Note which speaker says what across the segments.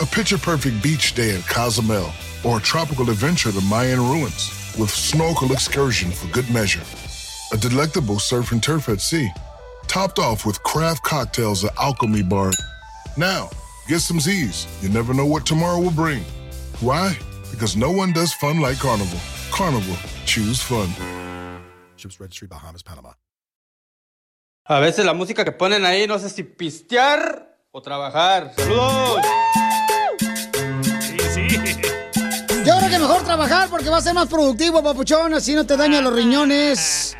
Speaker 1: A picture perfect beach day at Cozumel or a tropical adventure to Mayan ruins with snorkel excursion for good measure. A delectable surf and turf at sea, topped off with craft cocktails at Alchemy Bar. Now, get some Z's. You never know what tomorrow will bring. Why? Because no one does fun like Carnival. Carnival, choose fun.
Speaker 2: Ships Registry, Bahamas, Panama.
Speaker 3: A veces la música que ponen ahí, no sé si pistear o trabajar. ¡Saludos!
Speaker 4: Sí, sí. Yo creo que mejor trabajar porque va a ser más productivo, papuchón. Así no te daña los riñones.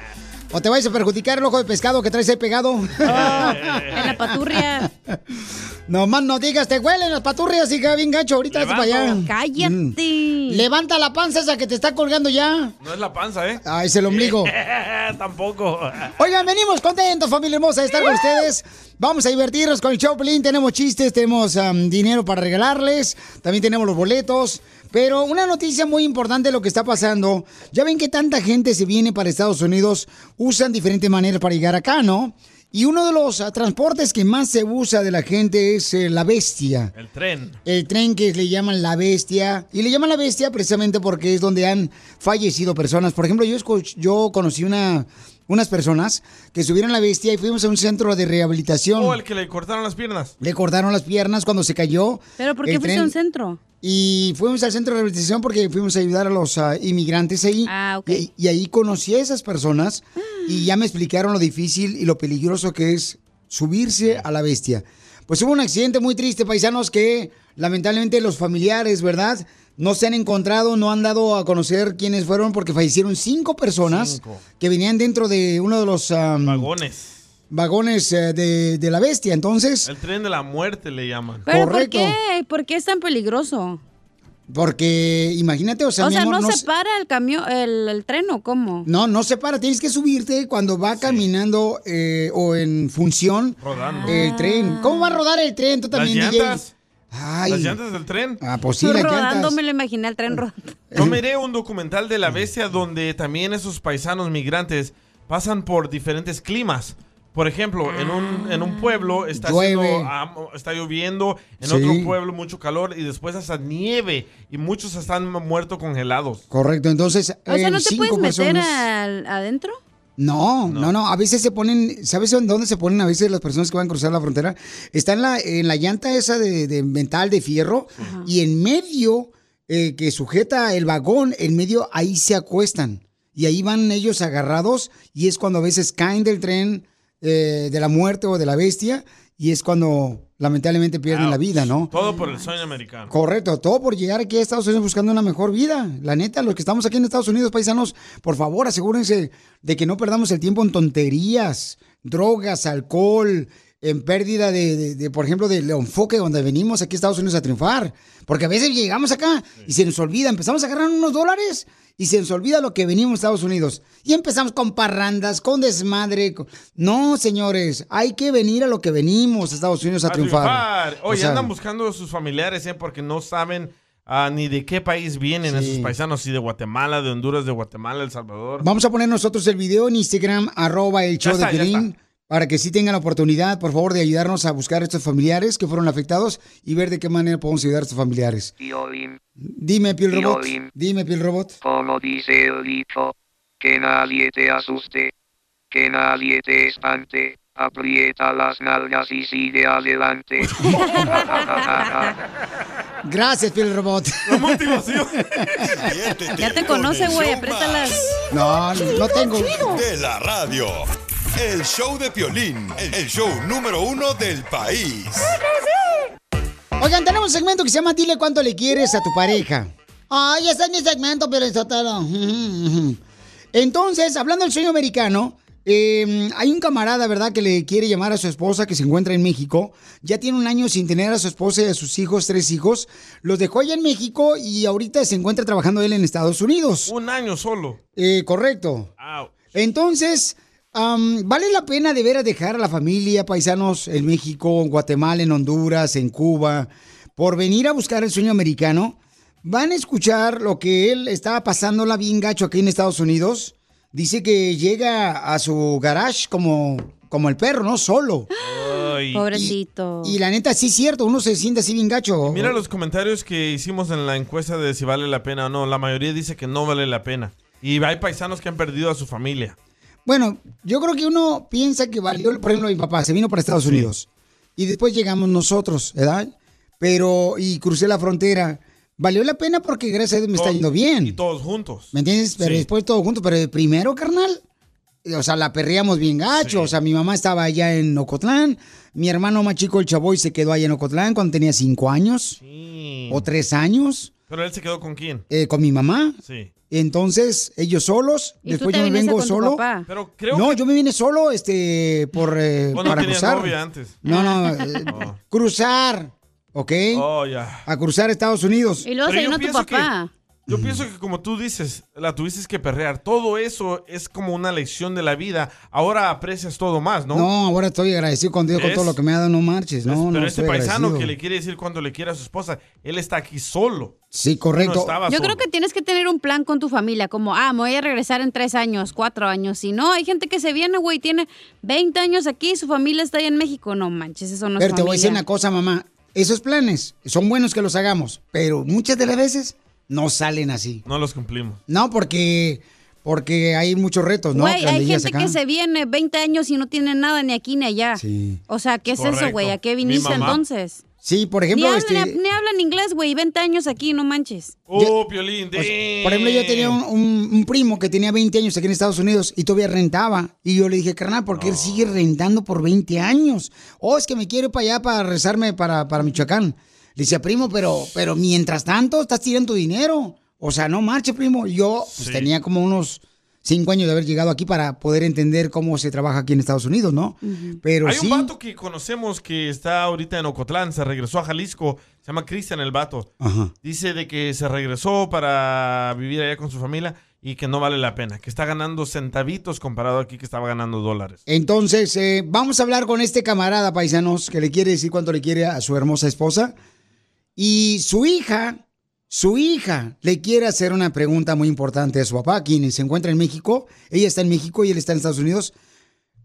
Speaker 4: O te vais a perjudicar el ojo de pescado que traes ahí pegado.
Speaker 5: en la paturria.
Speaker 4: Nomás no digas, te huelen las paturrias y bien gacho. Ahorita vas para allá.
Speaker 5: Cállate.
Speaker 4: Mm. Levanta la panza esa que te está colgando ya.
Speaker 6: No es la panza, ¿eh?
Speaker 4: Ah, es el ombligo.
Speaker 6: Tampoco.
Speaker 4: Oigan, venimos contentos, familia hermosa, de estar con ustedes. Vamos a divertirnos con el Choplin. Tenemos chistes, tenemos um, dinero para regalarles. También tenemos los boletos. Pero una noticia muy importante de lo que está pasando. Ya ven que tanta gente se viene para Estados Unidos, usan diferentes maneras para llegar acá, ¿no? Y uno de los ah, transportes que más se usa de la gente es eh, la bestia.
Speaker 6: El tren.
Speaker 4: El tren que le llaman la bestia. Y le llaman la bestia precisamente porque es donde han fallecido personas. Por ejemplo, yo, escu- yo conocí una, unas personas que subieron la bestia y fuimos a un centro de rehabilitación.
Speaker 5: Oh,
Speaker 6: O el que le cortaron las piernas.
Speaker 4: Le cortaron las piernas cuando se cayó.
Speaker 5: ¿Pero por qué
Speaker 4: el
Speaker 5: fuiste
Speaker 4: tren.
Speaker 5: a un centro?
Speaker 4: Y fuimos al centro de rehabilitación porque fuimos a ayudar a los ah, inmigrantes ahí.
Speaker 5: Ah, ok. Ah.
Speaker 4: Y, y ahí conocí a esas personas y ya me explicaron lo difícil y lo peligroso que es subirse a la bestia. Pues hubo un accidente muy triste, paisanos, que lamentablemente los familiares, ¿verdad? No se han encontrado, no han dado a conocer quiénes fueron porque fallecieron cinco personas
Speaker 6: Cinco.
Speaker 4: que venían dentro de uno de los ah,
Speaker 6: Vagones.
Speaker 4: vagones eh, de, de la bestia. Entonces,
Speaker 6: El tren de la muerte le llaman.
Speaker 5: ¿Pero por
Speaker 4: Correcto.
Speaker 5: qué? ¿Por qué es tan peligroso?
Speaker 4: porque imagínate, o
Speaker 5: O
Speaker 4: sea,
Speaker 5: sea,
Speaker 4: mi amor,
Speaker 5: ¿no,
Speaker 4: no
Speaker 5: se
Speaker 4: se-
Speaker 5: para el camión, el, el tren o cómo?
Speaker 4: No, no se para, tienes que subirte cuando va caminando eh, o en función
Speaker 6: Rodando.
Speaker 4: el
Speaker 5: Ah.
Speaker 4: tren. ¿Cómo va a rodar el tren? Tú
Speaker 6: Las
Speaker 4: también, DJ.
Speaker 6: llantas.
Speaker 4: Ay.
Speaker 6: Las llantas del tren.
Speaker 4: Ah, pues sí, las
Speaker 5: rodando,
Speaker 4: llantas.
Speaker 5: me lo imaginé el tren rodando.
Speaker 4: Eh.
Speaker 6: Yo miré un documental de la bestia donde también esos paisanos migrantes pasan por diferentes climas. Por ejemplo, en un, en un pueblo está, haciendo
Speaker 4: Llueve.
Speaker 6: am- está lloviendo, en
Speaker 4: Sí.
Speaker 6: otro pueblo mucho calor y después hasta nieve y muchos están muertos congelados.
Speaker 4: Correcto, entonces.
Speaker 5: O sea,
Speaker 4: eh,
Speaker 5: ¿no te
Speaker 4: cinco
Speaker 5: puedes meter
Speaker 4: personas-
Speaker 5: al- adentro?
Speaker 4: No, no, no. A veces se ponen, ¿sabes en dónde se ponen a veces las personas que van a cruzar la frontera? Está en la, en la llanta esa de, de metal, de fierro, y en medio eh, que sujeta el vagón, en medio ahí se acuestan. Y ahí van ellos agarrados, y es cuando a veces caen del tren eh, de la muerte o de la bestia, y es cuando lamentablemente pierden la vida, ¿no?
Speaker 6: Todo por el sueño americano.
Speaker 4: Correcto, todo por llegar aquí a Estados Unidos buscando una mejor vida. La neta, los que estamos aquí en Estados Unidos, paisanos, por favor, asegúrense de que no perdamos el tiempo en tonterías, drogas, alcohol, en pérdida de, de- de, por ejemplo, del enfoque donde venimos aquí a Estados Unidos a triunfar. Porque a veces llegamos acá y se nos olvida, empezamos a agarrar unos dólares y se nos olvida lo que venimos a Estados Unidos. Y empezamos con parrandas, con desmadre. con- No, señores, hay que venir a lo que venimos a Estados Unidos a,
Speaker 6: A
Speaker 4: triunfar.
Speaker 6: triunfar. Oye,
Speaker 4: O sea,
Speaker 6: andan buscando a sus familiares, ¿eh? Porque no saben ah, ni de qué país vienen esos paisanos. Si de Guatemala, de Honduras, de Guatemala, El Salvador.
Speaker 4: Vamos a poner nosotros el video en Instagram, arroba el show
Speaker 6: está,
Speaker 4: de
Speaker 6: ya
Speaker 4: Pelín, para que sí tengan la oportunidad, por favor, de ayudarnos a buscar a estos familiares que fueron afectados y ver de qué manera podemos ayudar a estos familiares.
Speaker 7: Piolín,
Speaker 4: Dime, Piel Robot.
Speaker 7: Piolín.
Speaker 4: Dime, Piel Robot.
Speaker 7: como dice el dicho, que nadie te asuste, que nadie te espante, aprieta las nalgas y sigue adelante.
Speaker 4: Gracias, Piel Robot.
Speaker 5: Ya te conoce, güey, apriétalas.
Speaker 4: Ah, No, no tengo.
Speaker 8: De la radio. El show de Piolín. El show número uno del país.
Speaker 4: Oigan, tenemos un segmento que se llama Dile cuánto le quieres a tu pareja. Ay, ese es mi segmento, pero Entonces, hablando del sueño americano, Eh, hay un camarada, ¿verdad?, que le quiere llamar a su esposa que se encuentra en México. Ya tiene un año sin tener a su esposa y a sus hijos, tres hijos. Los dejó allá en México y ahorita se encuentra trabajando él en Estados Unidos.
Speaker 6: Un año solo.
Speaker 4: Eh, correcto. Entonces, am, ¿vale la pena de ver a dejar a la familia, paisanos, en México, en Guatemala, en Honduras, en Cuba, por venir a buscar el sueño americano? Van a escuchar lo que él estaba pasándola bien gacho aquí en Estados Unidos. Dice que llega a su garage como, como el perro, ¿no? Solo.
Speaker 5: Pobrecito.
Speaker 4: Y la neta, sí es cierto, uno se siente así bien gacho.
Speaker 6: Mira los comentarios que hicimos en la encuesta de si vale la pena o no. La mayoría dice que no vale la pena. Y hay paisanos que han perdido a su familia.
Speaker 4: Bueno, yo creo que uno piensa que valió, por ejemplo, mi papá se vino para Estados Unidos y después llegamos nosotros, ¿verdad? Pero, y crucé la frontera. Valió la pena porque gracias a Dios me está yendo bien.
Speaker 6: Y todos juntos.
Speaker 4: ¿Me entiendes? Pero
Speaker 6: Sí.
Speaker 4: después todo junto, pero de primero, carnal. O sea, la perreamos bien gacho. O sea, mi mamá estaba allá en Ocotlán. Mi hermano más chico, el Chaboy, se quedó allá en Ocotlán cuando tenía cinco años. O tres años.
Speaker 6: Pero él se quedó con quién?
Speaker 4: eh, con mi mamá.
Speaker 6: Sí.
Speaker 4: Entonces, ellos solos.
Speaker 6: ¿Y tú
Speaker 4: después
Speaker 6: te
Speaker 4: yo me
Speaker 6: viniste
Speaker 4: vengo
Speaker 6: con tu
Speaker 4: solo.
Speaker 6: papá? Pero creo
Speaker 4: no, yo me vine solo, este, por eh,
Speaker 6: Vos no
Speaker 4: para
Speaker 6: tenías
Speaker 4: cruzar.
Speaker 6: novia antes.
Speaker 4: No, no, eh, cruzar, ¿ok?
Speaker 6: Oh, ya.
Speaker 4: A cruzar Estados Unidos.
Speaker 5: luego
Speaker 6: Pero
Speaker 5: se
Speaker 6: yo
Speaker 5: vino tu
Speaker 6: pienso
Speaker 5: papá.
Speaker 6: que- yo pienso que como tú dices, la tuviste que perrear. Todo eso es como una lección de la vida. Ahora aprecias todo más, ¿no?
Speaker 4: No, ahora estoy agradecido con Dios con
Speaker 6: Es-
Speaker 4: todo lo que me ha dado, no marches, no, no.
Speaker 6: Pero este
Speaker 4: estoy
Speaker 6: paisano
Speaker 4: agradecido.
Speaker 6: que le quiere decir cuando le quiera a su esposa, él está aquí solo.
Speaker 4: Sí,
Speaker 6: No
Speaker 4: correcto.
Speaker 6: estaba
Speaker 5: Yo
Speaker 6: solo.
Speaker 5: creo que tienes que tener un plan con tu familia, como, ah, me voy a regresar en tres años, cuatro años. Si no, hay gente que se viene, güey, tiene 20 años aquí, su familia está ahí en México. No manches, eso no es
Speaker 4: Pero te voy a decir
Speaker 5: familia.
Speaker 4: una cosa, mamá. Esos planes son buenos que los hagamos, pero muchas de las veces no salen así.
Speaker 6: No los cumplimos.
Speaker 4: No, porque porque hay muchos retos, ¿no?
Speaker 5: Güey, hay
Speaker 4: Pandillas
Speaker 5: gente
Speaker 4: acá.
Speaker 5: que se viene 20 años y no tiene nada ni aquí ni allá.
Speaker 4: Sí.
Speaker 5: O sea, ¿qué es
Speaker 4: Correcto.
Speaker 5: eso, güey? ¿A qué
Speaker 4: Mi
Speaker 5: viniste
Speaker 4: mamá.
Speaker 5: entonces?
Speaker 4: Sí, por ejemplo,
Speaker 5: ni, hablan,
Speaker 4: este
Speaker 5: ni hablan inglés, güey, 20 años aquí, no manches.
Speaker 6: Oh, Piolín,
Speaker 4: pues, Por ejemplo, yo tenía un, un- un primo que tenía 20 años aquí en Estados Unidos y todavía rentaba. Y yo le dije, carnal, ¿por qué él sigue rentando por 20 años? Oh, es que me quiero ir para allá para rezarme para, para Michoacán. Le decía, primo, pero, pero mientras tanto estás tirando tu dinero. O sea, no marche, primo. Yo pues, tenía como unos 5 años de haber llegado aquí para poder entender cómo se trabaja aquí en Estados Unidos, ¿no? Pero
Speaker 6: Hay
Speaker 4: sí.
Speaker 6: un vato que conocemos que está ahorita en Ocotlán, se regresó a Jalisco, se llama Cristian el vato.
Speaker 4: Ajá.
Speaker 6: Dice de que se regresó para vivir allá con su familia y que no vale la pena, que está ganando centavitos comparado aquí que estaba ganando dólares.
Speaker 4: Entonces, eh, vamos a hablar con este camarada, paisanos, que le quiere decir cuánto le quiere a su hermosa esposa. Y su hija, su hija, le quiere hacer una pregunta muy importante a su papá, quien se encuentra en México. Ella está en México y él está en Estados Unidos.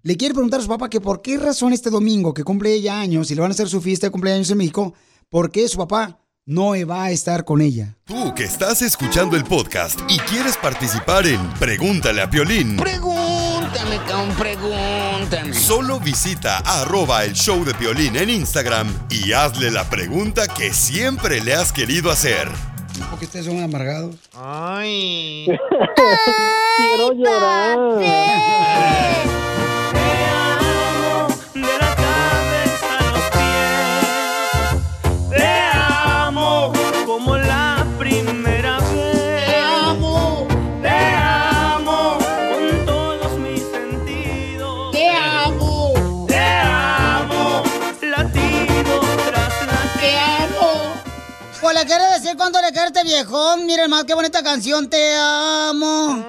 Speaker 4: Le quiere preguntar a su papá que por qué razón este domingo, que cumple ella años y le van a hacer su fiesta de cumpleaños en México, por qué su papá no va a estar con ella.
Speaker 8: Tú que estás escuchando el podcast y quieres participar en Pregúntale a Piolín,
Speaker 9: Pregúntame, con pregúntame.
Speaker 8: solo visita arroba el show de Piolín en Instagram y hazle la pregunta que siempre le has querido hacer.
Speaker 4: Porque ustedes son amargados.
Speaker 6: Ay.
Speaker 9: Quiero llorar.
Speaker 10: Te amo como la primera vez. Te amo. Te amo con todos mis sentidos. Te amo. Te amo. Latido tras latido.
Speaker 4: ¡Te amo! Pues le quiere decir cuánto le quiere este viejón. Miren más qué bonita canción. Te amo.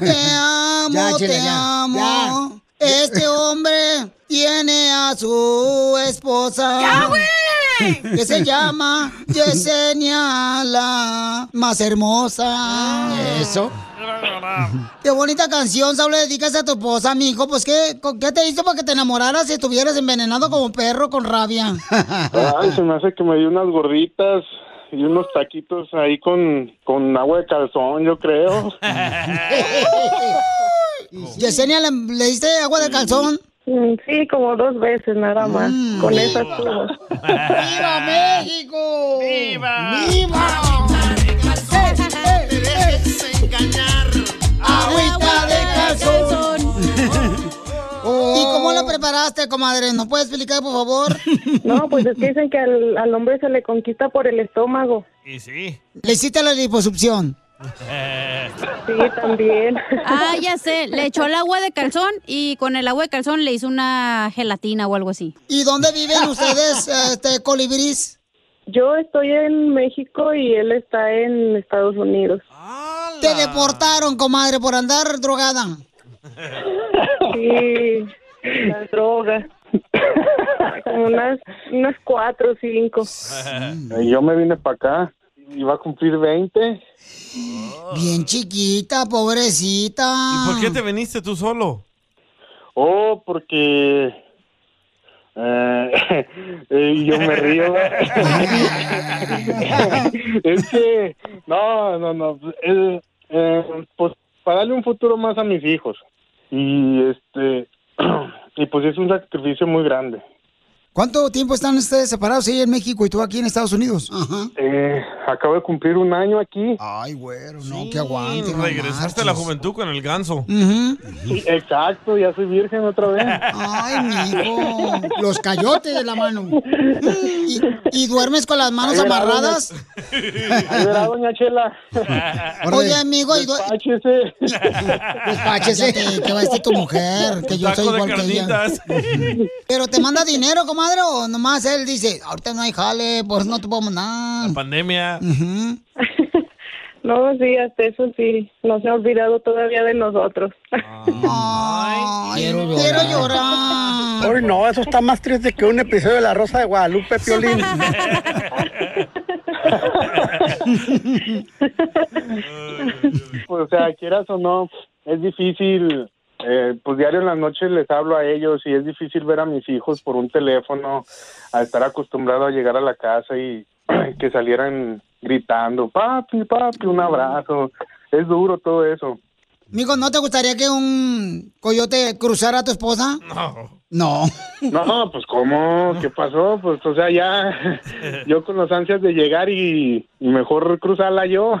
Speaker 4: Te amo,
Speaker 9: Ya, Chela,
Speaker 4: te
Speaker 9: ya,
Speaker 4: amo. Este hombre tiene a su esposa. Que se llama Yesenia la más hermosa. Eso. Qué bonita canción, Saulo, le dedicas a tu esposa, mijo. Pues, ¿qué, con- ¿qué te hizo para que te enamoraras y estuvieras envenenado como perro con rabia?
Speaker 11: Ay, se me hace que me dio unas gorditas y unos taquitos ahí con, con agua de calzón, yo creo.
Speaker 4: Yesenia, ¿le, le diste agua de calzón?
Speaker 12: Mm,
Speaker 4: Mm.
Speaker 12: Sí, como dos veces nada más. Con esas estuvo.
Speaker 4: ¡Viva México!
Speaker 9: ¡Viva!
Speaker 10: Te dejes engañar. Ah,
Speaker 4: Agüita de calzón. ¿Y cómo la preparaste, comadre? ¿Nos puedes explicar, por favor?
Speaker 12: No, pues es que dicen que al, al hombre se le conquista por el estómago.
Speaker 6: Y sí.
Speaker 4: Le hiciste la liposucción.
Speaker 13: Sí, también.
Speaker 5: Ah, ya sé, le echó el agua de calzón y con el agua de calzón le hizo una gelatina o algo así.
Speaker 4: ¿Y dónde viven ustedes, este, colibrís?
Speaker 13: Yo estoy en México y él está en Estados Unidos.
Speaker 4: Te deportaron, comadre, por andar drogada.
Speaker 13: Sí, las drogas. Como unas, unas cuatro o cinco.
Speaker 11: Y yo me vine para acá. Iba a cumplir 20.
Speaker 4: Bien chiquita, pobrecita.
Speaker 6: ¿Por qué te viniste tú solo?
Speaker 11: Oh, porque... eh, eh, yo me río. es que... No, no, no. eh, eh, pues para darle un futuro más a mis hijos. Y este... y pues es un sacrificio muy grande.
Speaker 4: ¿Cuánto tiempo están ustedes separados ahí en México y tú aquí en Estados Unidos? Ajá.
Speaker 11: Eh, acabo de cumplir un año aquí.
Speaker 6: Ah.
Speaker 4: Ay, güero, no, que aguante. no
Speaker 6: Regresaste a la juventud con el ganso.
Speaker 11: Exacto, ya soy virgen otra vez.
Speaker 4: Ay, mijo, los cayotes de la mano. ¿Y, y duermes con las manos
Speaker 11: Ahí verá,
Speaker 4: amarradas?
Speaker 11: Ahí verá, doña Chela.
Speaker 4: Oye, amigo, y du-
Speaker 11: Despáchese.
Speaker 4: Despáchese, que va a estar tu mujer, que yo
Speaker 14: Taco
Speaker 4: soy
Speaker 14: de
Speaker 4: igual que ella.
Speaker 14: carnitas.
Speaker 4: Pero te manda dinero, comadre, o nomás él dice, ahorita no hay jale, por eso no te puedo mandar.
Speaker 6: Pandemia.
Speaker 13: No, sí, hasta eso sí. No se ha olvidado todavía de nosotros.
Speaker 4: quiero llorar. Quiero
Speaker 9: Hoy no, eso está más triste que un episodio de La Rosa de Guadalupe, Piolín.
Speaker 11: Pues, o sea, quieras o no, es difícil. eh, pues diario en las noches les hablo a ellos y es difícil ver a mis hijos por un teléfono, a estar acostumbrado a llegar a la casa y que salieran gritando, papi, papi, un abrazo. Es duro todo eso.
Speaker 4: Mijo, ¿no te gustaría que un coyote cruzara a tu esposa?
Speaker 6: No.
Speaker 4: No.
Speaker 11: No, pues cómo, ¿qué pasó? Pues o sea, ya yo con las ansias de llegar y, y mejor cruzarla yo.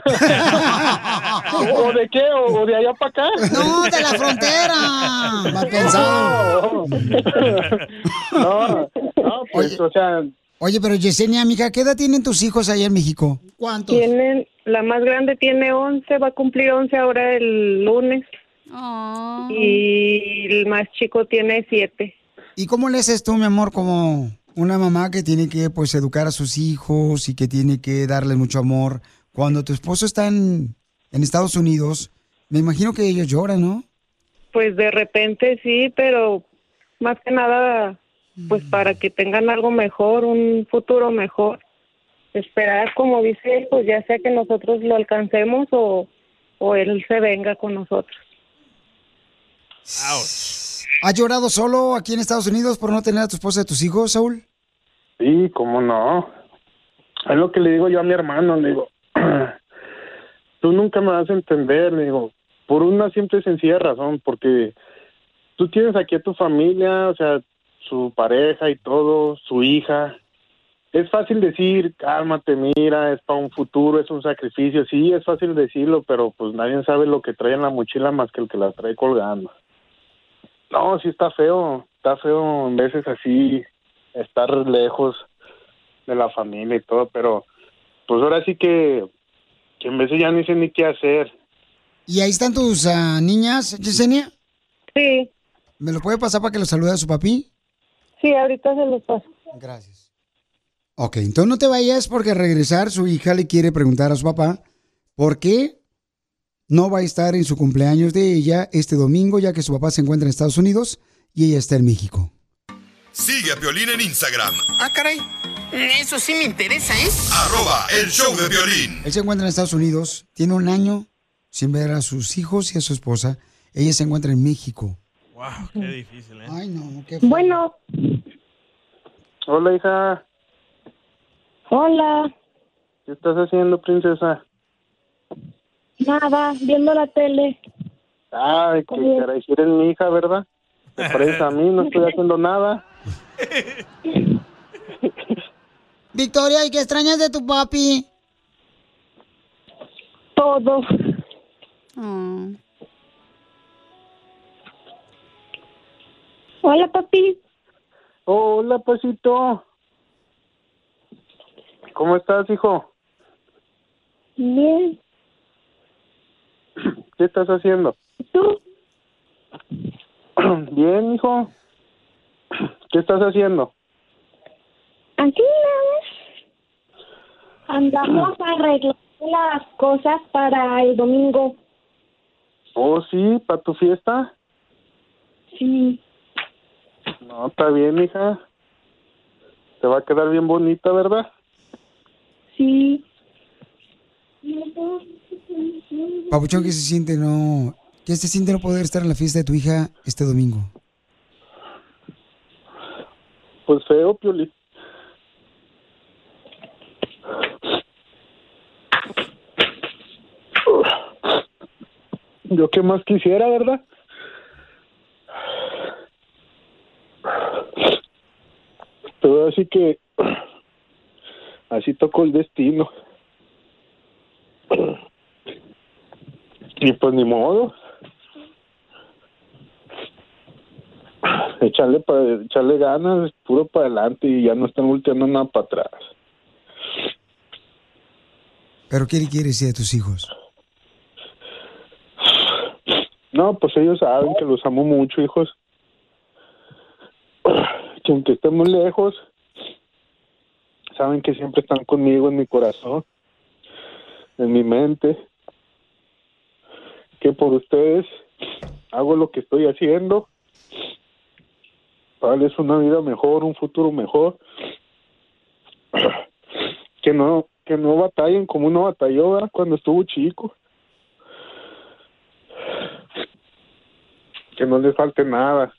Speaker 11: ¿O de qué? ¿O de allá para acá?
Speaker 4: No, de la frontera. Mal pensado.
Speaker 11: No, no, pues o sea,
Speaker 4: Oye, pero Yesenia, mija, ¿qué edad tienen tus hijos allá en México?
Speaker 13: ¿Cuántos? Tienen, la más grande tiene 11, va a cumplir 11 ahora el lunes. Y el más chico tiene 7.
Speaker 4: ¿Y cómo le haces tú, mi amor, como una mamá que tiene que pues educar a sus hijos y que tiene que darles mucho amor? Cuando tu esposo está en, en Estados Unidos, me imagino que ellos lloran, ¿no?
Speaker 13: Pues de repente sí, pero más que nada, pues para que tengan algo mejor, un futuro mejor. Esperar, como dice él, pues ya sea que nosotros lo alcancemos o, o él se venga con nosotros.
Speaker 4: ¿Has llorado solo aquí en Estados Unidos por no tener a tu esposa y a tus hijos, Saúl?
Speaker 11: Sí, cómo no. Es lo que le digo yo a mi hermano, le digo, tú nunca me vas a entender, le digo, por una simple y sencilla razón, porque tú tienes aquí a tu familia, o sea, su pareja y todo, su hija. Es fácil decir, cálmate, mira, es para un futuro, es un sacrificio. Sí, es fácil decirlo, pero pues nadie sabe lo que trae en la mochila más que el que la trae colgando. No, sí está feo, está feo en veces así, estar lejos de la familia y todo, pero pues ahora sí que, que en veces ya ni sé ni qué hacer.
Speaker 4: ¿Y ahí están tus ah, niñas, Yesenia?
Speaker 13: Sí.
Speaker 4: ¿Me lo puede pasar para que lo salude a su papi?
Speaker 13: Sí, ahorita se los paso.
Speaker 4: Gracias. Ok, entonces no te vayas porque al regresar su hija le quiere preguntar a su papá por qué no va a estar en su cumpleaños de ella este domingo, ya que su papá se encuentra en Estados Unidos y ella está en México.
Speaker 8: Sigue a Piolín en Instagram,
Speaker 9: Ah, caray. Eso sí me interesa, ¿eh?
Speaker 8: arroba el show de Piolín.
Speaker 4: Él se encuentra en Estados Unidos, tiene un año sin ver a sus hijos y a su esposa. Ella se encuentra en México.
Speaker 6: Wow, qué difícil, ¿eh?
Speaker 4: Ay, no, qué
Speaker 13: Bueno.
Speaker 11: Hola, hija.
Speaker 13: Hola.
Speaker 11: ¿Qué estás haciendo, princesa?
Speaker 13: Nada, viendo la tele.
Speaker 11: Ay, que caray, si eres mi hija, ¿verdad? Te pareces a mí, no estoy haciendo nada.
Speaker 4: Victoria, ¿y qué extrañas de tu papi?
Speaker 13: Todo. Hola, papi.
Speaker 11: Hola, pasito. ¿Cómo estás, hijo?
Speaker 13: Bien.
Speaker 11: ¿Qué estás haciendo? Bien, hijo. ¿Qué estás haciendo?
Speaker 15: Aquí nada más andamos arreglando las cosas para el domingo.
Speaker 11: Oh, sí, para tu fiesta.
Speaker 15: Sí.
Speaker 11: No, está bien, hija. Te va a quedar bien bonita, ¿verdad?
Speaker 15: Sí.
Speaker 4: Papuchón, ¿qué se siente no? ¿Qué se siente no poder estar en la fiesta de tu hija este domingo?
Speaker 11: Pues feo, Pioli. Yo qué más quisiera, ¿verdad? Pero así que así tocó el destino. Y pues ni modo. Echarle para echarle ganas, puro para adelante y ya no están volteando nada para atrás.
Speaker 4: ¿Pero qué le quieres decir a tus hijos?
Speaker 11: No, pues ellos saben que los amo mucho, hijos. Que aunque estemos lejos, saben que siempre están conmigo en mi corazón, en mi mente. Que por ustedes hago lo que estoy haciendo. Para darles una vida mejor, un futuro mejor. Que no, que no batallen como uno batalló ¿verdad? cuando estuvo chico. que no les falte nada.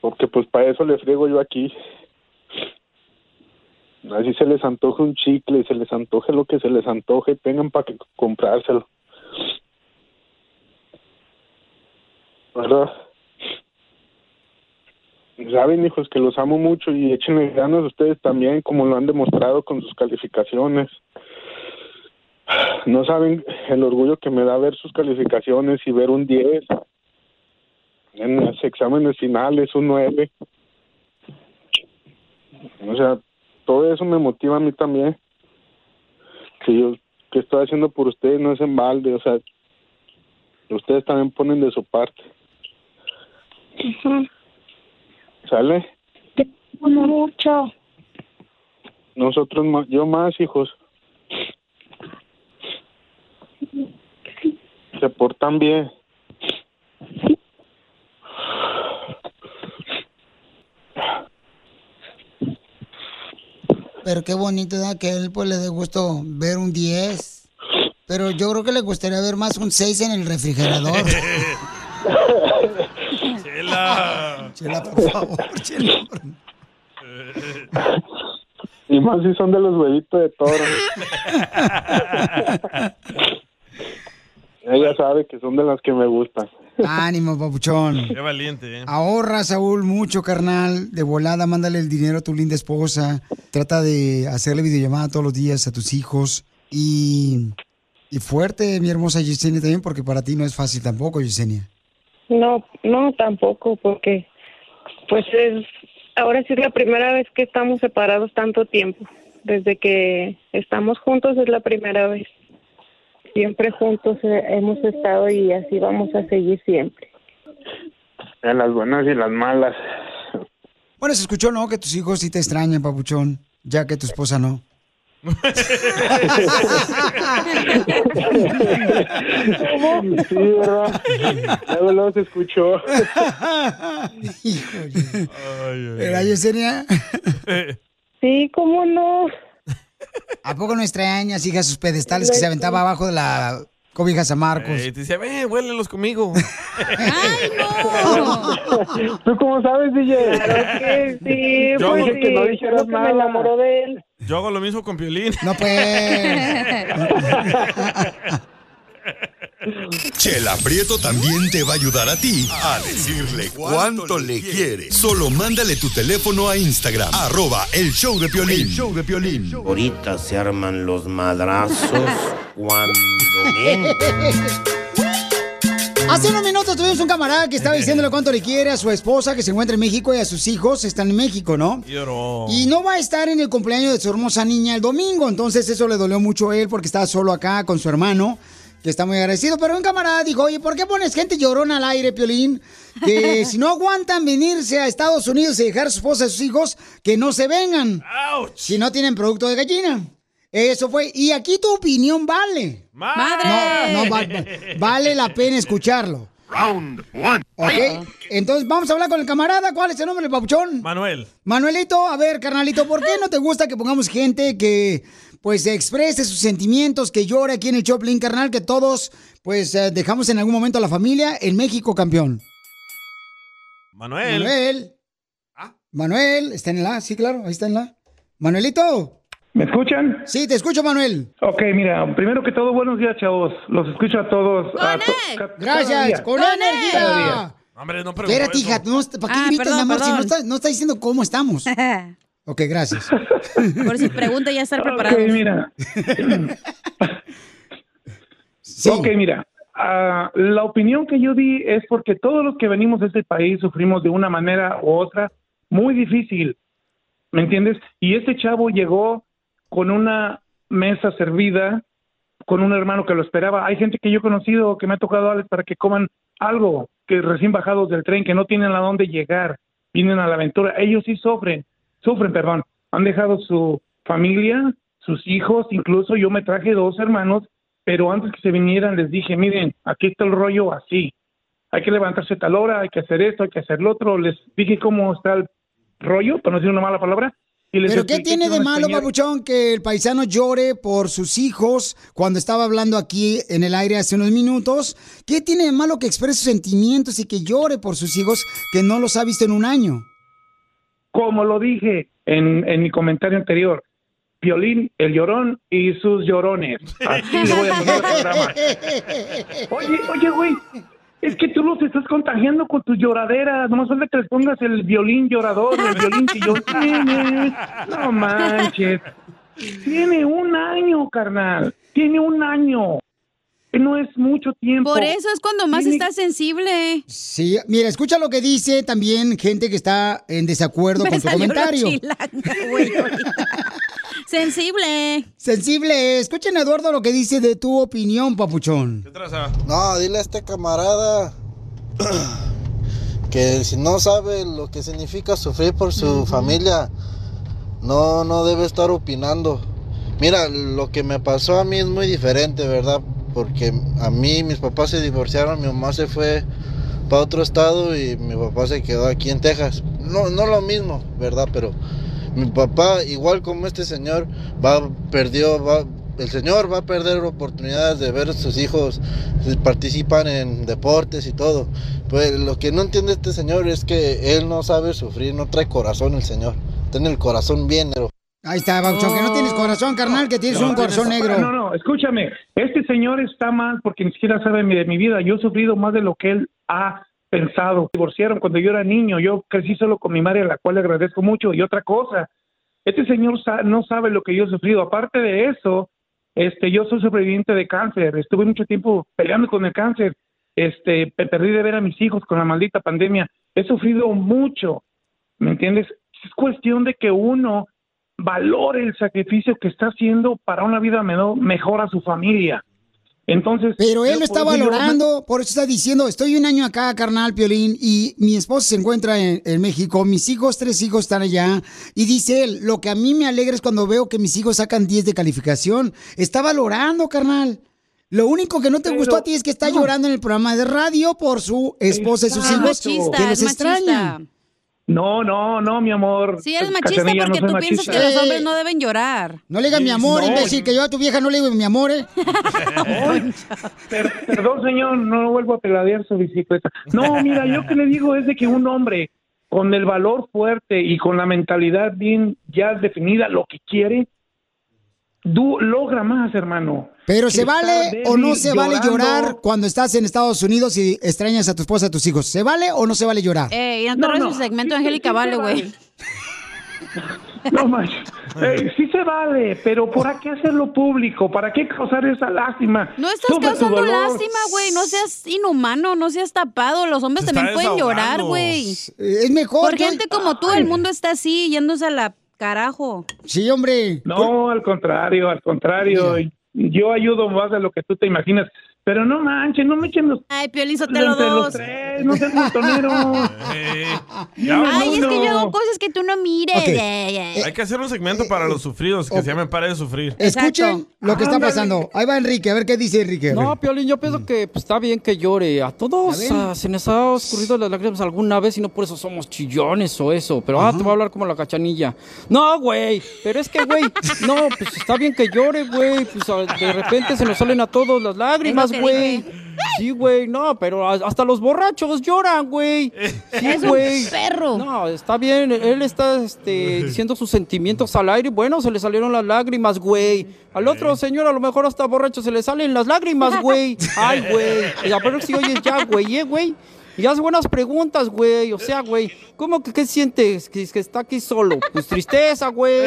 Speaker 11: Porque pues para eso les friego yo aquí. Así se les antoje un chicle, se les antoje lo que se les antoje, tengan para que comprárselo. ¿Verdad? Saben, hijos, que los amo mucho y échenle ganas ustedes también, como lo han demostrado con sus calificaciones. No saben el orgullo que me da ver sus calificaciones y ver un 10 en los exámenes finales, un 9. O sea, todo eso me motiva a mí también. Que yo que estoy haciendo por ustedes no es en balde, o sea, ustedes también ponen de su parte. ¿Sale?
Speaker 15: Mucho.
Speaker 11: Nosotros, más- yo más, hijos. se portan bien.
Speaker 14: Pero qué bonito, ¿verdad? Que a él pues le dé gusto ver un 10. Pero yo creo que le gustaría ver más un 6 en el refrigerador.
Speaker 9: Chela.
Speaker 4: Chela, por favor, chela.
Speaker 11: Y más si son de los huevitos de toro. Ella sabe que son de las que me gustan.
Speaker 4: Ánimo, papuchón.
Speaker 6: Qué valiente, ¿eh?
Speaker 4: Ahorra, Saúl, mucho, carnal. De volada, mándale el dinero a tu linda esposa. Trata de hacerle videollamada todos los días a tus hijos. Y, y fuerte, mi hermosa Yesenia, también, porque para ti no es fácil tampoco, Yesenia.
Speaker 12: No, no tampoco, porque pues es, ahora sí es la primera vez que estamos separados tanto tiempo. Desde que estamos juntos es la primera vez. Siempre juntos eh, hemos estado y así vamos a seguir siempre.
Speaker 11: En las buenas y las malas.
Speaker 4: Bueno, se escuchó, ¿no? Que tus hijos sí te extrañan, papuchón, ya que tu esposa no.
Speaker 11: Sí, ¿verdad? Luego, luego se escuchó.
Speaker 4: Híjole.
Speaker 11: Ay,
Speaker 4: ¿Era Yesenia?
Speaker 12: Sí, ¿cómo no?
Speaker 4: ¿A poco no extrañas, hija, sus pedestales que se aventaba abajo de la cobija San Marcos?
Speaker 6: Y te dice, ven, huélelos conmigo.
Speaker 11: ¿Tú cómo sabes, DJ? Claro
Speaker 12: que sí.
Speaker 6: Yo
Speaker 12: pues
Speaker 6: dije que
Speaker 12: sí,
Speaker 6: no dijeras
Speaker 12: fue lo que
Speaker 6: nada.
Speaker 12: Me enamoró de él.
Speaker 6: Yo hago lo mismo con Piolín.
Speaker 4: No, pues.
Speaker 8: Chela Prieto también te va a ayudar a ti a decirle cuánto le quiere. Solo mándale tu teléfono a Instagram, arroba el show de Piolín. show de Piolín.
Speaker 10: Ahorita se arman los madrazos cuando
Speaker 4: Hace unos minutos tuvimos un camarada que estaba diciéndole cuánto le quiere a su esposa que se encuentra en México y a sus hijos están en México, ¿no?
Speaker 6: Lloró.
Speaker 4: Y no va a estar en el cumpleaños de su hermosa niña el domingo, entonces eso le dolió mucho a él porque estaba solo acá con su hermano. que está muy agradecido. Pero un camarada dijo, oye, ¿por qué pones gente llorona al aire, Piolín? Que si no aguantan venirse a Estados Unidos y dejar a su esposa y sus hijos, que no se vengan. Si no tienen producto de gallina. Eso fue. Y aquí tu opinión vale.
Speaker 9: ¡Madre!
Speaker 4: No, no, va- va- vale la pena escucharlo.
Speaker 9: Round one.
Speaker 4: Ok, entonces vamos a hablar con el camarada. ¿Cuál es el nombre del papuchón?
Speaker 6: Manuel.
Speaker 4: Manuelito, a ver, carnalito, ¿por qué no te gusta que pongamos gente que pues exprese sus sentimientos, que llore aquí en el Choplin, carnal, que todos pues eh, dejamos en algún momento a la familia en México, campeón?
Speaker 6: Manuel.
Speaker 4: Manuel. Manuel, está en la, sí, claro, ahí está en la. Manuelito.
Speaker 16: ¿Me escuchan?
Speaker 4: Sí, te escucho, Manuel.
Speaker 16: Ok, mira, primero que todo, buenos días, chavos. Los escucho a todos. A to- ca- cada
Speaker 4: Gracias,
Speaker 16: día.
Speaker 4: con
Speaker 16: Cada
Speaker 4: energía.
Speaker 16: día.
Speaker 6: Hombre, no pregunto
Speaker 4: Espérate,
Speaker 6: eso.
Speaker 4: hija, no, ¿para qué
Speaker 5: Ah,
Speaker 4: gritas,
Speaker 5: perdón,
Speaker 4: mi amor, si
Speaker 5: perdón.
Speaker 4: no está, no está diciendo cómo estamos? ok, gracias.
Speaker 5: Por si pregunta, ya estar preparado.
Speaker 16: Ok, mira. Ok, mira. ah, la opinión que yo di es porque todos los que venimos de este país sufrimos de una manera u otra muy difícil. ¿Me entiendes? Y este chavo llegó con una mesa servida, con un hermano que lo esperaba. Hay gente que yo he conocido que me ha tocado Alex para que coman algo, que recién bajados del tren, que no tienen a dónde llegar, vienen a la aventura. Ellos sí sufren, sufren, perdón. Han dejado su familia, sus hijos, incluso yo me traje dos hermanos, pero antes que se vinieran les dije, miren, aquí está el rollo así. Hay que levantarse a tal hora, hay que hacer esto, hay que hacer lo otro. Les dije cómo está el rollo, para no decir una mala palabra. Y les
Speaker 4: ¿Pero qué
Speaker 16: expliqué
Speaker 4: tiene
Speaker 16: que
Speaker 4: de
Speaker 16: un
Speaker 4: malo,
Speaker 16: español-
Speaker 4: papuchón, que el paisano llore por sus hijos cuando estaba hablando aquí en el aire hace unos minutos? ¿Qué tiene de malo que exprese sus sentimientos y que llore por sus hijos que no los ha visto en un año?
Speaker 16: como lo dije en, en mi comentario anterior, Violín, el llorón y sus llorones. Así le voy a poner el programa. Oye, oye, güey, es que tú los estás contagiando con tus lloraderas. Nomás falta que les pongas el violín llorador, el violín que yo No manches. Tiene un año, carnal. Tiene un año. No es mucho tiempo.
Speaker 5: Por eso es cuando más
Speaker 16: Tiene-
Speaker 5: está sensible.
Speaker 4: Sí, mira, escucha lo que dice también gente que está en desacuerdo
Speaker 5: Me
Speaker 4: con tu
Speaker 5: salió la
Speaker 4: comentario.
Speaker 5: chilanga, güey, ahorita. sensible.
Speaker 4: Sensible, escuchen Eduardo lo que dice de tu opinión, papuchón.
Speaker 17: No, dile a este camarada que si no sabe lo que significa sufrir por su familia, no, no debe estar opinando. Mira, lo que me pasó a mí es muy diferente, ¿verdad? Porque a mí mis papás se divorciaron, mi mamá se fue para otro estado y mi papá se quedó aquí en Texas. No, no lo mismo, ¿verdad? Pero mi papá, igual como este señor, va, perdió, va, el señor va a perder oportunidades de ver a sus hijos si participan en deportes y todo. Pues lo que no entiende este señor es que él no sabe sufrir, no trae corazón el señor. Tiene el corazón bien, negro.
Speaker 4: Ahí está, papuchón, que no tienes corazón, carnal, que tienes un corazón negro.
Speaker 16: No, no, escúchame. Este señor está mal porque ni siquiera sabe mi- de mi vida. Yo he sufrido más de lo que él ha pensado. Divorciaron cuando yo era niño. Yo crecí solo con mi madre, a la cual le agradezco mucho. Y otra cosa, este señor sa- no sabe lo que yo he sufrido. Aparte de eso, este, yo soy sobreviviente de cáncer. Estuve mucho tiempo peleando con el cáncer. Este, pe- perdí de ver a mis hijos con la maldita pandemia. He sufrido mucho. ¿Me entiendes? Es cuestión de que uno valore el sacrificio que está haciendo para una vida menor- mejor a su familia. Entonces,
Speaker 4: Pero él lo está
Speaker 16: yo- yo-
Speaker 4: valorando, por eso está diciendo, estoy un año acá, carnal, Piolín, y mi esposa se encuentra en, en México, mis hijos, tres hijos están allá, y dice él, lo que a mí me alegra es cuando veo que mis hijos sacan 10 de calificación, está valorando, carnal. Lo único que no te gustó a ti es que está llorando en el programa de radio por su esposa y sus
Speaker 16: Exacto.
Speaker 4: hijos,
Speaker 16: Machista,
Speaker 4: que
Speaker 16: es
Speaker 4: los
Speaker 16: machista.
Speaker 4: extrañan.
Speaker 16: No, no, no, mi amor.
Speaker 5: Sí, eres machista
Speaker 16: Pues, Cachanilla, no
Speaker 5: porque
Speaker 16: soy
Speaker 5: tú piensas
Speaker 16: machista.
Speaker 5: que los hombres no deben llorar.
Speaker 4: No le digas mi amor, imbécil, que yo a tu vieja no le digo mi amor, ¿eh?
Speaker 16: Perdón, señor, no vuelvo a peladear su bicicleta. No, mira, yo que le digo es de que un hombre con el valor fuerte y con la mentalidad bien ya definida, lo que quiere, du- logra más, hermano.
Speaker 4: Pero
Speaker 16: Que
Speaker 4: se
Speaker 16: estar
Speaker 4: vale o no
Speaker 16: débil,
Speaker 4: se vale llorar
Speaker 16: llorando.
Speaker 4: cuando estás en Estados Unidos y extrañas a tu esposa y a tus hijos. ¿Se vale o no se vale llorar?
Speaker 5: Ey, no te robes el segmento de Angélica Vale, güey.
Speaker 16: No manches. Eh, sí se vale, pero ¿para qué hacerlo público? ¿Para qué causar esa lástima?
Speaker 5: No estás
Speaker 16: Sufre tu
Speaker 5: causando
Speaker 16: dolor.
Speaker 5: lástima, güey. No seas inhumano, no seas tapado. Los hombres
Speaker 16: Se
Speaker 5: también
Speaker 16: está
Speaker 5: pueden llorar,
Speaker 16: desahogando.
Speaker 5: güey.
Speaker 4: Eh, Es mejor.
Speaker 5: Por gente como tú, el mundo está así, yéndose a la carajo.
Speaker 4: Sí, hombre. Pues-
Speaker 16: No, al contrario, al contrario. Yo ayudo más de lo que tú te imaginas. Pero no manches, no me echen los...
Speaker 5: Ay, Piolín Sotelo
Speaker 16: entre los
Speaker 5: dos.
Speaker 16: tres, no seas montonero. ya, Eh.
Speaker 5: Ay, es que yo hago
Speaker 6: eh, vámonos.
Speaker 5: cosas que tú no mires.
Speaker 6: Ok.
Speaker 5: Ay, ay.
Speaker 6: Hay que hacer un
Speaker 4: Eh,
Speaker 6: segmento para los sufridos que se llamen Para de Sufrir.
Speaker 4: Escuchen lo que está pasando. Ahí va Enrique, a ver qué dice Enrique.
Speaker 18: No, Piolín, yo pienso que pues, está bien que llore. A todos ah, se nos ha ocurrido las lágrimas alguna vez y no por eso somos chillones o eso. Pero ah, te voy a hablar como la cachanilla. No, güey, pero es que, güey, no, pues está bien que llore, güey. Pues ah, de repente se nos salen a todos las lágrimas,
Speaker 5: que
Speaker 18: güey. Sí, güey, no, pero a- hasta los borrachos lloran, güey. Sí,
Speaker 5: Es un
Speaker 18: güey.
Speaker 5: perro.
Speaker 18: No, está bien, él está este, diciendo sus sentimientos al aire. Bueno, se le salieron las lágrimas, güey. Al otro señor, a lo mejor hasta borracho, se le salen las lágrimas, güey. Ay, güey. Y a ver si oyes ya, güey, eh, güey. Y hace buenas preguntas, güey. O sea, güey, ¿cómo que qué sientes que, que está aquí solo? Pues tristeza, güey.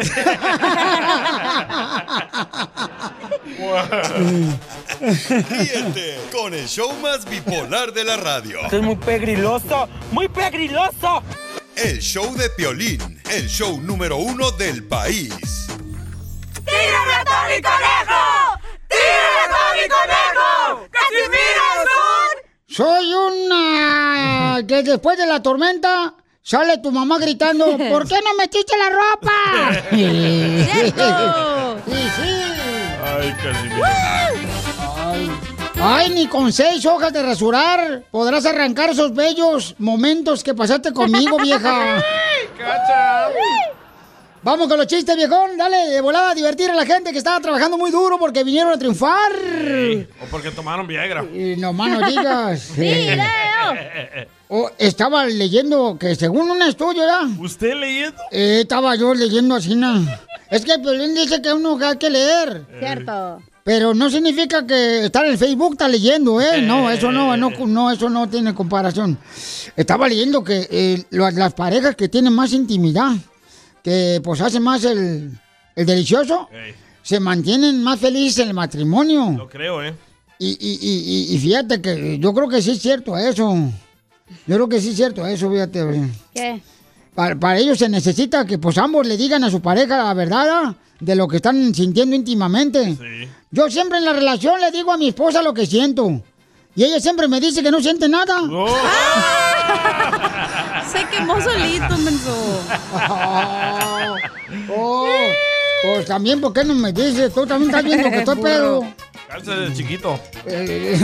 Speaker 8: Ríete con el show más bipolar de la radio.
Speaker 19: Esto es muy pegriloso, muy pegriloso.
Speaker 8: El show de Piolín, el show número uno del país.
Speaker 9: ¡Tírame a Tony Conejo! ¡Tírame a Tony Conejo! ¡Casimiro es
Speaker 4: Soy una... que después de la tormenta sale tu mamá gritando, ¿por qué no metiste la ropa? ¡Cierto! Sí, sí.
Speaker 9: ¡Ay, Casimiro!
Speaker 4: Ay, ni con seis hojas de rasurar podrás arrancar esos bellos momentos que pasaste conmigo, vieja. Vamos con los chistes, viejón. Dale, de volada, a divertir a la gente que estaba trabajando muy duro porque vinieron a triunfar.
Speaker 6: O porque tomaron Viagra.
Speaker 4: Y no más no digas. Eh.
Speaker 6: ¡Video!
Speaker 4: O estaba leyendo que según un estudio, ¿ya?
Speaker 6: ¿Usted leyendo?
Speaker 4: Eh, estaba yo leyendo así, ¿no? Es que Piolín dice que uno hay que leer.
Speaker 5: Cierto.
Speaker 4: Pero no significa que estar en Facebook está leyendo, ¿eh? No, eso no, no, no, eso no tiene comparación. Estaba leyendo que eh, lo- las parejas que tienen más intimidad, que pues hacen más el, el delicioso, se mantienen más felices en el matrimonio.
Speaker 6: Lo creo, ¿eh?
Speaker 4: Y, y- y- y- y fíjate que yo creo que sí es cierto eso. Yo creo que sí es cierto eso, fíjate. güey.
Speaker 5: ¿Qué?
Speaker 4: Para, para ello se necesita que pues ambos le digan a su pareja la verdad ¿ah? de lo que están sintiendo íntimamente. Yo siempre en la relación le digo a mi esposa lo que siento. Y ella siempre me dice que no siente nada.
Speaker 5: Se quemó solito, menso.
Speaker 4: Oh, pues también, ¿por qué no me dices? Tú también estás viendo que estoy pedo. Eh,
Speaker 6: Calza de chiquito. Eh,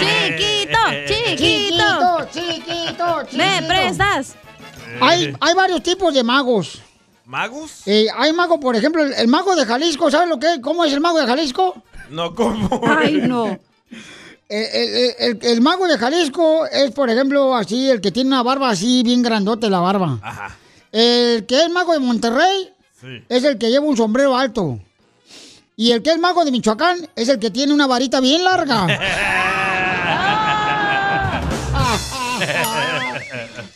Speaker 4: Chiquito,
Speaker 5: chiquito.
Speaker 4: Chiquito, chiquito, chiquito.
Speaker 5: Me prestas.
Speaker 4: Hay, hay varios tipos de magos.
Speaker 6: ¿Magos?
Speaker 4: Eh, hay mago, por ejemplo, el, el mago de Jalisco, ¿sabes lo que es? ¿Cómo es el mago de Jalisco?
Speaker 6: No, como.
Speaker 4: El, el- el- el mago de Jalisco es, por ejemplo, así, el que tiene una barba así, bien grandote la barba.
Speaker 6: Ajá.
Speaker 4: El que es mago de Monterrey
Speaker 6: Sí.
Speaker 4: es el que lleva un sombrero alto. Y el que es mago de Michoacán es el que tiene una varita bien larga.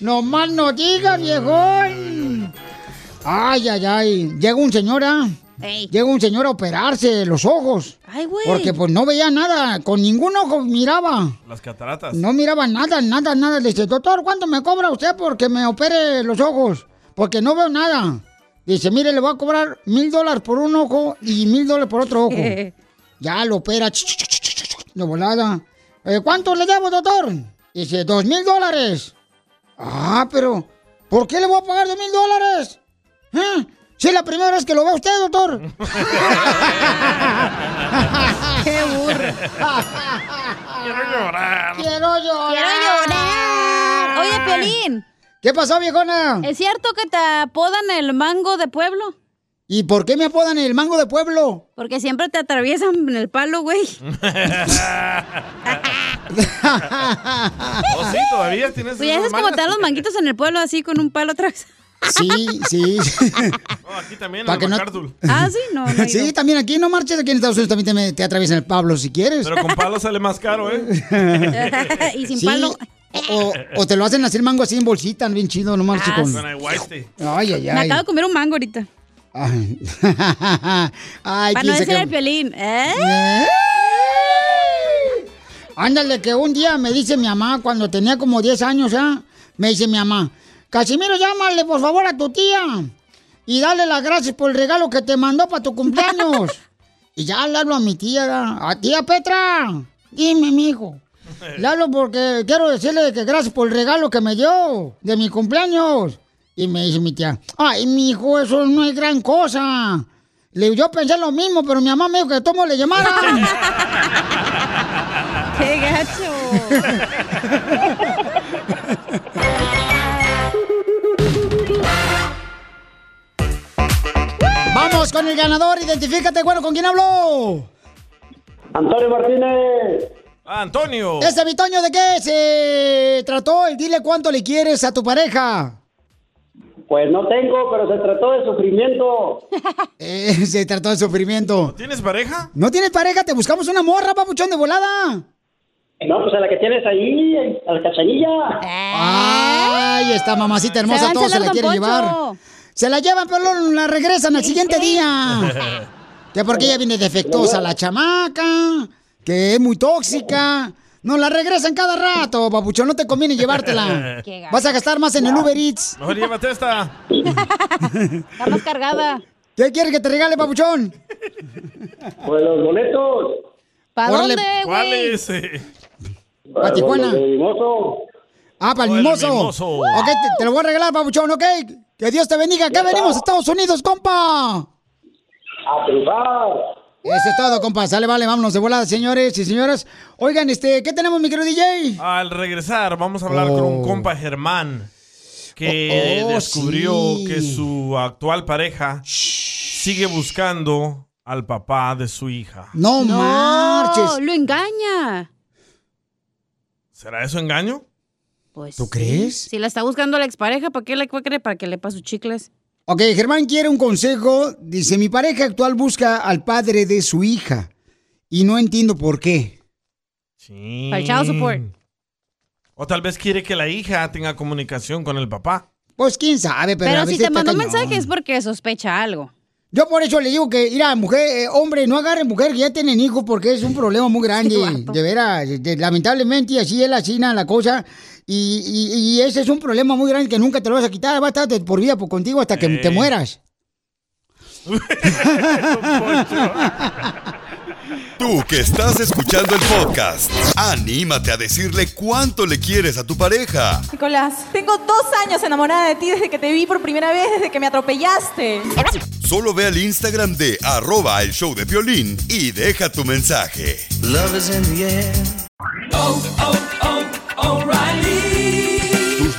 Speaker 4: No más no digas, viejón. Ay, ay, ay. Llega un señor, ¿ah?
Speaker 5: Ey.
Speaker 4: Llega un señor a operarse los ojos.
Speaker 5: Ay, güey.
Speaker 4: Porque pues no veía nada, con ningún ojo miraba.
Speaker 6: Las cataratas.
Speaker 4: No miraba nada, nada, nada. Le dice, doctor, ¿cuánto me cobra usted porque me opere los ojos? Porque no veo nada. Dice, mire, le voy a cobrar mil dólares por un ojo y mil dólares por otro ojo. ya lo opera. ch, ch, ch, ch, ch, ch, De volada. "Eh, ¿Cuánto le debo, doctor? Dice, dos mil dólares. Ah, pero, ¿por qué le voy a pagar dos mil dólares? ¿Eh? Si es la primera vez que lo ve usted, doctor.
Speaker 9: ¡Qué
Speaker 4: burro!
Speaker 9: Quiero llorar.
Speaker 4: Quiero llorar.
Speaker 5: Quiero llorar. Oye, Piolín.
Speaker 4: ¿Qué pasó, viejona?
Speaker 5: ¿Es cierto que te apodan el mango de pueblo?
Speaker 4: ¿Y por qué me apodan el mango de pueblo?
Speaker 5: Porque siempre te atraviesan en el palo, güey.
Speaker 6: Oh, sí, todavía tienes.
Speaker 5: Pues ya
Speaker 6: esas
Speaker 5: sabes como
Speaker 6: mangas?
Speaker 5: te dan los manguitos en el pueblo así con un palo atrás.
Speaker 4: Sí, sí.
Speaker 6: No, Oh, aquí también,
Speaker 4: Pa'
Speaker 6: en
Speaker 4: que
Speaker 6: el
Speaker 4: no-
Speaker 6: Bacardul.
Speaker 5: Ah, sí, no. no he ido.
Speaker 4: Sí, también aquí no marches, aquí en Estados Unidos también te, te atraviesan el Pablo si quieres.
Speaker 6: Pero con palo sale más caro, ¿eh?
Speaker 5: y sin
Speaker 4: Sí,
Speaker 5: palo.
Speaker 4: O, o te lo hacen hacer mango así en bolsita, bien chido, no marches
Speaker 5: Ah,
Speaker 4: con...
Speaker 6: Con aguaiste.
Speaker 4: Ay, ay,
Speaker 5: Me
Speaker 4: ay.
Speaker 5: acabo de comer un mango ahorita.
Speaker 4: Ay, Ay,
Speaker 5: Para no
Speaker 4: quise
Speaker 5: decir
Speaker 4: que-
Speaker 5: el piolín. ¿Eh?
Speaker 4: ¿Eh? Ándale, que un día me dice mi mamá, cuando tenía como 10 años, ¿ah? me dice mi mamá, Casimiro, llámale por favor a tu tía y dale las gracias por el regalo que te mandó para tu cumpleaños. y ya le hablo a mi tía, ¿verdad? a tía "Ah, Petra, Dime, mijo. Le hablo porque quiero decirle que gracias por el regalo que me dio de mi cumpleaños. Y me dice mi tía, ay, mijo, eso no es gran cosa. Le digo, yo pensé lo mismo, pero mi mamá me dijo que tomo le llamara.
Speaker 14: ¡Qué
Speaker 4: Vamos con el ganador, identifícate, bueno, ¿con quién habló?
Speaker 9: Antonio Martínez.
Speaker 6: Ah, Antonio.
Speaker 4: Ese Vitoño, ¿de qué se trató? El dile cuánto le quieres a tu pareja.
Speaker 9: Pues no tengo, pero se trató de sufrimiento.
Speaker 4: Eh, se trató de sufrimiento.
Speaker 6: ¿Tienes pareja?
Speaker 4: ¿No tienes pareja? Te buscamos una morra, papuchón de volada.
Speaker 9: No, pues a la que tienes ahí, a la cachanilla.
Speaker 4: Ay, esta mamacita hermosa,
Speaker 9: Se va a
Speaker 4: todos se la
Speaker 9: encelar
Speaker 4: quieren
Speaker 9: Don
Speaker 4: llevar.
Speaker 9: Poncho.
Speaker 4: Se la llevan, pero luego la regresan al siguiente día. Que porque ella viene defectuosa, la chamaca, que es muy tóxica. No, la regresan cada rato, papuchón. No te conviene llevártela.
Speaker 6: Qué gacho.
Speaker 4: Vas a gastar más en el Uber Eats.
Speaker 6: Mejor llévate esta.
Speaker 4: Está más cargada. ¿Qué quieres que te regale, papuchón?
Speaker 9: Pues los boletos.
Speaker 4: ¿Pa' Órale. dónde, güey?
Speaker 6: ¿Cuál es? eh?
Speaker 4: ¿Pa' Tijuana?
Speaker 9: Los de Mimoso.
Speaker 4: Ah, para el
Speaker 9: Oh, el
Speaker 4: mimoso.
Speaker 9: mimoso.
Speaker 4: Ok, te, te lo voy a regalar, papuchón, ok. Que Dios te bendiga. Acá venimos, Estados Unidos, compa.
Speaker 9: A triunfar.
Speaker 4: Eso es todo, compa. Sale, vale, vámonos de volada, señores y señoras. Oigan, este, ¿qué tenemos, mi querido DJ?
Speaker 6: Al regresar, vamos a hablar con un
Speaker 9: Oh.
Speaker 6: compa Germán que
Speaker 4: Oh, oh,
Speaker 6: descubrió
Speaker 4: sí.
Speaker 6: que su actual pareja sigue buscando al papá de su hija.
Speaker 4: No,
Speaker 6: marches.
Speaker 5: Lo engaña.
Speaker 6: ¿Será eso engaño?
Speaker 5: Pues
Speaker 6: ¿Tú
Speaker 5: sí.
Speaker 6: crees?
Speaker 5: Si la está buscando la expareja, ¿para qué la quiere? Para que le pase sus chicles.
Speaker 4: Ok, Germán quiere un consejo. Dice, mi pareja actual busca al padre de su hija. Y no entiendo por qué.
Speaker 6: Para Mm. O tal vez quiere que la hija tenga comunicación con el papá.
Speaker 4: Pues quién sabe, pero,
Speaker 5: Pero,
Speaker 4: a
Speaker 5: si
Speaker 4: veces
Speaker 5: te mandó
Speaker 4: está cañón.
Speaker 5: mensaje es porque sospecha algo.
Speaker 4: Yo por eso le digo que, mira, mujer, eh, hombre, no agarren mujer que ya tienen hijos porque es un problema muy grande. de veras, de- lamentablemente así es la China la cosa. Y, y- y ese es un problema muy grande que nunca te lo vas a quitar. Va a estar de por vida por- contigo hasta que
Speaker 14: Ey.
Speaker 4: te mueras.
Speaker 8: Tú que estás escuchando el podcast, anímate a decirle cuánto le quieres a tu pareja.
Speaker 10: Nicolás, tengo dos años enamorada de ti desde que te vi por primera vez, desde que me atropellaste.
Speaker 8: Solo ve al Instagram de arroba el show de violín y deja tu mensaje.
Speaker 20: ¿Tus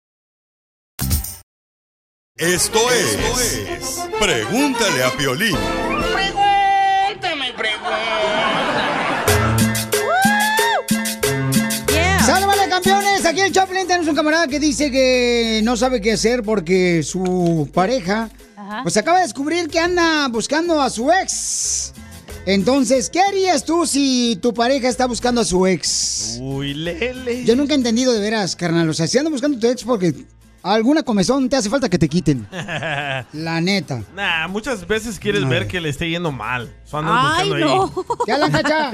Speaker 8: Esto es, Pregúntale a Piolín.
Speaker 14: Pregúntame,
Speaker 4: ¡Sale, vale, campeones! Aquí el Chaplin tenemos un camarada que dice que no sabe qué hacer porque su pareja
Speaker 14: Ajá.
Speaker 4: pues acaba de descubrir que anda buscando a su ex. Entonces, ¿qué harías tú si tu pareja está buscando a su ex?
Speaker 6: Uy, lele.
Speaker 4: Yo nunca he entendido de veras, carnal. O sea, si andas buscando a tu ex porque alguna comezón te hace falta que te quiten. La neta.
Speaker 6: Nah, muchas veces quieres ver que le esté yendo mal. So andas
Speaker 4: Ay,
Speaker 6: buscando ahí.
Speaker 4: ¡Ya la cacha!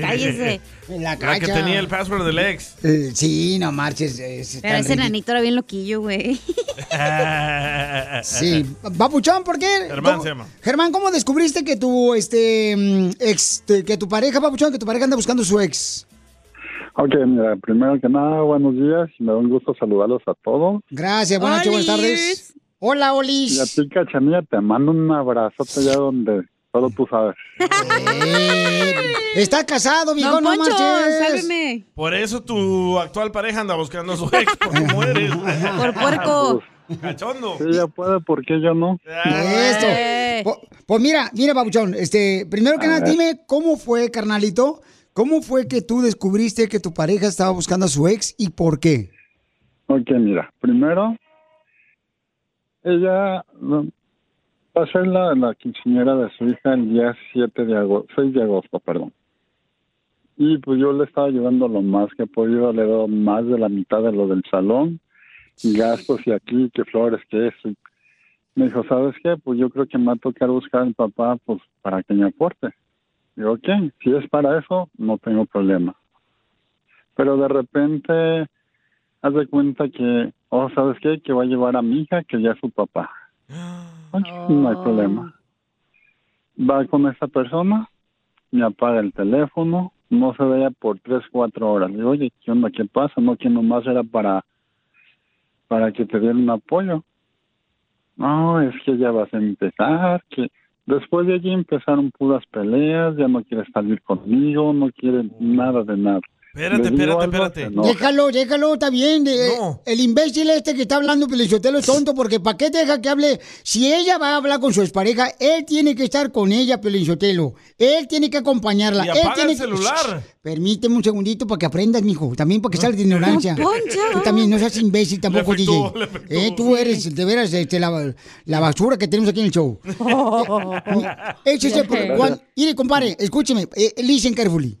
Speaker 6: Cállese.
Speaker 4: La
Speaker 6: La que
Speaker 4: cacha.
Speaker 6: tenía el password del ex.
Speaker 4: Eh, sí, no marches. eh, es
Speaker 5: Pero
Speaker 4: tan
Speaker 5: ese
Speaker 4: ridículo.
Speaker 5: nanito era bien loquillo, güey.
Speaker 4: Sí. Papuchón, ¿por qué?
Speaker 6: Germán
Speaker 4: ¿Cómo-
Speaker 6: se llama.
Speaker 4: Germán, ¿cómo descubriste que tu este mm, ex, te- que tu pareja, Papuchón, que tu pareja anda buscando su ex?
Speaker 21: Ok, mira, primero que nada, buenos días y me da un gusto saludarlos a todos.
Speaker 4: Gracias, buenas noches, buenas tardes. Hola,
Speaker 21: Y a
Speaker 4: Olis.
Speaker 21: ti, Cachanilla, te mando un abrazote allá donde Solo tú sabes.
Speaker 4: Está casado, viejo, no
Speaker 5: Poncho,
Speaker 4: marches.
Speaker 5: sálveme.
Speaker 6: Por eso tu actual pareja anda buscando a su ex, por cómo eres.
Speaker 5: Por puerco.
Speaker 6: Cachondo.
Speaker 21: Ella puede, ¿por qué yo no?
Speaker 4: Eso.
Speaker 5: Eh.
Speaker 4: Po- Pues mira, mira, Babuchón, este, primero que
Speaker 21: A
Speaker 4: nada,
Speaker 21: ver.
Speaker 4: dime cómo fue, carnalito, cómo fue que tú descubriste que tu pareja estaba buscando a su ex y por qué.
Speaker 21: Ok, mira, primero, ella mm, va a ser la, la quinceañera de su hija el día 7 de agosto, 6 de agosto, perdón. Y pues yo le estaba ayudando lo más que he podido, le he dado más de la mitad de lo del salón, gastos y aquí, que flores, que eso. Y me dijo, ¿sabes qué? Pues yo creo que me va a tocar buscar al papá, pues para que me aporte. Digo, ok, si es para eso, no tengo problema. Pero de repente haz de cuenta que, oh, ¿sabes qué? Que va a llevar a mi hija, que ya es su papá. Ok, No
Speaker 6: Ah.
Speaker 21: hay problema. Va con esa persona, me apaga el teléfono, no se vea por tres, cuatro horas. Le digo, oye, ¿qué onda? ¿Qué pasa? No, que nomás era para, para que te dieran un apoyo. No, es que ya vas a empezar, que después de allí empezaron puras peleas, ya no quiere salir conmigo, no quiere nada de nada. Le
Speaker 6: Espérate,
Speaker 21: digo
Speaker 6: espérate,
Speaker 21: algo,
Speaker 6: espérate.
Speaker 21: se enoja.
Speaker 4: Déjalo, déjalo, está bien. de- El imbécil este que está hablando, Pelichotelo, es tonto, porque ¿para qué te deja que hable? Si ella va a hablar con su expareja, él tiene que estar con ella, Pelichotelo. Él tiene que acompañarla.
Speaker 6: Y
Speaker 4: él
Speaker 6: apaga
Speaker 4: tiene
Speaker 6: el
Speaker 4: que-
Speaker 6: celular.
Speaker 4: Permíteme un segundito para que aprendas, mijo. También para que salgas de ignorancia.
Speaker 5: No, Poncho.
Speaker 4: Tú también no seas imbécil tampoco,
Speaker 5: afectó,
Speaker 4: DJ.
Speaker 5: le afectó.
Speaker 4: Eh, tú eres, de veras, este, la, la basura que tenemos aquí en el show. Ese es el pro- cuan- Mire, compadre, escúcheme. eh, listen carefully.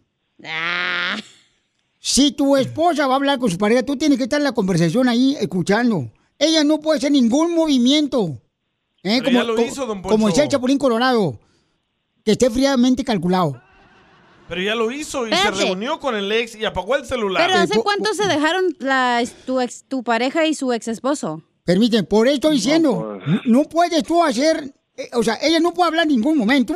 Speaker 4: Si tu esposa va a hablar con su pareja, tú tienes que estar en la conversación ahí escuchando. Ella no puede hacer ningún movimiento. ¿eh?
Speaker 6: Pero ya lo
Speaker 4: co-
Speaker 6: hizo, don Poncho.
Speaker 4: como decía el Chapulín Colorado, que esté fríamente calculado.
Speaker 6: Pero ya lo hizo y
Speaker 5: Espérate.
Speaker 6: se reunió con el ex y apagó el celular.
Speaker 5: Pero ¿hace cuánto se dejaron la, tu, ex, tu pareja y su ex esposo?
Speaker 4: Permíteme, por eso estoy diciendo,
Speaker 6: pues.
Speaker 4: no puedes tú hacer, eh, o sea, ella no puede hablar en ningún momento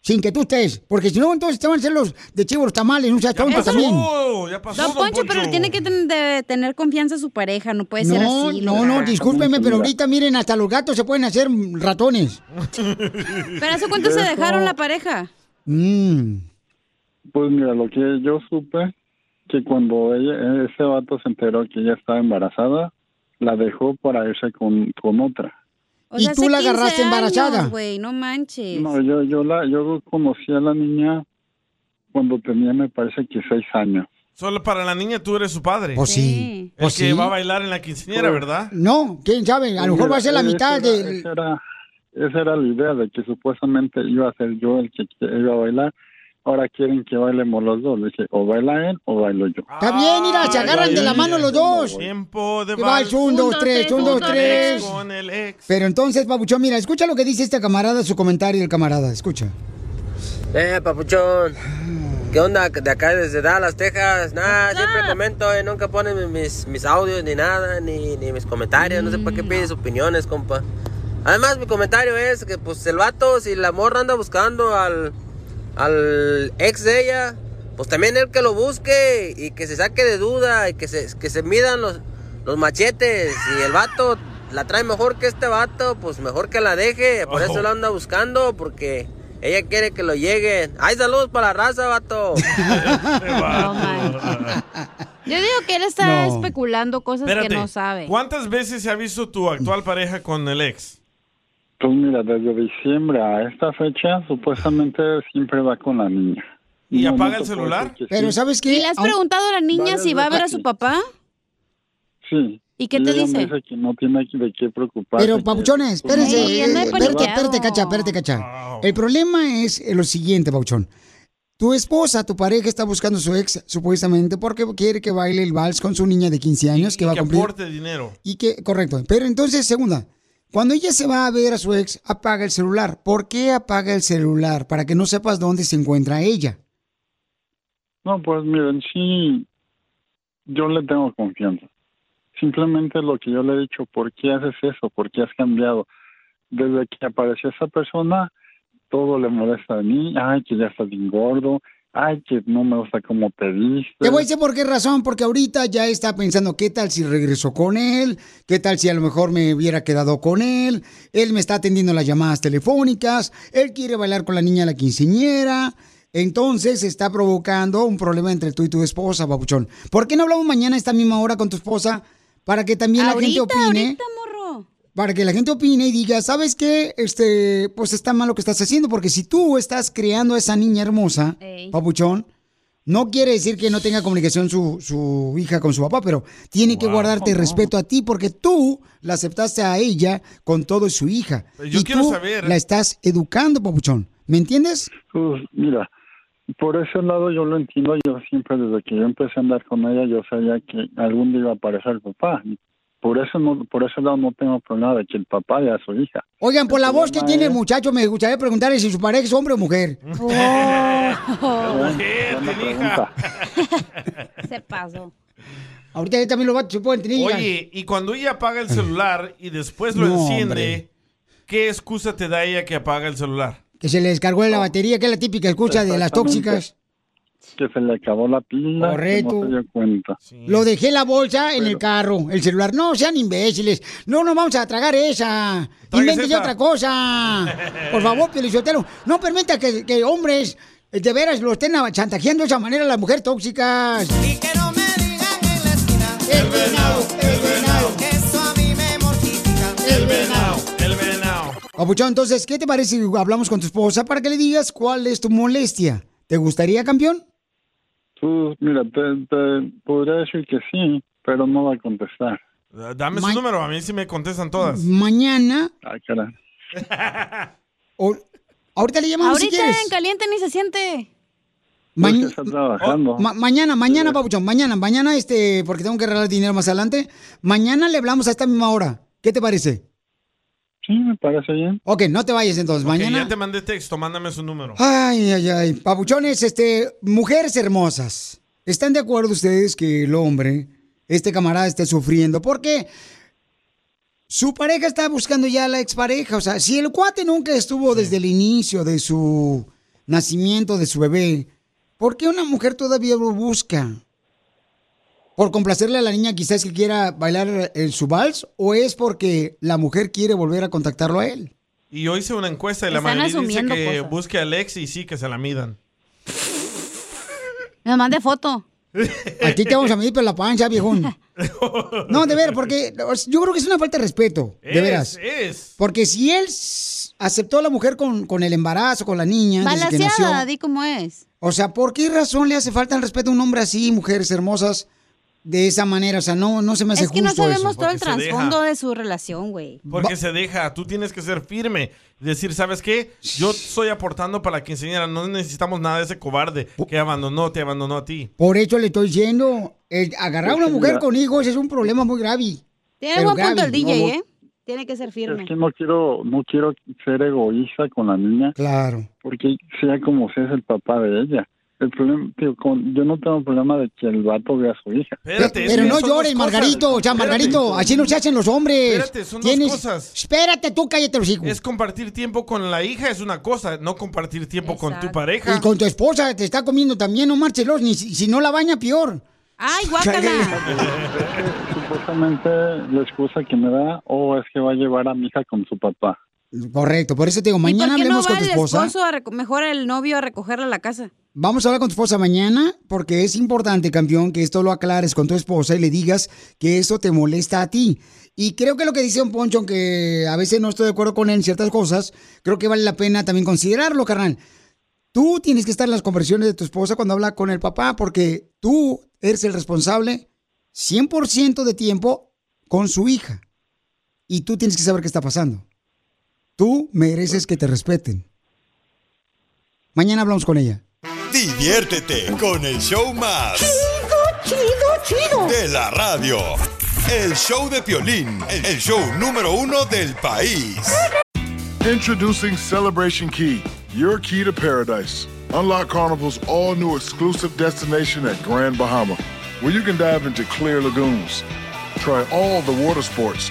Speaker 4: sin que tú estés, porque si no, entonces te van a hacer los de chivo los tamales, no seas tonto también.
Speaker 6: Oh, ya pasó,
Speaker 5: Don Poncho, pero
Speaker 6: Poncho.
Speaker 5: tiene que ten- de- tener confianza en su pareja, no puede ser
Speaker 4: No,
Speaker 5: así.
Speaker 4: no, no, discúlpeme, pero ahorita miren, hasta los gatos se pueden hacer ratones.
Speaker 5: ¿Pero hace cuánto se
Speaker 21: Eso.
Speaker 5: dejaron la pareja?
Speaker 4: Mm.
Speaker 21: Pues mira, lo que yo supe, que cuando ella, ese vato se enteró que ella estaba embarazada, la dejó para irse con, con otra.
Speaker 5: O
Speaker 4: ¿Y
Speaker 5: sea,
Speaker 4: tú
Speaker 5: hace
Speaker 4: la agarraste
Speaker 5: 15 años, pues.
Speaker 4: embarazada?
Speaker 5: güey, no manches.
Speaker 21: No, yo, yo, la, yo conocí a la niña cuando tenía, me parece que seis años.
Speaker 6: Solo para la niña tú eres su padre.
Speaker 21: Pues sí, Sí.
Speaker 6: El
Speaker 21: pues
Speaker 6: que
Speaker 21: sí.
Speaker 6: va a bailar en la
Speaker 4: Pues
Speaker 6: quinceañera, ¿verdad?
Speaker 4: No, quién sabe, a lo mejor va a ser la
Speaker 21: Esa
Speaker 4: mitad
Speaker 21: era-
Speaker 4: del...
Speaker 21: Esa era, esa era la idea de que supuestamente iba a ser yo el que iba a bailar. Ahora quieren que bailemos los dos. Le dije, o baila él o bailo yo.
Speaker 4: Está bien, mira, se agarran de la mano los dos.
Speaker 6: Tiempo de
Speaker 4: Que va,
Speaker 6: vals.
Speaker 4: un, dos, tres, un, dos, tres.
Speaker 6: Con el ex.
Speaker 4: Pero entonces, Papuchón, mira, escucha lo que dice este camarada, su comentario del camarada, escucha.
Speaker 22: Eh, papuchón. ¿Qué onda? De acá desde Dallas, Texas. Nada, siempre comento, eh, nunca ponen mis, mis audios ni nada, ni, ni mis comentarios. No sé para qué pides opiniones, compa. Además, mi comentario es que, pues, el vato, si la morra anda buscando al, al ex de ella, pues también él que lo busque y que se saque de duda y que se, que se midan los, los machetes. Si el vato la trae mejor que este vato, pues mejor que la deje. Por eso la anda buscando, porque ella quiere que lo lleguen. ¡Ay, saludos para la raza, vato!
Speaker 5: Yo digo que él está
Speaker 6: No.
Speaker 5: especulando cosas que no sabe.
Speaker 6: ¿Cuántas veces se ha visto tu actual pareja con el ex?
Speaker 21: Pues mira, desde diciembre a esta fecha, supuestamente siempre va con la niña.
Speaker 6: ¿Y
Speaker 21: No, no
Speaker 6: apaga el
Speaker 21: te puedo
Speaker 6: celular?
Speaker 21: decir que
Speaker 4: Pero
Speaker 21: sí.
Speaker 4: ¿sabes
Speaker 5: ¿Y
Speaker 4: qué?
Speaker 5: le has
Speaker 4: Aun-
Speaker 5: preguntado a la niña si va a ver a su papá?
Speaker 21: Sí.
Speaker 5: ¿Y qué te
Speaker 21: ella
Speaker 5: dice?
Speaker 21: Me dice que no tiene de qué preocuparse.
Speaker 4: Pero,
Speaker 21: que- pues
Speaker 4: Papuchones, espérense.
Speaker 21: Sí,
Speaker 4: eh,
Speaker 21: anda
Speaker 4: espérate,
Speaker 21: paniqueado.
Speaker 4: espérate, cacha, espérate, cacha. El problema es eh, lo siguiente, Papuchón. Tu esposa, tu pareja, está buscando a su ex, supuestamente, porque quiere que baile el vals con su niña de 15 años que va a
Speaker 6: Que
Speaker 4: cumplir.
Speaker 6: aporte dinero.
Speaker 4: Y que, correcto. Pero entonces, segunda, cuando ella se va a ver a su ex, apaga el celular. ¿Por qué apaga el celular? Para que no sepas dónde se encuentra ella.
Speaker 21: No, pues miren, sí, yo le tengo confianza. Simplemente lo que yo le he dicho, ¿por qué haces eso? ¿Por qué has cambiado? Desde que apareció esa persona, todo le molesta a mí. Ay, que ya estás bien gordo. ay, que no me gusta cómo te viste.
Speaker 4: Te voy a decir por qué razón, porque ahorita ya está pensando qué tal si regreso con él, qué tal si a lo mejor me hubiera quedado con él, él me está atendiendo las llamadas telefónicas, él quiere bailar con la niña la quinceñera. Entonces está provocando un problema entre tú y tu esposa, Babuchón. ¿Por qué no hablamos mañana a esta misma hora con tu esposa para que también la gente
Speaker 5: Ahorita,
Speaker 4: opine?
Speaker 5: ahorita, morro.
Speaker 4: para que la gente opine y diga, ¿sabes qué? Este, pues está mal lo que estás haciendo, porque si tú estás creando a esa niña hermosa,
Speaker 5: Ey.
Speaker 4: papuchón, no quiere decir que no tenga comunicación su, su hija con su papá, pero tiene que guardarte respeto a ti porque tú la aceptaste a ella con todo y su hija.
Speaker 6: Yo
Speaker 4: y
Speaker 6: quiero
Speaker 4: tú
Speaker 6: saber-
Speaker 4: La estás educando, papuchón. ¿Me entiendes?
Speaker 21: Pues mira, por ese lado yo lo entiendo, yo siempre desde que yo empecé a andar con ella yo sabía que algún día iba a aparecer el papá. Y Por eso no, por ese lado no tengo problema de que el papá de su hija.
Speaker 4: Oigan, por la voz que tiene el muchacho, me gustaría preguntarle si su pareja es hombre o mujer.
Speaker 5: Se pasó.
Speaker 4: Ahorita yo también lo va a chupar el trinidad.
Speaker 6: Oye, y cuando ella apaga el celular y después lo
Speaker 4: No,
Speaker 6: enciende,
Speaker 4: hombre.
Speaker 6: ¿qué excusa te da ella que apaga el celular?
Speaker 4: Que se le descargó de la batería, que es la típica escucha de las tóxicas.
Speaker 21: Que se le acabó la pila.
Speaker 4: Correcto.
Speaker 21: Que no se dio cuenta.
Speaker 4: Lo dejé la bolsa en el carro, el celular. No sean imbéciles. No nos vamos a tragar esa.
Speaker 14: Tráguese
Speaker 4: Inventen
Speaker 14: esa.
Speaker 4: otra cosa. Por favor, Pielichotelo. No permita que, que hombres eh, de veras lo estén chantajeando de esa manera a las mujeres tóxicas.
Speaker 9: El venado, el venado. Eso a mí me mortifica. El venado, el venado.
Speaker 4: Papuchón, entonces, ¿qué te parece si hablamos con tu esposa para que le digas cuál es tu molestia? ¿Te gustaría, campeón?
Speaker 21: Pues mira, te, te podría decir que sí, pero no va a contestar.
Speaker 6: Ah, Dame su número, a mí sí me contestan todas.
Speaker 4: Mañana.
Speaker 21: Ay, caray.
Speaker 4: o- ahorita le llamamos si
Speaker 5: Ahorita
Speaker 4: quieres.
Speaker 5: en caliente ni se siente.
Speaker 4: Ma-
Speaker 21: Porque está trabajando.
Speaker 4: Oh, Ma- mañana, mañana, Papuchón, mañana, mañana, este, porque tengo que arreglar dinero más adelante. Mañana le hablamos a esta misma hora. ¿Qué te parece?
Speaker 21: Sí, me parece bien.
Speaker 4: Ok, no te vayas entonces.
Speaker 6: Ok,
Speaker 4: mañana.
Speaker 6: ya te mandé texto, mándame su número.
Speaker 4: Ay, ay, ay. Papuchones, este, mujeres hermosas. ¿Están de acuerdo ustedes que el hombre, este camarada, esté sufriendo? Porque su pareja está buscando ya a la expareja. O sea, si el cuate nunca estuvo desde el inicio de su nacimiento, de su bebé, ¿por qué una mujer todavía lo busca? ¿Por complacerle a la niña quizás que quiera bailar el, su vals? ¿O es porque la mujer quiere volver a contactarlo a él?
Speaker 6: Y yo hice una encuesta y la
Speaker 5: Están
Speaker 6: mayoría dice
Speaker 5: asumiendo
Speaker 6: que
Speaker 5: cosas.
Speaker 6: busque a Alex y sí que se la midan.
Speaker 5: Me mande foto.
Speaker 4: A ti te vamos a medir por la pancha, viejón. No, de ver, porque yo creo que es una falta de respeto, de
Speaker 6: Es,
Speaker 4: veras.
Speaker 6: es.
Speaker 4: Porque si él s- aceptó a la mujer con, con el embarazo, con la niña, desde que
Speaker 5: Balaseada,
Speaker 4: nació.
Speaker 5: di cómo es.
Speaker 4: O sea, ¿por qué razón le hace falta el respeto a un hombre así, mujeres hermosas, de esa manera? O sea, no, no se me hace
Speaker 5: Es que no
Speaker 4: justo eso.
Speaker 5: sabemos todo el
Speaker 6: Porque se deja.
Speaker 5: trasfondo de su relación, güey.
Speaker 6: Porque se deja, tú tienes que ser firme. Decir, ¿sabes qué? Yo estoy aportando para la quinceañera, no necesitamos nada de ese cobarde que abandonó, te abandonó a ti.
Speaker 4: Por eso le estoy diciendo, el agarrar a una
Speaker 6: Pues,
Speaker 4: mujer
Speaker 6: mira.
Speaker 4: con hijos es un problema muy grave.
Speaker 5: Tiene
Speaker 4: Pero
Speaker 5: buen punto
Speaker 4: Gaby,
Speaker 5: el DJ,
Speaker 4: no,
Speaker 5: ¿eh? Tiene que ser firme.
Speaker 21: Es que no quiero, no quiero ser egoísta con la niña.
Speaker 4: Claro.
Speaker 21: Porque sea como sea es el papá de ella. El problema, tío, con- yo no tengo problema de que el vato vea a su hija.
Speaker 4: Pero no llores, Margarito. O sea, Margarito, así no se hacen los hombres.
Speaker 6: Espérate, son dos cosas.
Speaker 4: Espérate tú, cállate los hijos.
Speaker 6: Es compartir tiempo con la hija es una cosa, no compartir tiempo con tu pareja.
Speaker 4: Y con tu esposa te está comiendo también, no marchelos, ni si, si no la baña, peor.
Speaker 5: ¡Ay,
Speaker 21: Supuestamente la excusa que me da, o es que va a llevar a mi hija con su papá.
Speaker 4: Correcto, por eso te digo,
Speaker 5: ¿Y por
Speaker 4: mañana
Speaker 5: qué no
Speaker 4: hablemos
Speaker 5: va
Speaker 4: con tu
Speaker 5: el
Speaker 4: esposa.
Speaker 5: esposo a reco- mejor el novio a recogerla a la casa?
Speaker 4: Vamos a hablar con tu esposa mañana porque es importante, campeón, que esto lo aclares con tu esposa y le digas que eso te molesta a ti. Y creo que lo que dice un poncho, que a veces no estoy de acuerdo con él en ciertas cosas, creo que vale la pena también considerarlo, carnal. Tú tienes que estar en las conversiones de tu esposa cuando habla con el papá porque tú eres el responsable 100% de tiempo con su hija. Y tú tienes que saber qué está pasando. Tú mereces que te respeten. Mañana hablamos con ella.
Speaker 8: Diviértete con el show más. Chido, chido, chido. De la radio. El show de Piolín, el show número uno del país.
Speaker 23: Introducing Celebration Key, your key to paradise. Unlock Carnival's all new exclusive destination at Grand Bahama, where you can dive into clear lagoons, try all the water sports,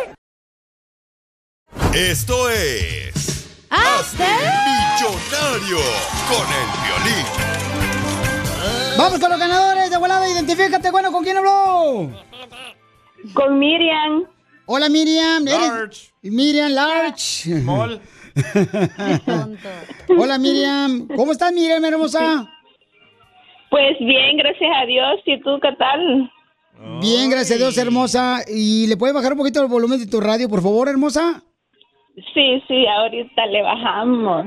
Speaker 8: Esto este es.
Speaker 5: ¡Hazte
Speaker 8: Millonario con el violín.
Speaker 4: Vamos con los ganadores de volada. Identifícate, bueno, ¿con quién habló?
Speaker 14: Con Miriam.
Speaker 4: Hola, Miriam. ¿Eres Miriam Large. Hola, Miriam. ¿Cómo estás, Miriam, hermosa?
Speaker 14: Pues bien, gracias a Dios. ¿Y tú qué tal?
Speaker 4: Bien, gracias a Dios, hermosa. ¿Y le puedes bajar un poquito el volumen de tu radio, por favor, hermosa?
Speaker 14: Sí, sí, ahorita le bajamos.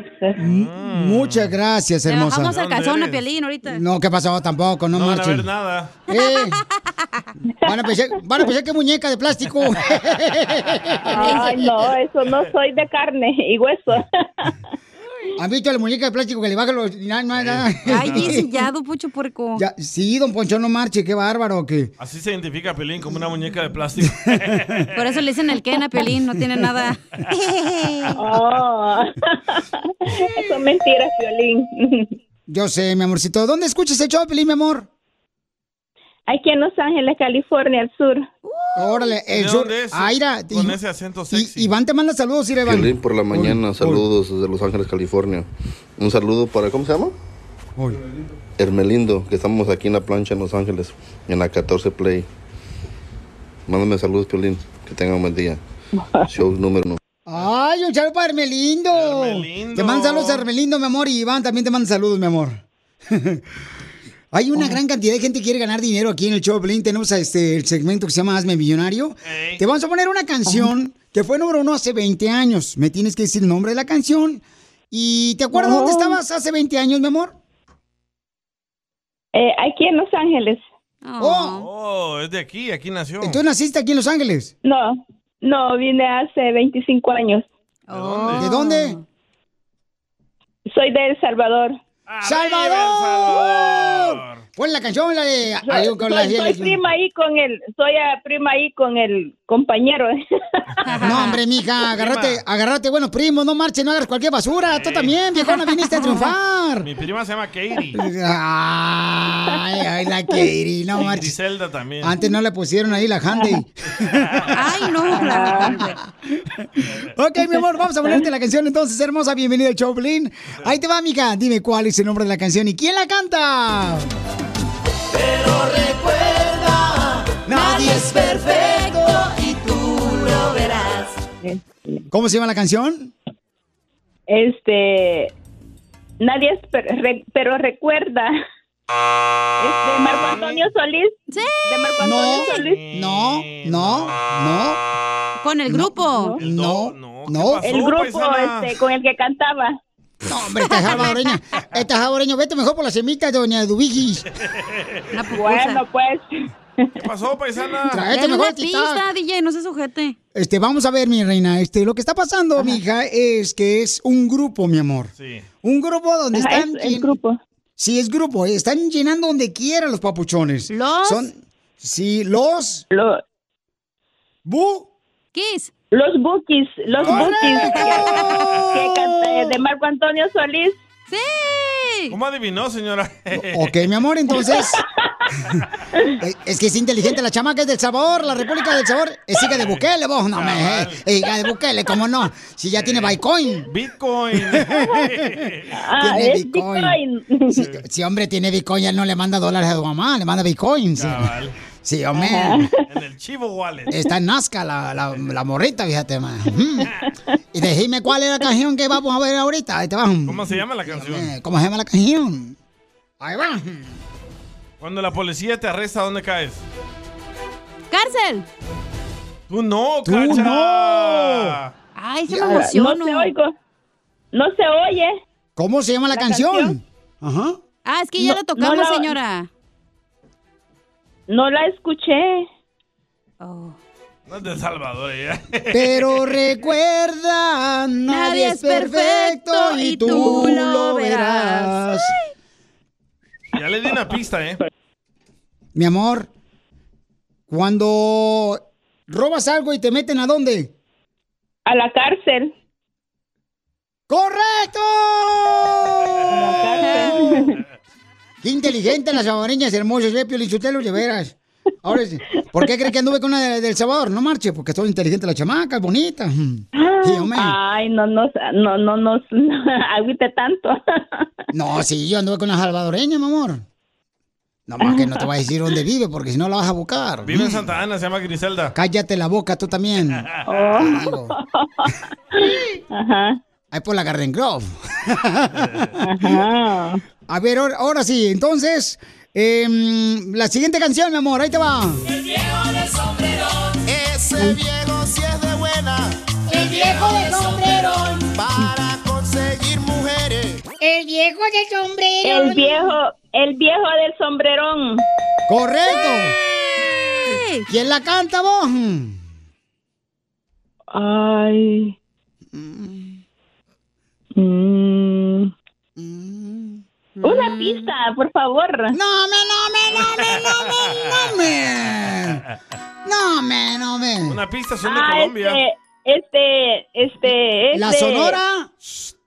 Speaker 4: Muchas gracias, hermosa.
Speaker 5: Vamos al calzón a Piolín ahorita.
Speaker 4: No, ¿qué pasó? Tampoco, no,
Speaker 6: No van a
Speaker 4: marchen.
Speaker 6: ver nada.
Speaker 4: Eh, van, a pensar, van a pensar que muñeca de plástico.
Speaker 14: Ay, no, eso no soy de carne y hueso.
Speaker 4: ¿Han visto la muñeca de plástico que le baja los... na- na- na?
Speaker 5: Ay, sillado, pucho puerco.
Speaker 4: Ya, sí, don Poncho, no marche, qué bárbaro que...
Speaker 6: Así se identifica a Pelín como una muñeca de plástico.
Speaker 5: Por eso le dicen el Ken a Piolín, no tiene nada.
Speaker 14: Oh. Son mentiras, Violín.
Speaker 4: Yo sé, mi amorcito. ¿Dónde escuchas el show, Pelín, mi amor?
Speaker 14: Aquí en Los Ángeles, California, al sur.
Speaker 4: Uh. Órale, el
Speaker 14: ¿De
Speaker 4: sur.
Speaker 14: dónde es?
Speaker 4: Aira,
Speaker 6: Con
Speaker 4: y-
Speaker 6: ese acento
Speaker 4: y-
Speaker 6: sexy.
Speaker 4: Iván te manda saludos, Ira, Iván.
Speaker 24: Piolín por la mañana, saludos desde Los Ángeles, California. Un saludo para, ¿cómo se llama? Hermelindo, que estamos aquí en la plancha en Los Ángeles, en la 14 Play. Mándame saludos, Piolín, que tengan un buen día. Show número uno.
Speaker 4: Ay, un saludo para Hermelindo. Te mandan saludos a Hermelindo, mi amor. Y Iván también te manda saludos, mi amor. Hay una gran cantidad de gente que quiere ganar dinero aquí en el show, Pelín. Tenemos a este, el segmento que se llama Hazme Millonario. Te vamos a poner una canción que fue número uno hace 20 años. Me tienes que decir el nombre de la canción. ¿Y te acuerdas dónde
Speaker 14: Oh.
Speaker 4: estabas hace 20 años, mi amor?
Speaker 14: Eh, aquí en Los Ángeles.
Speaker 6: Oh, es de aquí, aquí nació.
Speaker 4: ¿Tú naciste aquí en Los Ángeles?
Speaker 14: No, no, vine hace 25 años.
Speaker 4: ¿De dónde?
Speaker 14: Soy de El Salvador.
Speaker 4: Ah, ¡Salvador! Pon la canción, la de... Ay,
Speaker 14: Soy,
Speaker 4: con la-
Speaker 14: soy- soy prima ahí con el, soy ah, prima ahí con el compañero. ¿eh?
Speaker 4: No, hombre, mija, agárrate, agárrate, bueno, primo, no marches, no hagas cualquier basura. Tú también, viejona, viniste a Ah. triunfar.
Speaker 6: Mi prima se llama Katie.
Speaker 4: Ay, ay, la Katie, no
Speaker 6: Y
Speaker 4: marches.
Speaker 6: Griselda también.
Speaker 4: Antes no le pusieron ahí la Handy.
Speaker 9: Ah.
Speaker 5: Ay, no.
Speaker 4: Ok, mi amor, vamos a ponerte la canción entonces, hermosa. Bienvenida al Choplin. Ahí te va, mija. Dime cuál es el nombre de la canción y quién la canta.
Speaker 9: Nadie es perfecto y tú lo verás.
Speaker 4: ¿Cómo se llama la canción?
Speaker 14: Este, nadie es, per- re- pero recuerda. Es de Marco Antonio Solís. Sí. De Marco Antonio Solís.
Speaker 4: No, no, no.
Speaker 5: Con el grupo.
Speaker 4: No, no, no.
Speaker 14: el grupo este, con el que cantaba.
Speaker 4: No, hombre, esta jabaureña. Esta jabaureña, vete mejor por las semitas, doña Dubigis.
Speaker 14: Bueno, pues.
Speaker 6: ¿Qué pasó, paisana?
Speaker 4: Tráete mejor el titán.
Speaker 5: pista, DJ, no se sujete.
Speaker 4: Este, vamos a ver, mi reina. Este, lo que está pasando, mija, es que es un grupo, mi amor.
Speaker 6: Sí.
Speaker 4: Un grupo donde
Speaker 5: Ajá,
Speaker 4: están.
Speaker 5: es- es
Speaker 14: grupo.
Speaker 4: Sí, es grupo. eh, Están llenando donde quiera los papuchones.
Speaker 5: ¿Los?
Speaker 4: Son. Sí, los.
Speaker 14: Los.
Speaker 4: Bu.
Speaker 5: Kiss.
Speaker 14: Los Bookies, los
Speaker 5: ¡Correcto!
Speaker 14: Bookies. Que canta- de Marco Antonio Solís.
Speaker 5: Sí.
Speaker 6: ¿Cómo adivinó, señora?
Speaker 4: Ok, mi amor, entonces. Eh, es que es inteligente. La chamaca es del sabor, la República del Sabor. Es hija de Bukele, vos. No me. eh, hija de Bukele, ¿cómo no? Si ya tiene Bitcoin.
Speaker 6: Bitcoin.
Speaker 14: Eh. Ah,
Speaker 4: tiene
Speaker 14: es Bitcoin.
Speaker 4: Si, si, hombre tiene Bitcoin, ya no le manda dólares a tu mamá, le manda Bitcoin. Sí, Sí, hombre.
Speaker 6: En el Chivo Wallet.
Speaker 4: Está en Nazca la, la, la morrita, fíjate, man. Ujú. Y decime cuál es la canción que vamos a ver ahorita. Ahí te va.
Speaker 6: ¿Cómo se llama la canción?
Speaker 4: Eh, ¿Cómo se llama la canción? Ahí va.
Speaker 6: Cuando la policía te arresta, ¿dónde caes?
Speaker 5: Cárcel.
Speaker 6: Tú no,
Speaker 4: Tú
Speaker 6: cacha.
Speaker 4: no.
Speaker 5: Ay, se me emociono.
Speaker 14: No te oigo. No se oye.
Speaker 4: ¿Cómo se llama la,
Speaker 5: La
Speaker 4: canción?
Speaker 5: canción.
Speaker 4: Ajá.
Speaker 5: Ah, es que ya
Speaker 14: No,
Speaker 5: la tocamos,
Speaker 14: no la-
Speaker 5: señora.
Speaker 14: No la escuché.
Speaker 6: No es de El Salvador, ella.
Speaker 4: Pero recuerda, nadie, es perfecto y tú, lo verás.
Speaker 6: Ya le di una pista, ¿eh?
Speaker 4: Mi amor, cuando robas algo y te meten a dónde?
Speaker 14: A la cárcel.
Speaker 4: ¡Correcto! ¡Oh! Qué inteligente las salvadoreñas hermosas, eh, Piolichotelo, de veras. Ahora, sí, ¿por qué cree que anduve con una de- del Salvador? No marche, porque estoy inteligente la chamaca, es bonita. Sí, hombre.
Speaker 14: Ay, no nos, no, no nos agüite tanto.
Speaker 4: No, sí, yo anduve con una salvadoreña, mi amor. No más que no te voy a decir dónde vive, porque si no la vas a buscar.
Speaker 6: Vive en Santa Ana, se llama Griselda.
Speaker 4: Cállate la boca, tú también. Ajá. Ahí por la Garden Grove. A ver, ahora, ahora sí, entonces, em, la siguiente canción, mi amor, ahí te va.
Speaker 9: El viejo del sombrero. Ese viejo si es de buena. El viejo del sombrero. Para conseguir mujeres.
Speaker 13: El viejo del sombrero.
Speaker 14: El viejo, el viejo del sombrerón.
Speaker 4: Correcto. ¿Quién la canta vos?
Speaker 14: Ay. Una pista, por favor. No, me,
Speaker 4: Mm. no, me, no, me, no, me, no, me, no, me.
Speaker 6: Una pista son de
Speaker 14: Ah,
Speaker 6: Colombia.
Speaker 14: Este, este, este,
Speaker 6: ¿La
Speaker 14: este-
Speaker 6: Sonora?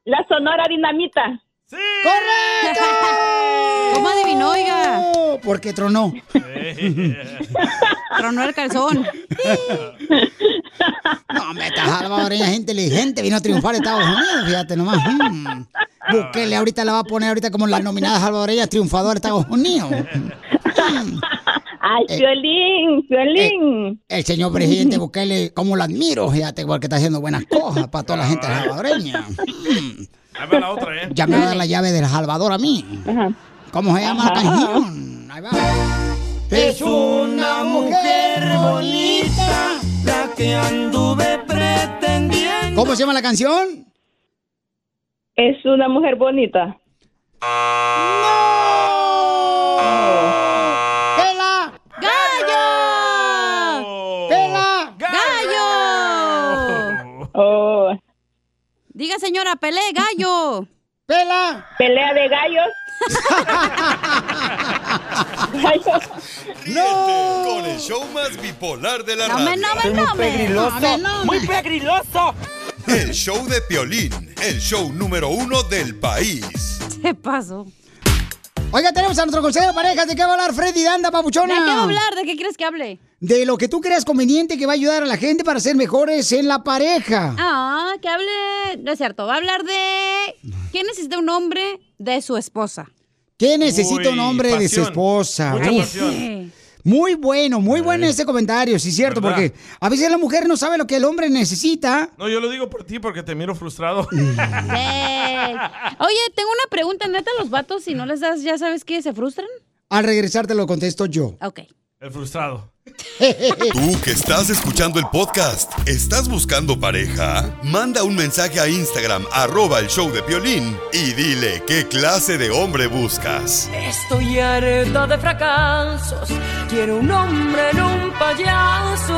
Speaker 14: La Sonora Dinamita.
Speaker 4: ¡Correcto!
Speaker 5: ¿Cómo adivinó, oiga?
Speaker 4: Oh, Porque tronó.
Speaker 5: Tronó el calzón.
Speaker 4: No, me estás salvadoreña, gente inteligente, vino a triunfar en Estados Unidos, fíjate nomás. Mm. Bukele ahorita la va a poner ahorita como las nominadas salvadoreñas triunfadoras de Estados Unidos. Mm. Eh,
Speaker 14: Ay, Violín, Violín.
Speaker 4: El señor presidente Bukele, como lo admiro, fíjate, porque está haciendo buenas cosas para toda la gente salvadoreña.
Speaker 6: Ahí va la otra, ¿eh?
Speaker 4: Ya me va a dar la llave del Salvador a mí. eh, ¿Cómo se llama la canción?
Speaker 9: Es una mujer bonita. La que anduve pretendiendo.
Speaker 4: ¿Cómo se llama la canción?
Speaker 14: Es una mujer bonita.
Speaker 4: ¡Pela!
Speaker 5: ¡Gallo!
Speaker 4: ¡Pela!
Speaker 5: ¡Gallo!
Speaker 14: Oh,
Speaker 5: Diga, señora, pelé, gallo.
Speaker 4: ¡Pela!
Speaker 14: pelea de gallos.
Speaker 8: ¡No! Con el show más bipolar de la
Speaker 14: No
Speaker 8: radio.
Speaker 14: me, no me, Soy muy no me, pegriloso, no me, no muy me.
Speaker 8: pegriloso! El show de Piolín, el show número uno del país.
Speaker 5: ¿Qué pasó?
Speaker 4: Oiga, tenemos a nuestro consejero de parejas. ¿De qué va a hablar Freddy Danda,
Speaker 5: ¿De
Speaker 4: papuchona?
Speaker 5: qué va a hablar? ¿De qué quieres que hable?
Speaker 4: De lo que tú creas conveniente que va a ayudar a la gente para ser mejores en la pareja.
Speaker 5: Ah, que hable. No es cierto. Va a hablar de. ¿Qué necesita un hombre de su esposa?
Speaker 4: ¿Qué necesita
Speaker 5: Uy,
Speaker 4: un hombre de su
Speaker 5: pasión.
Speaker 4: esposa?
Speaker 5: Mucha
Speaker 4: Uf.
Speaker 5: pasión.
Speaker 4: Muy bueno, muy bueno ese comentario, sí, cierto,
Speaker 6: ¿Verdad?
Speaker 4: porque a veces la mujer no sabe lo que el hombre necesita.
Speaker 6: No, yo lo digo por ti porque te miro frustrado.
Speaker 5: Ey. Oye, tengo una pregunta. ¿Neta los vatos, si no les das, ya sabes que se frustran?
Speaker 4: Al regresar te lo contesto yo.
Speaker 5: Ok.
Speaker 6: El frustrado.
Speaker 8: Tú que estás escuchando el podcast, ¿estás buscando pareja? Manda un mensaje a Instagram, arroba el show de Piolín, y dile qué clase de hombre buscas.
Speaker 10: Estoy harta de fracasos. Quiero un hombre en un payaso.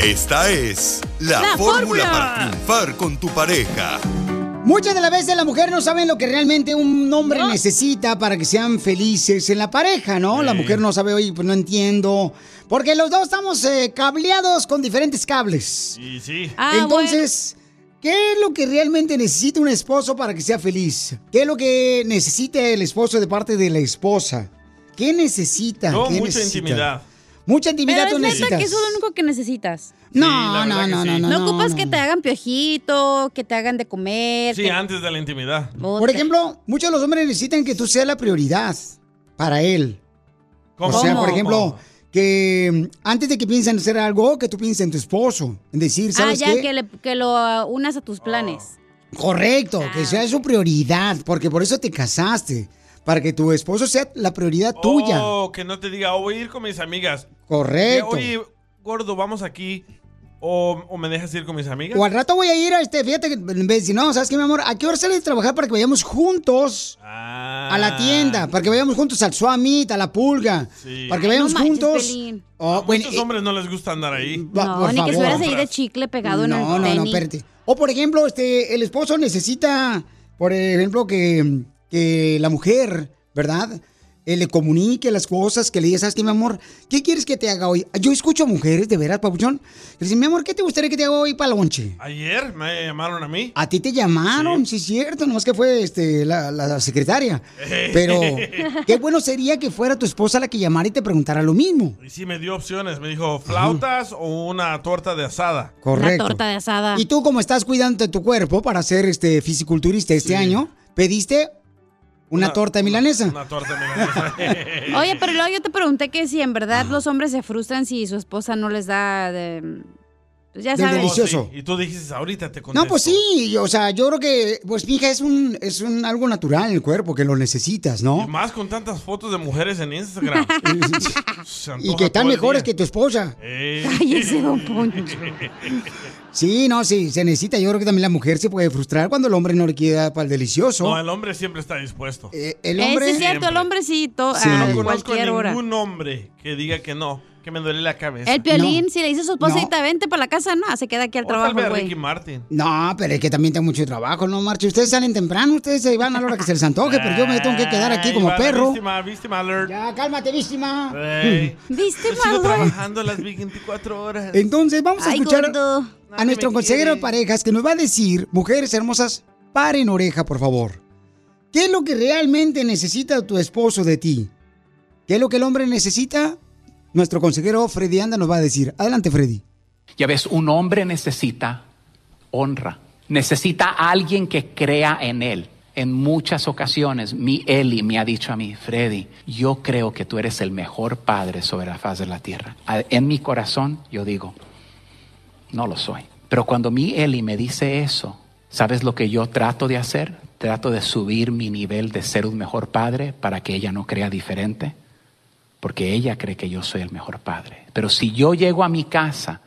Speaker 8: Esta es la,
Speaker 10: La
Speaker 8: fórmula,
Speaker 10: fórmula.
Speaker 8: para triunfar con tu pareja.
Speaker 4: Muchas de las veces las mujeres no saben lo que realmente un hombre necesita para que sean felices en la pareja, ¿no? La mujer no sabe, oye, pues no entiendo. Porque los dos estamos eh, cableados con diferentes cables.
Speaker 6: Y sí.
Speaker 5: Ah,
Speaker 4: Ah, Entonces, ¿qué es lo que realmente necesita un esposo para que sea feliz? ¿Qué es lo que necesita el esposo de parte de la esposa? ¿Qué necesita?
Speaker 6: No,
Speaker 4: ¿Qué
Speaker 6: mucha
Speaker 4: necesita?
Speaker 6: intimidad.
Speaker 4: Mucha intimidad
Speaker 5: Pero es
Speaker 4: tú necesitas.
Speaker 5: neta que eso es lo único que necesitas.
Speaker 4: No, la verdad no, que no, sí. no, no,
Speaker 5: No ocupas
Speaker 4: no,
Speaker 5: que te hagan piojito, que te hagan de comer.
Speaker 6: Sí,
Speaker 4: Eh, ah,
Speaker 5: que-
Speaker 6: antes de la intimidad.
Speaker 4: Por ejemplo, muchos de los hombres necesitan que tú seas la prioridad para él.
Speaker 6: ¿Cómo?
Speaker 4: O sea,
Speaker 6: ¿Cómo?
Speaker 4: por ejemplo, que mm, antes de que piensen hacer algo, que tú pienses en tu esposo. En decir,
Speaker 5: Ah,
Speaker 4: ¿sabes
Speaker 5: ya,
Speaker 4: qué? Ah.
Speaker 5: que, le- que lo ah, unas a tus planes.
Speaker 4: Correcto,
Speaker 5: Ah,
Speaker 4: que sea su prioridad, porque por eso te casaste. Para que tu esposo sea la prioridad tuya.
Speaker 6: Oh, que no te diga, oh, voy a ir con mis amigas.
Speaker 4: Correcto.
Speaker 6: Que, Oye, gordo, vamos aquí. o, o me dejas ir con mis amigas.
Speaker 4: O al rato voy a ir a este, fíjate que me dice, no, ¿sabes qué, mi amor? ¿A qué hora sale de trabajar para que vayamos juntos a
Speaker 5: Ah.
Speaker 4: la tienda? Para que vayamos juntos al Suamit, a la Pulga.
Speaker 6: Sí.
Speaker 4: Para que vayamos juntos. Oh,
Speaker 6: a
Speaker 4: bueno,
Speaker 6: muchos hombres no les gusta andar ahí.
Speaker 4: Va- No, por ni que se favor. hubiera
Speaker 5: seguir de chicle pegado en el
Speaker 4: no, no, no,
Speaker 5: tenis.
Speaker 4: espérate. O por ejemplo, este, el esposo necesita, por ejemplo, que, que la mujer, ¿verdad? Eh, le comunique las cosas, que le diga, ¿sabes qué, mi amor? ¿Qué quieres que te haga hoy? Yo escucho a mujeres, de veras, papuchón. Que dicen, mi amor, ¿qué te gustaría que te haga hoy para lonche?
Speaker 6: Ayer me llamaron a mí.
Speaker 4: A ti te llamaron, sí, es cierto, nomás que fue este, la, la- la secretaria. Pero qué bueno sería que fuera tu esposa la que llamara y te preguntara lo mismo.
Speaker 6: Y sí me dio opciones. Me dijo, flautas o una torta de asada.
Speaker 4: Correcto.
Speaker 5: de asada.
Speaker 4: Y tú, como estás cuidando de tu cuerpo para ser este fisiculturista este año, pediste una, torta de milanesa.
Speaker 6: Una torta milanesa.
Speaker 5: Oye, pero luego yo te pregunté que si en verdad los hombres se frustran si su esposa no les da de... pues ya
Speaker 4: Del
Speaker 5: sabes.
Speaker 4: delicioso.
Speaker 6: Sí, Y tú dijiste, ahorita te contesto.
Speaker 4: Oh, No, pues sí, yo- o sea, yo creo que, pues fija, es un, es un algo natural en el cuerpo que lo necesitas,
Speaker 6: Y
Speaker 4: ¿no?
Speaker 6: más con tantas fotos de mujeres en Instagram. Se
Speaker 4: Y
Speaker 6: antoja
Speaker 4: que están
Speaker 6: todo el
Speaker 4: mejores
Speaker 6: día.
Speaker 4: que tu esposa.
Speaker 6: Eh.
Speaker 4: Cállese, don Poncho. Sí, no, sí, se necesita. Yo creo que también la mujer se puede frustrar cuando el hombre no le queda para el delicioso.
Speaker 6: No, el hombre siempre está dispuesto.
Speaker 4: Eh, el
Speaker 5: Ese es cierto, el hombre Eh, sí, to-
Speaker 4: Sí.
Speaker 5: a
Speaker 6: No conozco
Speaker 5: cualquier hora.
Speaker 6: ningún hombre que diga que no, que me duele la cabeza.
Speaker 5: El piolín, si le dice a su esposa,
Speaker 4: este, No.
Speaker 5: "Ahorita vente para la casa, no, se queda aquí al
Speaker 6: O tal
Speaker 5: trabajo,
Speaker 6: vez
Speaker 5: güey.
Speaker 6: Ricky Martin.
Speaker 4: No, pero es que también tengo mucho trabajo, no marche. Ustedes salen temprano, ustedes se van a la hora que se les antoje, pero yo me tengo que quedar aquí
Speaker 6: Ay,
Speaker 4: como
Speaker 6: vale,
Speaker 4: perro.
Speaker 6: Víctima, víctima alert.
Speaker 4: Ya, cálmate, víctima.
Speaker 6: Ey.
Speaker 4: ¿Viste,
Speaker 6: Yo sigo
Speaker 4: Manuel?
Speaker 6: trabajando las 24 horas.
Speaker 4: Entonces, vamos a
Speaker 6: Ay,
Speaker 4: escuchar
Speaker 6: gordo.
Speaker 4: a nuestro
Speaker 6: me
Speaker 4: consejero de
Speaker 6: quiere.
Speaker 4: parejas que nos va a decir, mujeres hermosas, paren oreja, por favor. ¿Qué es lo que realmente necesita tu esposo de ti? ¿Qué es lo que el hombre necesita? Nuestro consejero Freddy Anda nos va a decir. Adelante, Freddy.
Speaker 15: Ya ves, un hombre necesita honra, necesita a alguien que crea en él. En muchas ocasiones mi Eli me ha dicho a mí, Freddy, yo creo que tú eres el mejor padre sobre la faz de la tierra. A- En mi corazón yo digo, no lo soy. Pero cuando mi Eli me dice eso, ¿sabes lo que yo trato de hacer? Trato de subir mi nivel de ser un mejor padre para que ella no crea diferente, porque ella cree que yo soy el mejor padre. Pero si yo llego a mi casa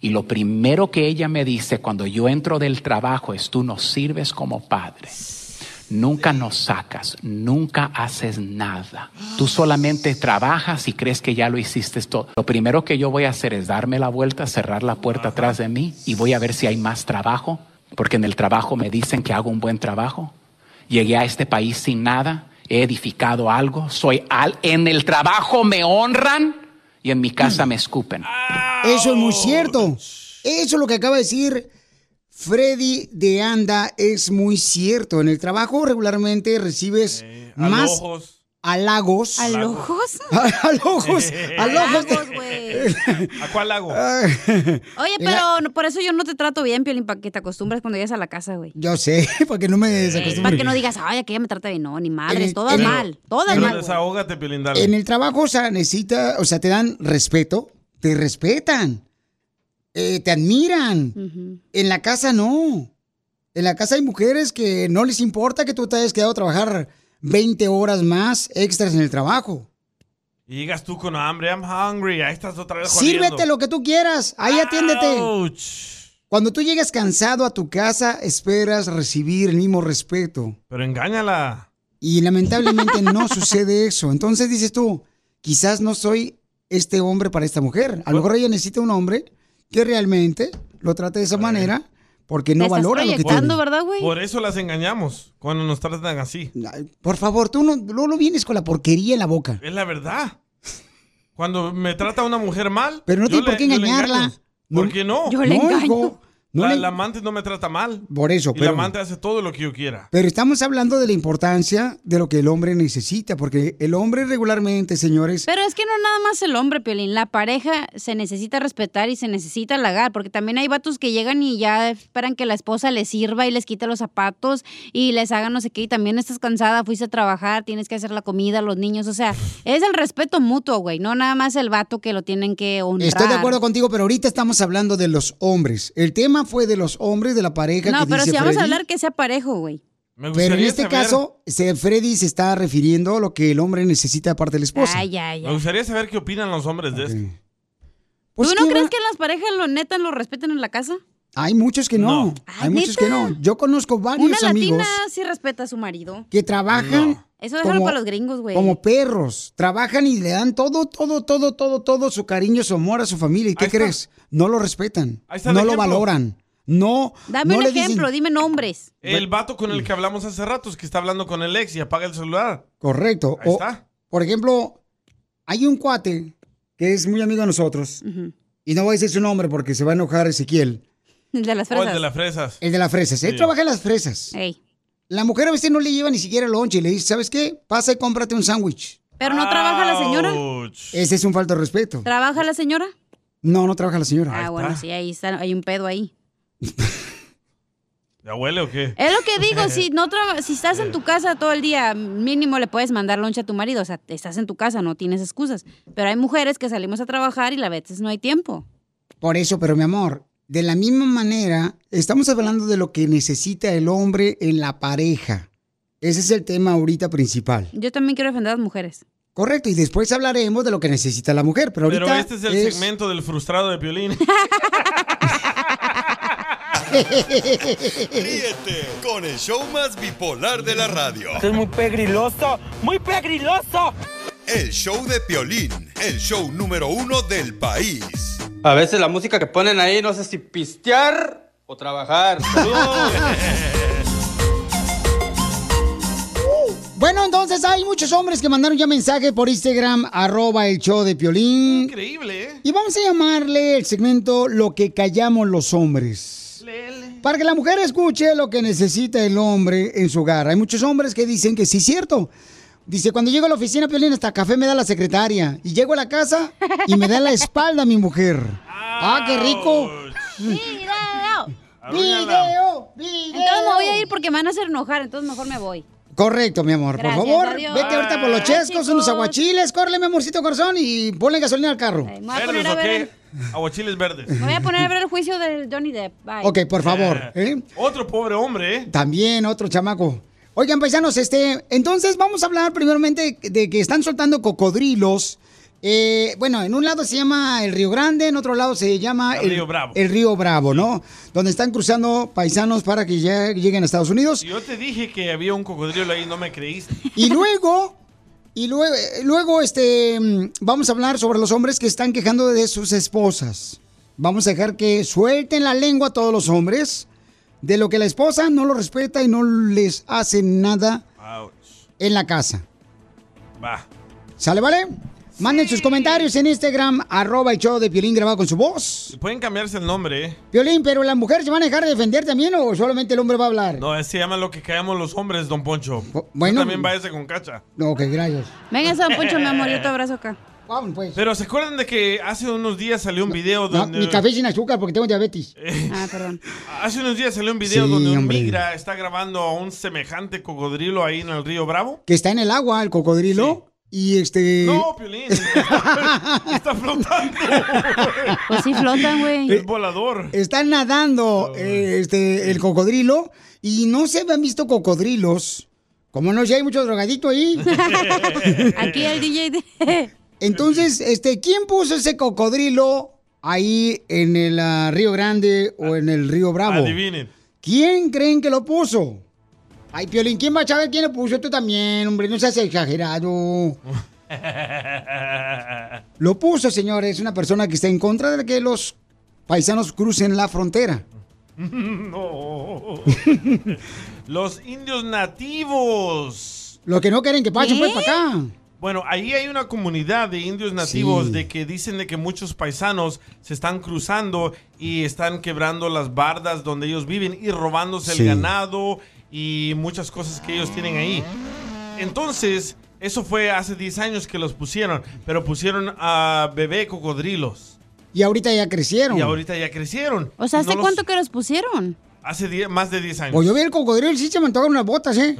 Speaker 15: y lo primero que ella me dice cuando yo entro del trabajo es, tú nos sirves como padre. Nunca nos sacas, nunca haces nada. Tú solamente trabajas y crees que ya lo hiciste todo. Lo primero que yo voy a hacer es darme la vuelta, cerrar la puerta atrás de mí y voy a ver si hay más trabajo, porque en el trabajo me dicen que hago un buen trabajo. Llegué a este país sin nada, he edificado algo, soy al en el trabajo me honran y en mi casa me escupen.
Speaker 4: Eso es muy cierto. Eso es lo que acaba de decir Freddy de Anda. Es muy cierto. En el trabajo regularmente recibes más
Speaker 6: Alojos.
Speaker 4: halagos.
Speaker 5: ¿Halojos?
Speaker 4: halagos. Halagos.
Speaker 5: Halagos, güey.
Speaker 6: ¿A cuál hago?
Speaker 5: Oye, pero no- por eso yo no te trato bien, Piolín, para que te acostumbres cuando llegues a la casa, güey.
Speaker 4: Yo sé, para que no me desacostumbre.
Speaker 5: Para que no digas, ay, aquella me trata bien. No, ni madres,
Speaker 4: Eh,
Speaker 5: todas
Speaker 4: eh,
Speaker 5: mal. Todas
Speaker 6: Pero
Speaker 5: mal.
Speaker 6: desahógate, Piolín, dale.
Speaker 4: En el trabajo, o sea, necesita, o sea, te dan respeto, te respetan, eh, te admiran. En la casa no. En la casa hay mujeres que no les importa que tú te hayas quedado a trabajar 20 horas más extras en el trabajo.
Speaker 6: Y llegas tú con hambre, I'm hungry, ahí estás otra vez
Speaker 4: Sírvete
Speaker 6: jodiendo.
Speaker 4: lo que tú quieras, ahí atiéndete. Cuando tú llegas cansado a tu casa, esperas recibir el mismo respeto.
Speaker 6: Pero engáñala.
Speaker 4: Y lamentablemente no sucede eso. Entonces dices tú, quizás no soy este hombre para esta mujer. A lo mejor ella necesita un hombre que realmente lo trate de esa manera porque no valora lo que tiene.
Speaker 5: ¿verdad, güey?
Speaker 6: Por eso las engañamos, cuando nos tratan así.
Speaker 4: Por favor, tú no, no, no vienes con la porquería en la boca.
Speaker 6: Es la verdad. Cuando me trata una mujer mal.
Speaker 4: Pero no
Speaker 6: yo
Speaker 4: tiene por
Speaker 6: le-
Speaker 4: qué
Speaker 6: yo le
Speaker 4: engañarla.
Speaker 6: engaño. ¿Por qué no?
Speaker 4: Yo le No, engaño. hijo, no
Speaker 6: la,
Speaker 4: le-
Speaker 6: la amante no me trata mal.
Speaker 4: Por eso,
Speaker 6: y
Speaker 4: pero-
Speaker 6: la amante hace todo lo que yo quiera.
Speaker 4: Pero estamos hablando de la importancia de lo que el hombre necesita, porque el hombre regularmente, señores,
Speaker 5: Pero es que no nada más el hombre, Piolín. La pareja se necesita respetar y se necesita halagar, porque también hay vatos que llegan y ya esperan que la esposa les sirva y les quite los zapatos y les haga no sé qué. Y también estás cansada, fuiste a trabajar, tienes que hacer la comida, los niños. O sea, es el respeto mutuo, güey. No nada más el vato que lo tienen que honrar.
Speaker 4: Estoy de acuerdo contigo, pero ahorita estamos hablando de los hombres. El tema fue de los hombres, de la pareja
Speaker 5: No,
Speaker 4: que
Speaker 5: pero
Speaker 4: dice
Speaker 5: si vamos a
Speaker 4: Freddy.
Speaker 5: hablar que sea parejo, güey.
Speaker 4: Pero en
Speaker 6: gustaría
Speaker 4: este
Speaker 6: saber-
Speaker 4: caso, se- Freddy se está refiriendo a lo que el hombre necesita aparte de la esposa.
Speaker 5: Ay, ay,
Speaker 6: Me
Speaker 5: ay.
Speaker 6: gustaría saber qué opinan los hombres de esto.
Speaker 4: Pues
Speaker 5: ¿Tú no crees que las parejas lo neta lo respeten en la casa?
Speaker 4: Hay muchos que no. Hay muchos
Speaker 5: ¿neta?
Speaker 4: que no. Yo conozco varios
Speaker 5: Una
Speaker 4: amigos
Speaker 5: latina sí respeta a su marido.
Speaker 4: que trabajan.
Speaker 5: Eso déjalo
Speaker 4: como-
Speaker 5: para los gringos, güey.
Speaker 4: Como perros, trabajan y le dan todo, todo, todo, todo, todo su cariño, su amor a su familia. ¿Y qué crees? No lo respetan,
Speaker 6: Ahí está
Speaker 4: no
Speaker 6: el
Speaker 4: lo
Speaker 6: ejemplo.
Speaker 4: valoran, no.
Speaker 5: Dame
Speaker 4: no
Speaker 5: un
Speaker 4: le dicen-
Speaker 5: ejemplo, dime nombres.
Speaker 6: El vato con el que hablamos hace ratos que está hablando con el ex y apaga el celular.
Speaker 4: Correcto.
Speaker 6: Ahí
Speaker 4: O,
Speaker 6: está.
Speaker 4: Por ejemplo, hay un cuate que es muy amigo de nosotros y no voy a decir su nombre porque se va a enojar Ezequiel.
Speaker 5: El de las
Speaker 6: O el
Speaker 5: fresas.
Speaker 6: de las fresas.
Speaker 4: El de las fresas. Él
Speaker 6: Sí.
Speaker 4: trabaja en las fresas. La mujer a veces no le lleva ni siquiera el lonche y le dice, ¿sabes qué? Pasa y cómprate un sándwich.
Speaker 5: Pero no trabaja la señora.
Speaker 4: Ese es un falto de respeto.
Speaker 5: ¿Trabaja la señora?
Speaker 4: No, no trabaja la señora.
Speaker 5: Ah, bueno, sí, ahí está, hay un pedo ahí.
Speaker 6: ¿Ya huele o qué?
Speaker 5: Es lo que digo, si no traba- si estás en tu casa todo el día, mínimo le puedes mandar lonche a tu marido, o sea, estás en tu casa, no tienes excusas. Pero hay mujeres que salimos a trabajar y la veces no hay tiempo.
Speaker 4: Por eso, pero mi amor, de la misma manera, estamos hablando de lo que necesita el hombre en la pareja. Ese es el tema ahorita principal.
Speaker 5: Yo también quiero defender a las mujeres.
Speaker 4: Correcto, y después hablaremos de lo que necesita la mujer, pero ahorita
Speaker 6: Pero este es el
Speaker 4: es-
Speaker 6: segmento del frustrado de Piolín.
Speaker 8: Ríete con el show más bipolar de la radio.
Speaker 16: Esto es muy pegriloso, muy pegriloso.
Speaker 8: El show de Piolín, el show número uno del país.
Speaker 16: A veces la música que ponen ahí, no sé si pistear o trabajar.
Speaker 4: Bueno, entonces hay muchos hombres que mandaron ya mensaje por Instagram, arroba el show de Piolín.
Speaker 6: Increíble, ¿eh?
Speaker 4: Y vamos a llamarle el segmento Lo que callamos los hombres. Para que la mujer escuche lo que necesita el hombre en su hogar. Hay muchos hombres que dicen que sí es cierto. Dice, cuando llego a la oficina, Piolín, hasta café me da la secretaria. Y llego a la casa y me da la espalda mi mujer. ¡Ah, qué rico!
Speaker 5: ¡Video!
Speaker 4: Arrúñala.
Speaker 5: Entonces me voy a ir porque me van a hacer enojar, entonces mejor me voy.
Speaker 4: Correcto, mi amor.
Speaker 5: Gracias,
Speaker 4: por favor,
Speaker 5: adiós.
Speaker 4: vete ahorita por los
Speaker 5: Ah,
Speaker 4: chescos, unos
Speaker 5: chicos.
Speaker 4: aguachiles, córrele, mi amorcito corazón, y ponle gasolina al carro.
Speaker 5: Me voy a
Speaker 6: ¿Verdes
Speaker 5: poner a
Speaker 6: o
Speaker 5: ver,
Speaker 6: qué? Aguachiles verdes.
Speaker 5: me voy a, poner a ver el juicio de Johnny Depp. Bye.
Speaker 4: Ok, por favor. ¿eh?
Speaker 6: Otro pobre hombre, ¿eh?
Speaker 4: También otro chamaco. Oigan, paisanos, este, entonces vamos a hablar primeramente de que están soltando cocodrilos. Eh, bueno, en un lado se llama el Río Grande, en otro lado se llama
Speaker 6: El Río Bravo.
Speaker 4: el Río Bravo, ¿no? Donde están cruzando paisanos para que ya lleguen a Estados Unidos.
Speaker 6: Yo te dije que había un cocodrilo ahí, no me creíste.
Speaker 4: Y luego, y luego, luego, este, mm, vamos a hablar sobre los hombres que están quejando de sus esposas. Vamos a dejar que suelten la lengua a todos los hombres de lo que la esposa no lo respeta y no les hace nada
Speaker 6: Ouch.
Speaker 4: en la casa.
Speaker 6: Va.
Speaker 4: ¿Sale, vale? Manden sus comentarios en Instagram, arroba el show de Piolín grabado con su voz.
Speaker 6: Pueden cambiarse el nombre, ¿eh?
Speaker 4: Piolín, pero las mujeres se van a dejar de defender también o solamente el hombre va a hablar.
Speaker 6: No, ese se llama lo que callamos los hombres, don Poncho.
Speaker 4: bueno.
Speaker 6: Tú también váyase con cacha.
Speaker 4: No, ok, gracias.
Speaker 5: Venga, San Poncho, mi amor, yo te abrazo acá.
Speaker 4: Vamos, pues.
Speaker 6: Pero ¿se acuerdan de que hace unos días salió un video
Speaker 4: No,
Speaker 6: donde...
Speaker 4: mi café sin azúcar porque tengo diabetes.
Speaker 5: Ah, perdón.
Speaker 6: Hace unos días salió un video
Speaker 4: Sí,
Speaker 6: donde un
Speaker 4: hombre.
Speaker 6: migra está grabando a un semejante cocodrilo ahí en el río Bravo.
Speaker 4: que está en el agua, el cocodrilo. Y este.
Speaker 6: No, Piolín. está flotando.
Speaker 4: Pues sí flotan, güey.
Speaker 6: Es volador.
Speaker 4: Está nadando eh, este, el cocodrilo. Y no se habían visto cocodrilos. Como no, ya hay mucho drogadito ahí.
Speaker 5: Aquí el DJ.
Speaker 4: Entonces, este, ¿quién puso ese cocodrilo ahí en el ah, Río Grande o en el Río Bravo?
Speaker 6: Adivinen.
Speaker 4: ¿Quién creen que lo puso? Ay, Piolín, ¿quién va a saber quién lo puso? Tú también, hombre, no seas exagerado. Lo puso, señores, una persona que está en contra de que los paisanos crucen la frontera.
Speaker 6: no. Los indios nativos.
Speaker 4: Lo que no quieren que pasen pues
Speaker 6: ¿Qué?
Speaker 4: para acá.
Speaker 6: Bueno, ahí hay una comunidad de indios nativos
Speaker 4: Sí.
Speaker 6: de que dicen de que muchos paisanos se están cruzando y están quebrando las bardas donde ellos viven y robándose
Speaker 4: Sí.
Speaker 6: el ganado y muchas cosas que ellos tienen ahí. Entonces, eso fue hace 10 años que los pusieron, pero pusieron a bebé cocodrilos.
Speaker 4: Y ahorita ya crecieron.
Speaker 6: Y ahorita ya crecieron.
Speaker 5: O sea, ¿hace
Speaker 6: No los-
Speaker 5: cuánto que los pusieron?
Speaker 6: Hace die- más de 10 años.
Speaker 4: Pues yo vi el cocodrilo y sí se me antojaron unas botas, ¿eh?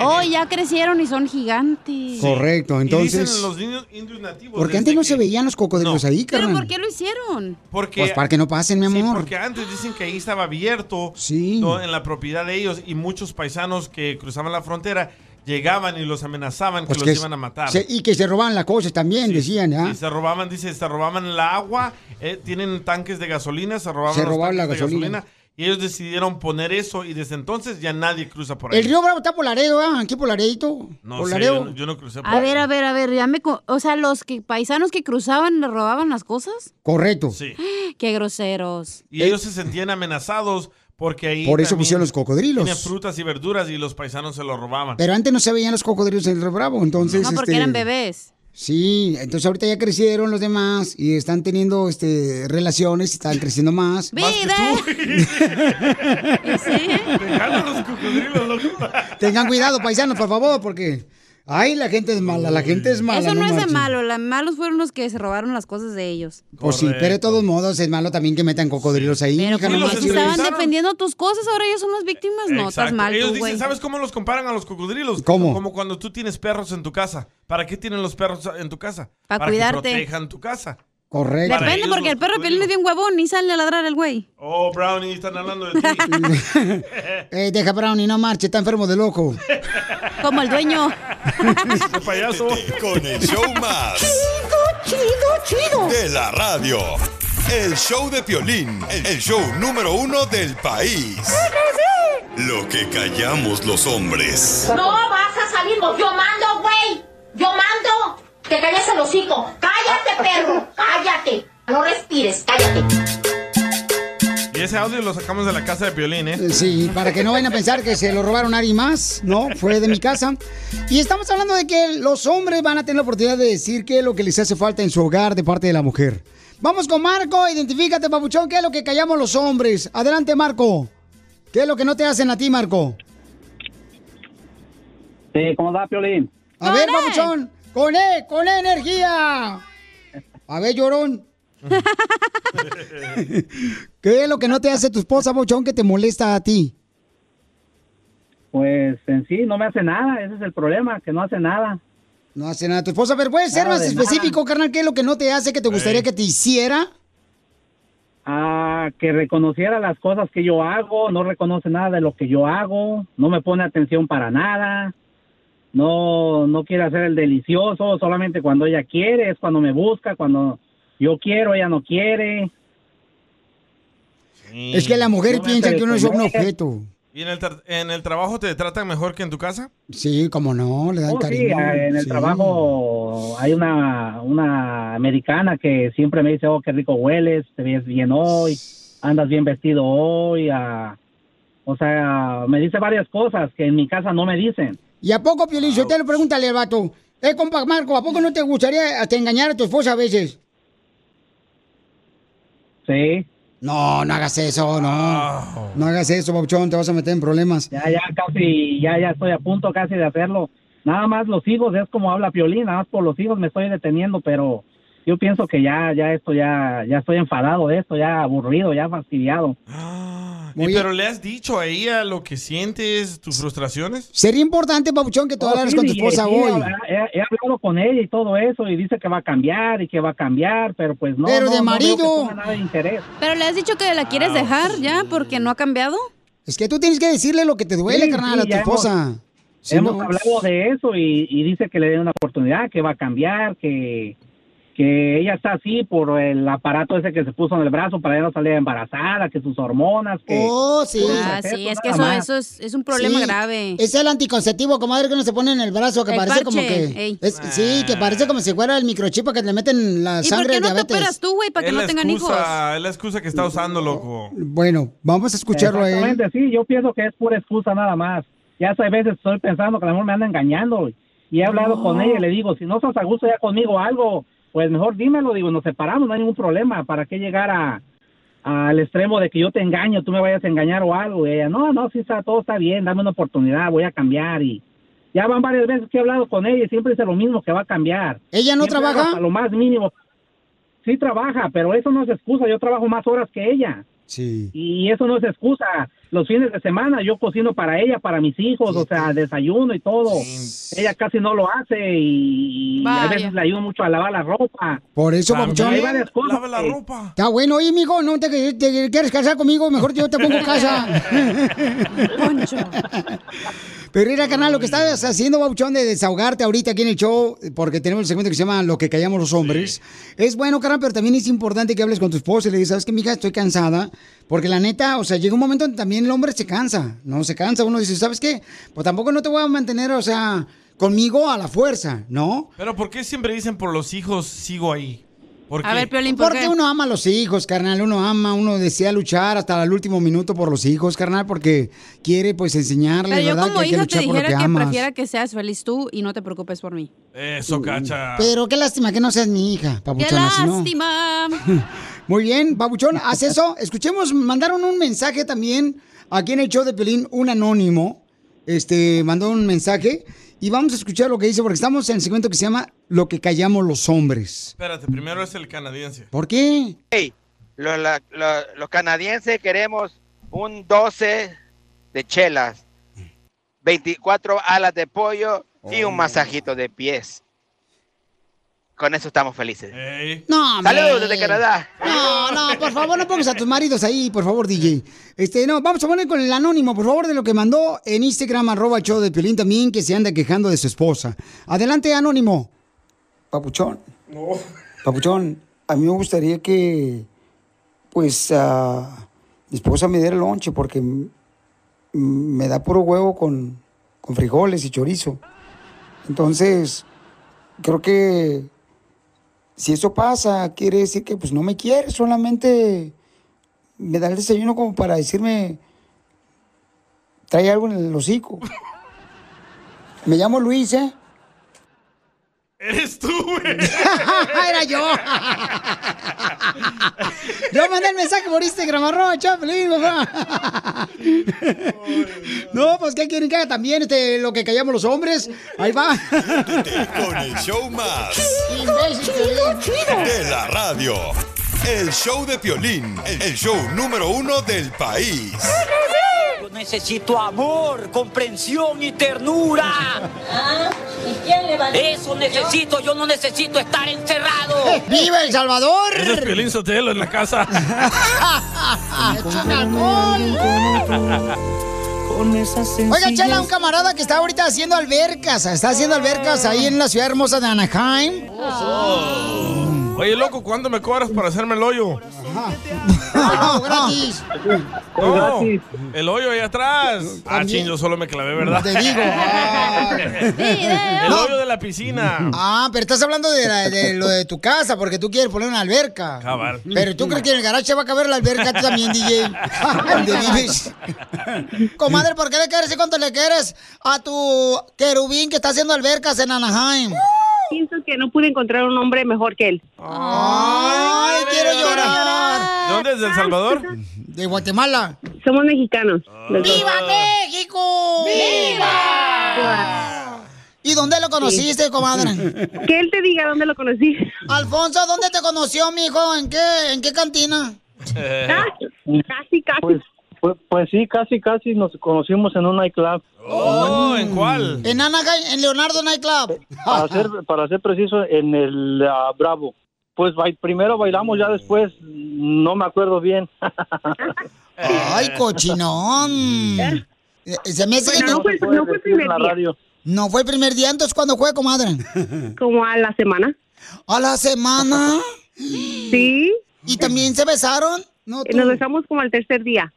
Speaker 5: Oh, ya crecieron y son gigantes.
Speaker 4: Correcto, entonces.
Speaker 6: Y dicen los niños indios nativos.
Speaker 4: porque antes
Speaker 6: pues, desde
Speaker 4: no
Speaker 6: que-
Speaker 4: se veían los cocodrilos ahí,
Speaker 5: ¿Pero
Speaker 4: carnal.
Speaker 5: por qué lo hicieron?
Speaker 6: Porque
Speaker 4: Pues para que no pasen, mi
Speaker 6: Sí,
Speaker 4: amor.
Speaker 6: porque antes dicen que ahí estaba abierto
Speaker 4: Sí.
Speaker 6: ¿no? en la propiedad de ellos y muchos paisanos que cruzaban la frontera llegaban y los amenazaban que
Speaker 4: Pues
Speaker 6: los
Speaker 4: que
Speaker 6: iban a matar.
Speaker 4: se- y que se robaban las cosas también, decían, ¿ah?
Speaker 6: Y se robaban, dice, se robaban el agua, eh, tienen tanques de gasolina, se robaban
Speaker 4: Se
Speaker 6: los
Speaker 4: robaban
Speaker 6: tanques
Speaker 4: la
Speaker 6: de
Speaker 4: gasolina.
Speaker 6: Y ellos decidieron poner eso y desde entonces ya nadie cruza por ahí.
Speaker 4: El río Bravo está por Laredo, ¿ah? Aquí por Laredito.
Speaker 6: no
Speaker 4: por
Speaker 6: sé,
Speaker 4: Laredo.
Speaker 6: yo, no- yo no crucé por
Speaker 5: A
Speaker 6: ahí.
Speaker 5: ver, a ver, a ver, ya me... co- O sea, los que, paisanos que cruzaban le robaban las cosas.
Speaker 4: Correcto. Eh,
Speaker 6: Sí.
Speaker 5: Qué groseros.
Speaker 6: Y ellos se sentían amenazados porque ahí
Speaker 4: Por eso
Speaker 6: también
Speaker 4: pusieron los cocodrilos.
Speaker 6: tenían frutas y verduras y los paisanos se lo robaban.
Speaker 4: Pero antes no se veían los cocodrilos en el río Bravo, entonces...
Speaker 5: no, porque
Speaker 4: este,
Speaker 5: eran bebés.
Speaker 4: Sí, entonces ahorita ya crecieron los demás y están teniendo este relaciones, están creciendo más. Tengan cuidado, paisanos, por favor, porque ay, la gente es mala, la gente es mala.
Speaker 5: Eso no, es de
Speaker 4: marchen.
Speaker 5: malo, los malos fueron los que se robaron las cosas de ellos.
Speaker 4: Pues sí, pero de todos modos es malo también que metan cocodrilos ahí. hija, no
Speaker 5: Como si
Speaker 4: marches.
Speaker 5: estaban defendiendo tus cosas, ahora ellos son las víctimas, no, estás
Speaker 6: Exacto.
Speaker 5: mal
Speaker 6: Ellos
Speaker 5: tú,
Speaker 6: dicen,
Speaker 5: güey.
Speaker 6: ¿sabes cómo los comparan a los cocodrilos? Como cuando tú tienes perros en tu casa. ¿Para qué tienen los perros en tu casa?
Speaker 5: Pa'
Speaker 6: Para
Speaker 5: cuidarte.
Speaker 6: que protejan tu casa.
Speaker 4: Correcto.
Speaker 6: Para
Speaker 5: Depende,
Speaker 6: ellos
Speaker 5: porque
Speaker 6: los
Speaker 5: el perro pelín es bien huevón y sale a ladrar el güey.
Speaker 6: Oh, Brownie, están hablando de ti.
Speaker 4: Eh, deja Brownie, no marche, está enfermo de loco.
Speaker 5: Como el dueño.
Speaker 6: payaso.
Speaker 8: Con el show más. Chido, chido, chido. De la radio. El show de Piolín. El el show número uno del país. Lo que callamos los hombres.
Speaker 11: No vas a salir, no, yo mando, güey. Yo mando. Te calles el hocico. Cállate, perro. Cállate. No respires, cállate.
Speaker 6: Y ese audio lo sacamos de la casa de Piolín, ¿eh?
Speaker 4: Sí, para que no vayan a pensar que se lo robaron a alguien más, ¿no? Fue de mi casa. Y estamos hablando de que los hombres van a tener la oportunidad de decir qué es lo que les hace falta en su hogar de parte de la mujer. Vamos con Marco, identifícate, papuchón, qué es lo que callamos los hombres. Adelante, Marco. ¿Qué es lo que no te hacen a ti, Marco?
Speaker 17: Sí, ¿cómo va, Piolín?
Speaker 4: A ver, papuchón, con E, con E energía. A ver, llorón. ¿Qué es lo que no te hace tu esposa, papuchón, que te molesta a ti?
Speaker 17: Pues en sí, no me hace nada, ese es el problema, que no hace nada.
Speaker 4: No hace nada tu esposa, pero puedes ser
Speaker 17: Nada
Speaker 4: más
Speaker 17: de nada.
Speaker 4: específico, carnal, ¿qué es lo que no te hace que te gustaría
Speaker 17: Ey.
Speaker 4: que te hiciera?
Speaker 17: Ah, que reconociera las cosas que yo hago, no reconoce nada de lo que yo hago, no me pone atención para nada, no, no quiere hacer el delicioso, solamente cuando ella quiere, es cuando me busca, cuando yo quiero, ella no quiere.
Speaker 4: Es que la mujer
Speaker 17: No me
Speaker 4: piensa
Speaker 17: hace
Speaker 4: que uno es
Speaker 17: comer.
Speaker 4: un objeto.
Speaker 6: ¿Y en el, tra- en el trabajo te tratan mejor que en tu casa?
Speaker 4: Sí, como no, le dan
Speaker 17: Oh, sí,
Speaker 4: cariño.
Speaker 17: en el
Speaker 4: sí.
Speaker 17: trabajo hay una, una americana que siempre me dice, oh, qué rico hueles, te ves bien hoy, andas bien vestido hoy. ah". o sea, me dice varias cosas que en mi casa no me dicen.
Speaker 4: ¿Y a poco, Piolín, yo te lo pregúntale al vato? Eh, compa Marco, ¿a poco no te gustaría hasta engañar a tu esposa a veces?
Speaker 17: Sí. Ah.
Speaker 4: No, no hagas eso, no. No hagas eso, Bauchón, te vas a meter en problemas.
Speaker 17: Ya, ya, casi, ya, ya estoy a punto casi de hacerlo. Nada más los hijos, es como habla Piolín, nada más por los hijos me estoy deteniendo, pero yo pienso que ya, ya esto, ya, ya estoy enfadado de esto, ya aburrido, ya fastidiado.
Speaker 6: ¿Y Ah, eh, pero le has dicho a ella lo que sientes, tus frustraciones?
Speaker 4: Sería importante, Papuchón, que tú
Speaker 17: Oh,
Speaker 4: hablaras
Speaker 17: sí,
Speaker 4: con tu
Speaker 17: sí,
Speaker 4: esposa
Speaker 17: sí,
Speaker 4: hoy.
Speaker 17: He, he- he hablado con ella y todo eso y dice que va a cambiar y que va a cambiar, pero pues no.
Speaker 5: Pero
Speaker 17: no,
Speaker 5: de
Speaker 17: no veo que
Speaker 5: marido.
Speaker 17: tenga nada de interés.
Speaker 5: Pero le has dicho que la quieres dejar ya porque no ha cambiado.
Speaker 4: Es que tú tienes que decirle lo que te duele,
Speaker 17: Sí,
Speaker 4: carnal,
Speaker 17: sí,
Speaker 4: a tu
Speaker 17: ya hemos-
Speaker 4: esposa. Si
Speaker 17: Hemos
Speaker 4: no-
Speaker 17: hablado de eso y, y dice que le den una oportunidad, que va a cambiar, que, que ella está así por el aparato ese que se puso en el brazo para ella no salir embarazada, que sus hormonas, que...
Speaker 4: Oh,
Speaker 5: Ah, sí, es que eso,
Speaker 17: nada más.
Speaker 5: eso es, es un problema
Speaker 4: Sí,
Speaker 5: grave.
Speaker 4: Es el anticonceptivo, comadre, que uno se pone en el brazo, que
Speaker 5: El
Speaker 4: parece como
Speaker 5: parche,
Speaker 4: que.
Speaker 5: ey.
Speaker 4: es- sí, que parece como si fuera el microchip que le meten la
Speaker 5: ¿Y por
Speaker 4: sangre
Speaker 5: qué
Speaker 4: del
Speaker 5: no te
Speaker 4: diabetes.
Speaker 5: operas tú, güey, para que
Speaker 6: es
Speaker 5: no
Speaker 6: la
Speaker 5: tengan hijos?
Speaker 6: excusa, Es la excusa que está usando, loco.
Speaker 4: Bueno, vamos a escucharlo a él.
Speaker 17: Exactamente, sí, yo pienso que es pura excusa nada más. Ya a veces estoy pensando que a lo mejor me anda engañando y he hablado
Speaker 18: No.
Speaker 17: con ella y le digo, si no estás a gusto ya conmigo o algo, pues mejor dímelo, digo, nos separamos, no hay ningún problema, ¿para qué llegar a al extremo de que yo te engaño, tú me vayas a engañar o algo? Y ella, no, no, sí está, todo está bien, dame una oportunidad, voy a cambiar y ya van varias veces que he hablado con ella y siempre dice lo mismo que va a cambiar.
Speaker 4: ¿Ella no trabaja?
Speaker 17: A lo más mínimo. Sí trabaja, pero eso no es excusa, yo trabajo más horas que ella.
Speaker 4: Sí.
Speaker 17: Y eso no es excusa. los fines de semana yo cocino para ella, para mis hijos, o sea, desayuno y todo. Ella casi no lo hace y, y a
Speaker 4: Vaya.
Speaker 17: veces le ayudo mucho a lavar la ropa.
Speaker 4: Por eso, papuchón.
Speaker 17: Hay varias cosas. que-
Speaker 4: Está bueno, oye, mijo, no te, que- te quieres casar conmigo, mejor yo te pongo casa. Poncho. Pero mira, canal, lo que estás haciendo, Bauchón, de desahogarte ahorita aquí en el show, porque tenemos el segmento que se llama Lo que callamos los hombres. Es bueno, carnal, pero también es importante que hables con tu esposa y le digas, ¿sabes qué, mija? Estoy cansada. Porque la neta, o sea, llega un momento en que también el hombre se cansa, ¿no? Se cansa. Uno dice, ¿sabes qué? Pues tampoco no te voy a mantener, o sea, conmigo a la fuerza, ¿no?
Speaker 6: Pero ¿por qué siempre dicen por los hijos sigo ahí? ¿Por qué?
Speaker 4: Porque uno ama a los hijos, carnal. Uno ama, uno desea luchar hasta el último minuto por los hijos, carnal, porque quiere pues enseñarle,
Speaker 5: Pero yo
Speaker 4: ¿verdad?
Speaker 5: como
Speaker 4: que hay que
Speaker 5: hija te
Speaker 4: luchar por lo
Speaker 5: dijera
Speaker 4: que
Speaker 5: que,
Speaker 4: amas.
Speaker 5: prefiera que seas feliz tú y no te preocupes por mí.
Speaker 6: Eso, cacha.
Speaker 4: Pero qué lástima que no seas mi hija,
Speaker 5: ¡Qué
Speaker 4: papuchona, si no.
Speaker 5: lástima!
Speaker 4: Muy bien, Papuchón, haz eso. Escuchemos, mandaron un mensaje también aquí en el show de Pelín, un anónimo. Este, mandó un mensaje y vamos a escuchar lo que dice, porque estamos en el segmento que se llama Lo que callamos los hombres.
Speaker 6: Espérate, primero es el canadiense.
Speaker 4: ¿Por qué?
Speaker 18: Hey, lo- la- la- los canadienses queremos un 12 de chelas, 24 alas de pollo y un masajito de pies. Con eso estamos felices.
Speaker 4: No, hombre.
Speaker 18: Saludos desde Canadá.
Speaker 4: No, no, por favor, no pongas a tus maridos ahí, por favor, DJ. Este, no, vamos a poner con el anónimo, por favor, de lo que mandó en Instagram, arroba el show de Piolín también, que se anda quejando de su esposa. Adelante, anónimo.
Speaker 19: Papuchón. Papuchón, a mí me gustaría que, pues, ah, mi esposa me diera lonche porque m- m- me da puro huevo con, con frijoles y chorizo. Entonces, creo que si eso pasa, quiere decir que, pues, no me quiere, solamente me da el desayuno como para decirme, trae algo en el hocico. Me llamo Luis, ¿eh?
Speaker 6: Eres tú, güey.
Speaker 4: Era yo. Yo mandé el mensaje por Instagram, arroba el show de Piolín, papá. No, pues, ¿qué quieren que haga también este, lo que callamos los hombres? Ahí va.
Speaker 8: Con el show más.
Speaker 4: Imbécil, Piolín.
Speaker 8: De la radio. El show de Piolín. El show número uno del país.
Speaker 25: Yo necesito amor, comprensión y ternura.
Speaker 11: Ah, ¿Y quién le va a decir?
Speaker 25: Eso necesito, yo no necesito estar encerrado.
Speaker 4: ¡Viva El Salvador!
Speaker 6: Ese es Piolín Sotelo en la casa.
Speaker 25: Con esa
Speaker 4: Oiga, Chela, un camarada que está ahorita haciendo albercas, está haciendo albercas ahí en la ciudad hermosa de Anaheim.
Speaker 6: Oye, loco, ¿cuándo me cobras para hacerme el hoyo?
Speaker 4: No, gratis.
Speaker 6: No, el hoyo ahí atrás. Ah,
Speaker 4: También.
Speaker 6: ching, yo solo me clavé, ¿verdad?
Speaker 4: Te digo.
Speaker 6: el hoyo de la piscina.
Speaker 4: Ah, pero estás hablando de, la- de lo de tu casa, porque tú quieres poner una alberca.
Speaker 6: Cabal.
Speaker 4: Pero tú crees que en el garage se va a caber la alberca tú también, DJ. ¿Dónde vives? Comadre, ¿por qué le quieres y cuánto le quieres a tu querubín que está haciendo albercas en Anaheim?
Speaker 13: Pienso que no pude encontrar un hombre mejor que él.
Speaker 4: ¡Ay, quiero llorar!
Speaker 6: ¿De dónde es? ¿De El Salvador?
Speaker 4: Ah, De Guatemala.
Speaker 13: Somos mexicanos. los dos.
Speaker 4: ¡Viva México! ¡Viva! ¿Y dónde lo conociste, comadre?
Speaker 13: Que él te diga dónde lo conocí.
Speaker 4: Alfonso, ¿dónde te conoció, mijo? ¿En qué, en qué cantina?
Speaker 13: Casi, casi.
Speaker 26: Pues, pues, pues sí, casi, casi nos conocimos en un nightclub.
Speaker 6: Oh, ¿en cuál?
Speaker 4: En Anaheim, en Leonardo Nightclub.
Speaker 26: Para ser, para ser preciso, en el ah, Bravo. Pues bai- primero bailamos, ya después no me acuerdo bien.
Speaker 4: Ay, cochinón. Eh, Se me hace que
Speaker 26: Bueno, no fue- no fue el primer En la día. radio.
Speaker 4: No fue el primer día, entonces ¿cuándo fue, comadre?
Speaker 13: Como a la semana.
Speaker 4: ¿A la semana?
Speaker 13: Sí.
Speaker 4: ¿Y también se besaron? No,
Speaker 13: Eh, Nos besamos como al tercer día.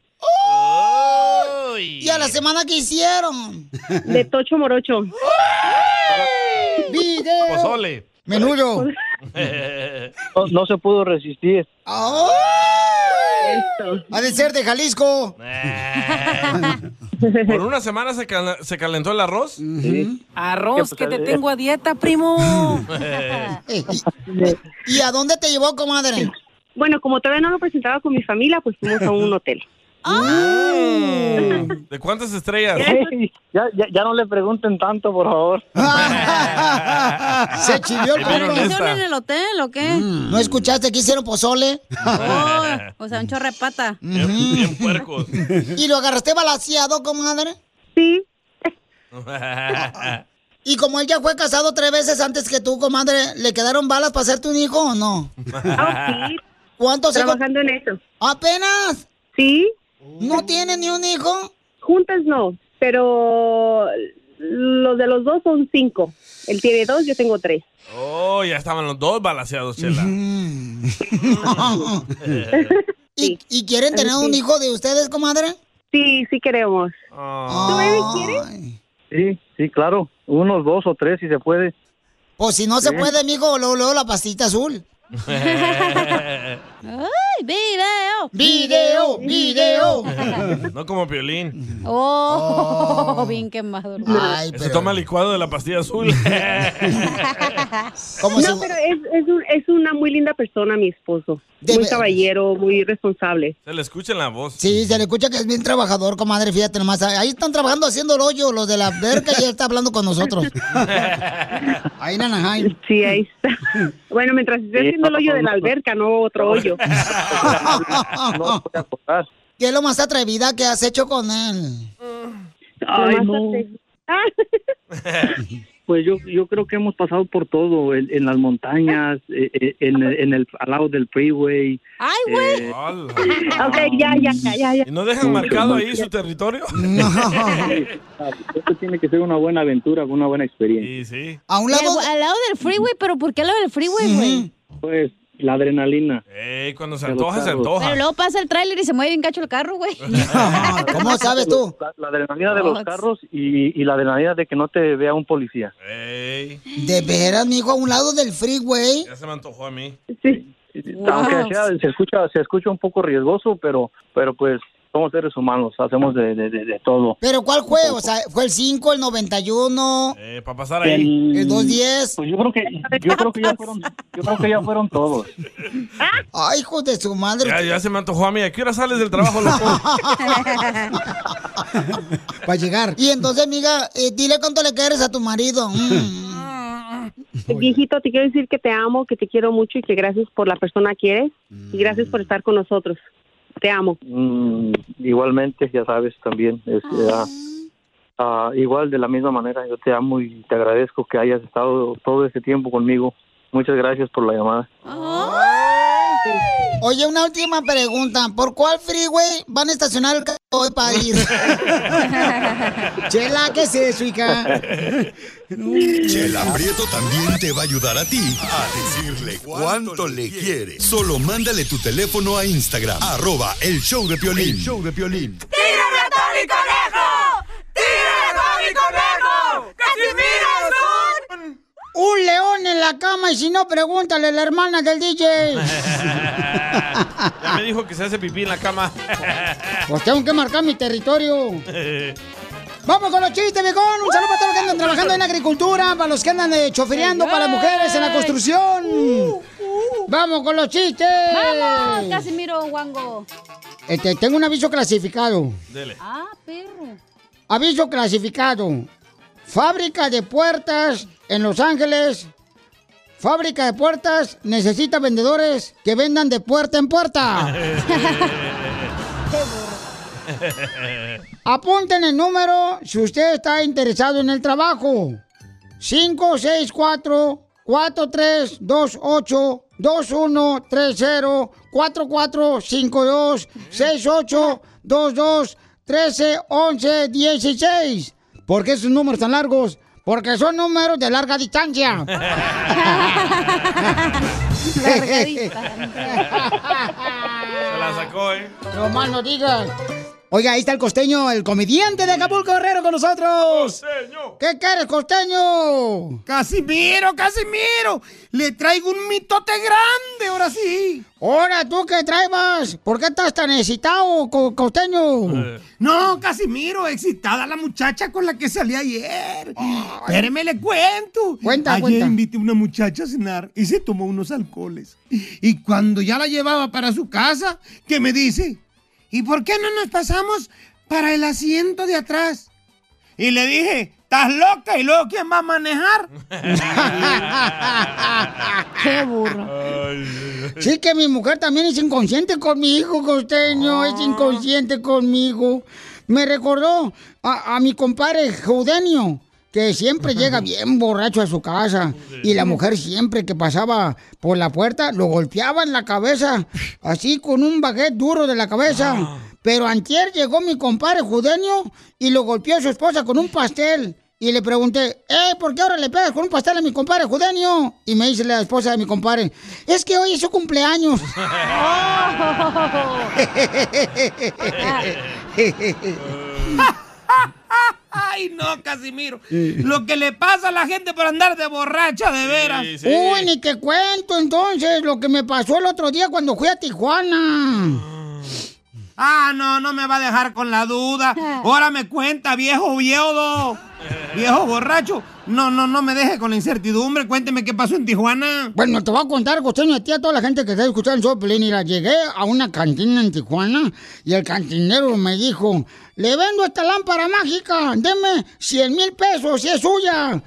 Speaker 4: ¿Y a la semana que hicieron?
Speaker 13: De Tocho Morocho.
Speaker 4: ¡Video!
Speaker 6: Pozole.
Speaker 4: Menudo.
Speaker 26: No, no se pudo resistir.
Speaker 4: ¡Ay! Ha de ser de Jalisco.
Speaker 6: ¿Por una semana se, cala- se calentó el arroz?
Speaker 25: Arroz, que te tengo a dieta, primo.
Speaker 4: Oh. Eh, ¿Y a dónde te llevó, comadre?
Speaker 13: Bueno, como todavía no lo presentaba con mi familia, pues fuimos a un hotel.
Speaker 6: ¿De cuántas estrellas?
Speaker 26: Ya, ya, ya no le pregunten tanto, por favor.
Speaker 14: Se chivió el
Speaker 5: ¿Pero qué
Speaker 14: compa.
Speaker 5: hicieron en el hotel o qué?
Speaker 4: Mm.
Speaker 14: ¿No escuchaste que hicieron pozole?
Speaker 5: Oh, o sea, un chorro de pata.
Speaker 4: Mm.
Speaker 6: Bien puercos.
Speaker 14: ¿Y lo agarraste balaseado, comadre?
Speaker 13: Sí. Ah,
Speaker 14: ¿Y como él ya fue casado tres veces antes que tú, comadre, le quedaron balas para hacerte un hijo o no? ¿Cuántos hijos?
Speaker 13: Trabajando en eso.
Speaker 14: ¿Apenas?
Speaker 13: Sí.
Speaker 14: ¿No tiene ni un hijo?
Speaker 13: Juntas no, pero los de los dos son cinco. Él tiene dos, yo tengo tres.
Speaker 6: Oh, ya estaban los dos balaseados, Chela.
Speaker 14: ¿Y, y quieren tener un
Speaker 13: Sí.
Speaker 14: hijo de ustedes, comadre?
Speaker 13: Sí, sí queremos.
Speaker 14: ¿Tú,
Speaker 13: baby,
Speaker 26: Sí, sí, claro. Unos dos o tres, si se puede.
Speaker 14: O si no se
Speaker 26: Sí.
Speaker 14: puede, amigo, luego, luego la pastita azul.
Speaker 5: ¡Ay, video!
Speaker 14: ¡Video! ¡Video!
Speaker 6: no como violín.
Speaker 5: ¡Oh! Bien quemado.
Speaker 6: Se toma licuado de la pastilla azul.
Speaker 14: ¿Cómo
Speaker 13: no, pero es, es, un- es una muy linda persona, mi esposo. muy caballero, muy responsable.
Speaker 6: Se le escucha en la voz.
Speaker 14: Sí, se le escucha que es bien trabajador, comadre, fíjate nomás. Ahí están trabajando haciendo el hoyo los de la verga y él está hablando con nosotros. Ahí en Anaheim.
Speaker 13: Sí, ahí está. Bueno, mientras esté
Speaker 14: Sí,
Speaker 13: haciendo el hoyo de
Speaker 14: no, no,
Speaker 13: la
Speaker 14: no.
Speaker 13: alberca, no otro hoyo.
Speaker 14: ¿Qué es lo más atrevida que has hecho con él?
Speaker 13: Ay, no.
Speaker 26: Pues yo, yo creo que hemos pasado por todo, en, en las montañas, eh, eh, en, el- en el, al lado del freeway. eh,
Speaker 5: ¡Ay,
Speaker 26: güey!
Speaker 13: ok, ya, ya, ya, ya, ya.
Speaker 6: Eh, ¿Y no dejan Ah, marcado ahí su territorio?
Speaker 26: Esto tiene que ser una buena aventura, una buena experiencia.
Speaker 6: Sí, sí.
Speaker 14: A
Speaker 5: un lado. Al lado del freeway, pero ¿por qué al lado del freeway, güey?
Speaker 26: Pues la adrenalina.
Speaker 6: Ey, cuando se
Speaker 26: Pero
Speaker 6: antoja, se
Speaker 26: claro.
Speaker 6: antoja.
Speaker 5: Pero luego pasa el tráiler y se mueve bien cacho el carro, güey.
Speaker 14: ¿Cómo sabes tú?
Speaker 26: La, la adrenalina de los carros y, y la adrenalina de que no te vea un policía.
Speaker 14: ¿De veras, mijo? ¿A un lado del freeway?
Speaker 6: Ya se me antojó a mí.
Speaker 26: Aunque
Speaker 14: Wow.
Speaker 26: sea, se escucha, se escucha un poco riesgoso, pero, pero pues somos seres humanos, hacemos de, de- de- de todo.
Speaker 14: ¿Pero cuál fue? O sea, ¿fue el 5, el 91?
Speaker 6: Eh, para pasar ahí.
Speaker 14: El 210.
Speaker 26: Pues yo creo que yo creo que ya fueron, yo creo que ya fueron todos.
Speaker 14: Ay, hijo de su madre.
Speaker 6: Ya, ya se me antojó a mí. ¿A qué hora sales del trabajo, loco?
Speaker 14: Para llegar. Y entonces, amiga, eh, dile cuánto le quieres a tu marido. Mm.
Speaker 13: Viejito, te quiero decir que te amo, que te quiero mucho y que gracias por la persona que eres y gracias
Speaker 6: Mm.
Speaker 13: por estar con nosotros. Te amo.
Speaker 26: Mm, igualmente, ya sabes también, es, eh, ah, ah, igual de la misma manera, yo te amo y te agradezco que hayas estado todo este tiempo conmigo. Muchas gracias por la llamada.
Speaker 14: Oye, una última pregunta. ¿Por cuál freeway van a estacionar el carro hoy para ir? Chela, ¿qué es eso, hija?
Speaker 8: Chela Prieto también te va a ayudar a ti a decirle cuánto le quiere. Solo mándale tu teléfono a Instagram, arroba el show de Piolín. El show de Piolín.
Speaker 9: ¡Tírame a Tony Conejo! ¡Tírame a Tony Conejo! ¡Casimiro
Speaker 14: Un león en la cama y si no, pregúntale a la hermana del DJ.
Speaker 6: ya me dijo que se hace pipí en la cama.
Speaker 14: Pues tengo que marcar mi territorio. Vamos con los chistes, viejón. Un saludo para todos los que andan trabajando en la agricultura, para los que andan eh, chofereando, para las mujeres en la construcción. Vamos con los chistes.
Speaker 5: ¡Vamos, Casimiro Wango!
Speaker 14: Este, tengo un aviso clasificado.
Speaker 6: Dele.
Speaker 5: ¡Ah, perro!
Speaker 14: Aviso clasificado. Fábrica de puertas en Los Ángeles. Fábrica de puertas necesita vendedores que vendan de puerta en puerta.
Speaker 9: Este,
Speaker 14: Apunten el número si usted está interesado en el trabajo. 564-432-821-38-44-52-68-22-13-11-16. ¿Por qué esos números tan largos? Porque son números de larga distancia.
Speaker 9: Larga
Speaker 6: Se la sacó, ¿eh?
Speaker 14: No más no digas. Oiga, ahí está el costeño, el comediante de Acapulco Herrero con nosotros. ¿Qué quieres, costeño?
Speaker 22: Casimiro, Casimiro, le traigo un mitote grande, ahora sí.
Speaker 14: Ahora tú qué traes, ¿por qué estás tan excitado, co- costeño?
Speaker 22: No, Casimiro, excitada la muchacha con la que salí ayer. Espéreme, le cuento.
Speaker 14: Cuenta,
Speaker 22: ayer
Speaker 14: cuenta.
Speaker 22: invité a una muchacha a cenar y se tomó unos alcoholes. Y cuando ya la llevaba para su casa, que me dice,
Speaker 9: ¿y por qué no nos pasamos para el asiento de atrás? Y le dije, ¿estás loca? ¿Y luego quién va a manejar?
Speaker 5: Qué burro.
Speaker 4: Sí, que mi mujer también es inconsciente conmigo, costeño. Es inconsciente conmigo. Me recordó a, a mi compadre Jeudenio, que siempre llega bien borracho a su casa. Y la mujer siempre que pasaba por la puerta lo golpeaba en la cabeza, así con un baguette duro de la
Speaker 9: Ah.
Speaker 4: cabeza. Pero antier llegó mi compadre Judenio y lo golpeó a su esposa con un pastel. Y le pregunté, "Ey, ¿por qué ahora le pegas con un pastel a mi compadre Judenio? Y me dice la esposa de mi compadre, es que hoy es su cumpleaños.
Speaker 9: Ay, no, Casimiro. Lo que le pasa a la gente por andar de borracha, de veras.
Speaker 4: Uy, ni te cuento entonces lo que me pasó el otro día cuando fui a Tijuana.
Speaker 9: Ah, no, no me va a dejar con la duda. Ahora me cuenta, viejo vieudo. Viejo borracho. No, no, no me deje con la incertidumbre. Cuénteme qué pasó en Tijuana.
Speaker 4: Bueno, te voy a contar, costeño, a ti, a toda la gente que está escuchando el show de Piolín. Mira, llegué a una cantina en Tijuana y el cantinero me dijo, le vendo esta lámpara mágica, deme 100 mil pesos si es suya.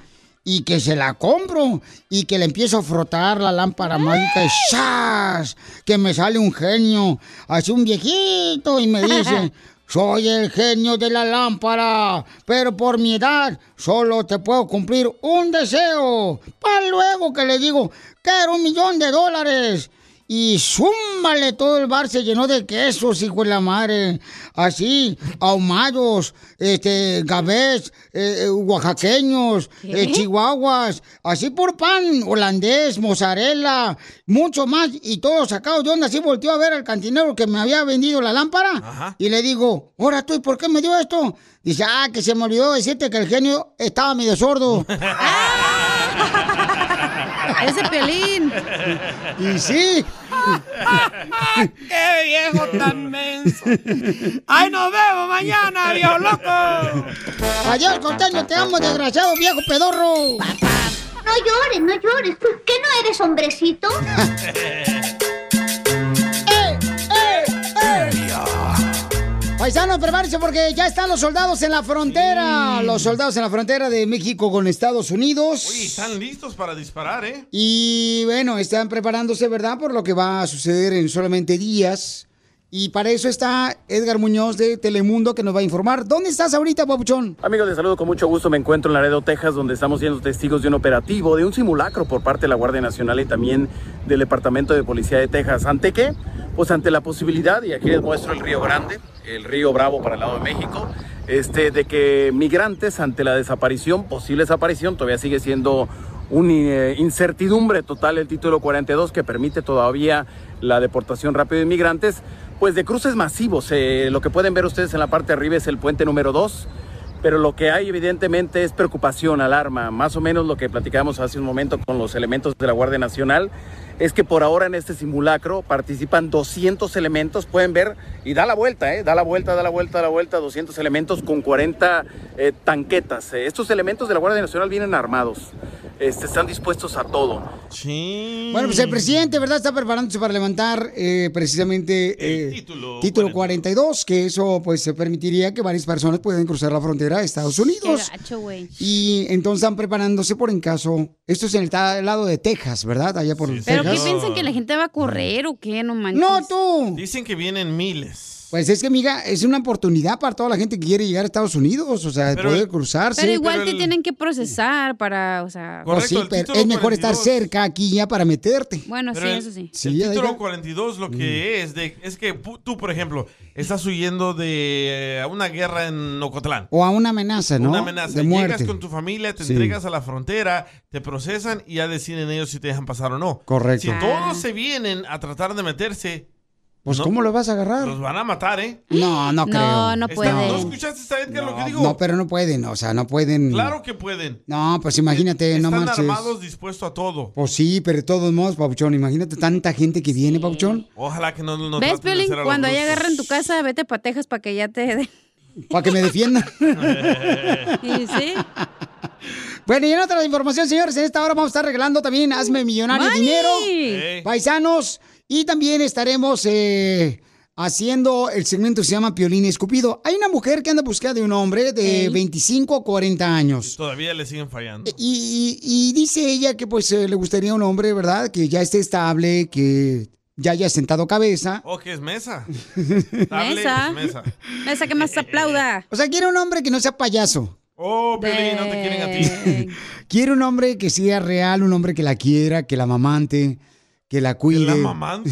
Speaker 4: Y que se la compro y que le empiezo a frotar la lámpara mágica y ¡zas! Que me sale un genio, así un viejito y me dice... Soy el genio de la lámpara, pero por mi edad solo te puedo cumplir un deseo. Para luego que le digo, quiero un millón de dólares. Y súmale, todo el bar se llenó de quesos, hijo de la madre. Así, ahumados, este, gabés, eh, eh, oaxaqueños,
Speaker 14: ¿Qué?
Speaker 4: eh, chihuahuas, así por pan, holandés, mozzarella, mucho más. Y todo sacado de onda, así volteó a ver al cantinero que me había vendido la lámpara. Y le digo, ahora tú, ¿y por qué me dio esto? Dice, ah, que se me olvidó decirte que el genio estaba medio sordo.
Speaker 5: Ese pelín.
Speaker 4: y sí.
Speaker 9: ¡Qué viejo tan menso! ¡Ay, nos vemos mañana, viejo loco!
Speaker 4: Adiós, costeño, te amo, desgraciado viejo pedorro.
Speaker 27: No llores, no llores. ¿Tú qué no eres hombrecito?
Speaker 4: Paisanos, prepárense porque ya están los soldados en la frontera. Los soldados en la frontera de México con Estados Unidos.
Speaker 6: Oye, están listos para disparar, ¿eh?
Speaker 4: Y bueno, están preparándose, ¿verdad? Por lo que va a suceder en solamente días. Y para eso está Edgar Muñoz de Telemundo que nos va a informar. ¿Dónde estás ahorita, Papuchón?
Speaker 23: Amigos, les saludo con mucho gusto. Me encuentro en Laredo, Texas, donde estamos siendo testigos de un operativo, de un simulacro por parte de la Guardia Nacional y también del Departamento de Policía de Texas. ¿Ante qué? Pues ante la posibilidad, y aquí les muestro el Río Grande, el Río Bravo para el lado de México, este, de que migrantes ante la desaparición, posible desaparición, todavía sigue siendo una incertidumbre total el título 42 que permite todavía la deportación rápida de inmigrantes, pues de cruces masivos. Eh, lo que pueden ver ustedes en la parte de arriba es el puente número 2, pero lo que hay evidentemente es preocupación, alarma, más o menos lo que platicamos hace un momento con los elementos de la Guardia Nacional, es que por ahora en este simulacro participan 200 elementos, pueden ver, y da la vuelta, ¿eh? da la vuelta, da la vuelta, da la vuelta, 200 elementos con 40 eh, tanquetas. Eh, Estos elementos de la Guardia Nacional vienen armados, este, están dispuestos a todo.
Speaker 4: Bueno,
Speaker 5: Mm.
Speaker 4: pues el presidente, ¿verdad? Está preparándose para levantar eh, precisamente eh, título, 42, que eso pues se permitiría que varias personas puedan cruzar la frontera de Estados Unidos.
Speaker 5: Qué gacho, güey.
Speaker 4: Y entonces están preparándose por en caso. Esto es en el ta- lado de Texas, ¿verdad? Allá por
Speaker 5: ¿Pero
Speaker 4: Texas.
Speaker 5: qué piensan que la gente va a correr o qué? No manches.
Speaker 4: No, tú.
Speaker 6: Dicen que vienen miles.
Speaker 4: Pues es que, amiga, es una oportunidad para toda la gente que quiere llegar a Estados Unidos, o sea, de
Speaker 6: Pero-
Speaker 4: poder cruzarse.
Speaker 5: Pero igual te tienen que procesar para, o sea...
Speaker 4: Pues sí, pero es mejor estar cerca aquí ya para meterte.
Speaker 5: Bueno,
Speaker 6: Pero
Speaker 5: sí,
Speaker 6: el-
Speaker 5: eso sí.
Speaker 4: Sí, Mm.
Speaker 6: El
Speaker 4: ahí
Speaker 6: título
Speaker 4: está.
Speaker 6: 42 lo que es de, es que pu- tú, por ejemplo, estás huyendo de eh, una guerra en Ocotlán.
Speaker 4: O a una amenaza, ¿no?
Speaker 6: Una amenaza.
Speaker 4: De muerte.
Speaker 6: Llegas con tu familia, te
Speaker 4: Sí.
Speaker 6: entregas a la frontera, te procesan y ya deciden ellos si te dejan pasar o no.
Speaker 4: Correcto.
Speaker 6: Si todos se vienen a tratar de meterse,
Speaker 4: Pues, ¿cómo lo vas a agarrar?
Speaker 6: los van a matar, ¿eh?
Speaker 4: No, no creo.
Speaker 6: Está- ¿No escuchaste a Edgar lo que digo?
Speaker 4: No, pero no pueden, o sea, no pueden.
Speaker 6: Claro que pueden.
Speaker 4: No, pues imagínate, no
Speaker 6: Están
Speaker 4: marches.
Speaker 6: armados, dispuestos a todo.
Speaker 4: Pues sí, pero de todos modos, Papuchón, imagínate tanta gente que viene, Papuchón,
Speaker 6: Ojalá que no nos
Speaker 5: ¿Ves, Piolín? Cuando ahí agarran tu casa, vete para Texas para que ya te den.
Speaker 4: para que me defiendan.
Speaker 5: Y sí.
Speaker 4: Bueno, y en otra información, señores, en esta hora vamos a estar regalando también Hazme Millonario
Speaker 14: Money.
Speaker 4: Dinero,
Speaker 14: Ey.
Speaker 4: paisanos, y también estaremos eh, haciendo el segmento que se llama Piolín Escupido. Hay una mujer que anda buscando de un hombre de 25 a 40 años.
Speaker 6: Todavía le siguen fallando.
Speaker 4: Y, y- y dice ella que pues eh, le gustaría un hombre, ¿verdad? Que ya esté estable, que ya haya sentado cabeza.
Speaker 6: ¿O Oh, qué es mesa? Tablet,
Speaker 5: Mesa.
Speaker 6: Mesa.
Speaker 5: Esa que más aplauda.
Speaker 4: O sea, quiere un hombre que no sea payaso.
Speaker 6: Oh, Piolín, no te quieren a ti.
Speaker 4: Quiere un hombre que sea real, un hombre que la quiera, que la mamante, que la cuide.
Speaker 6: ¿La mamante?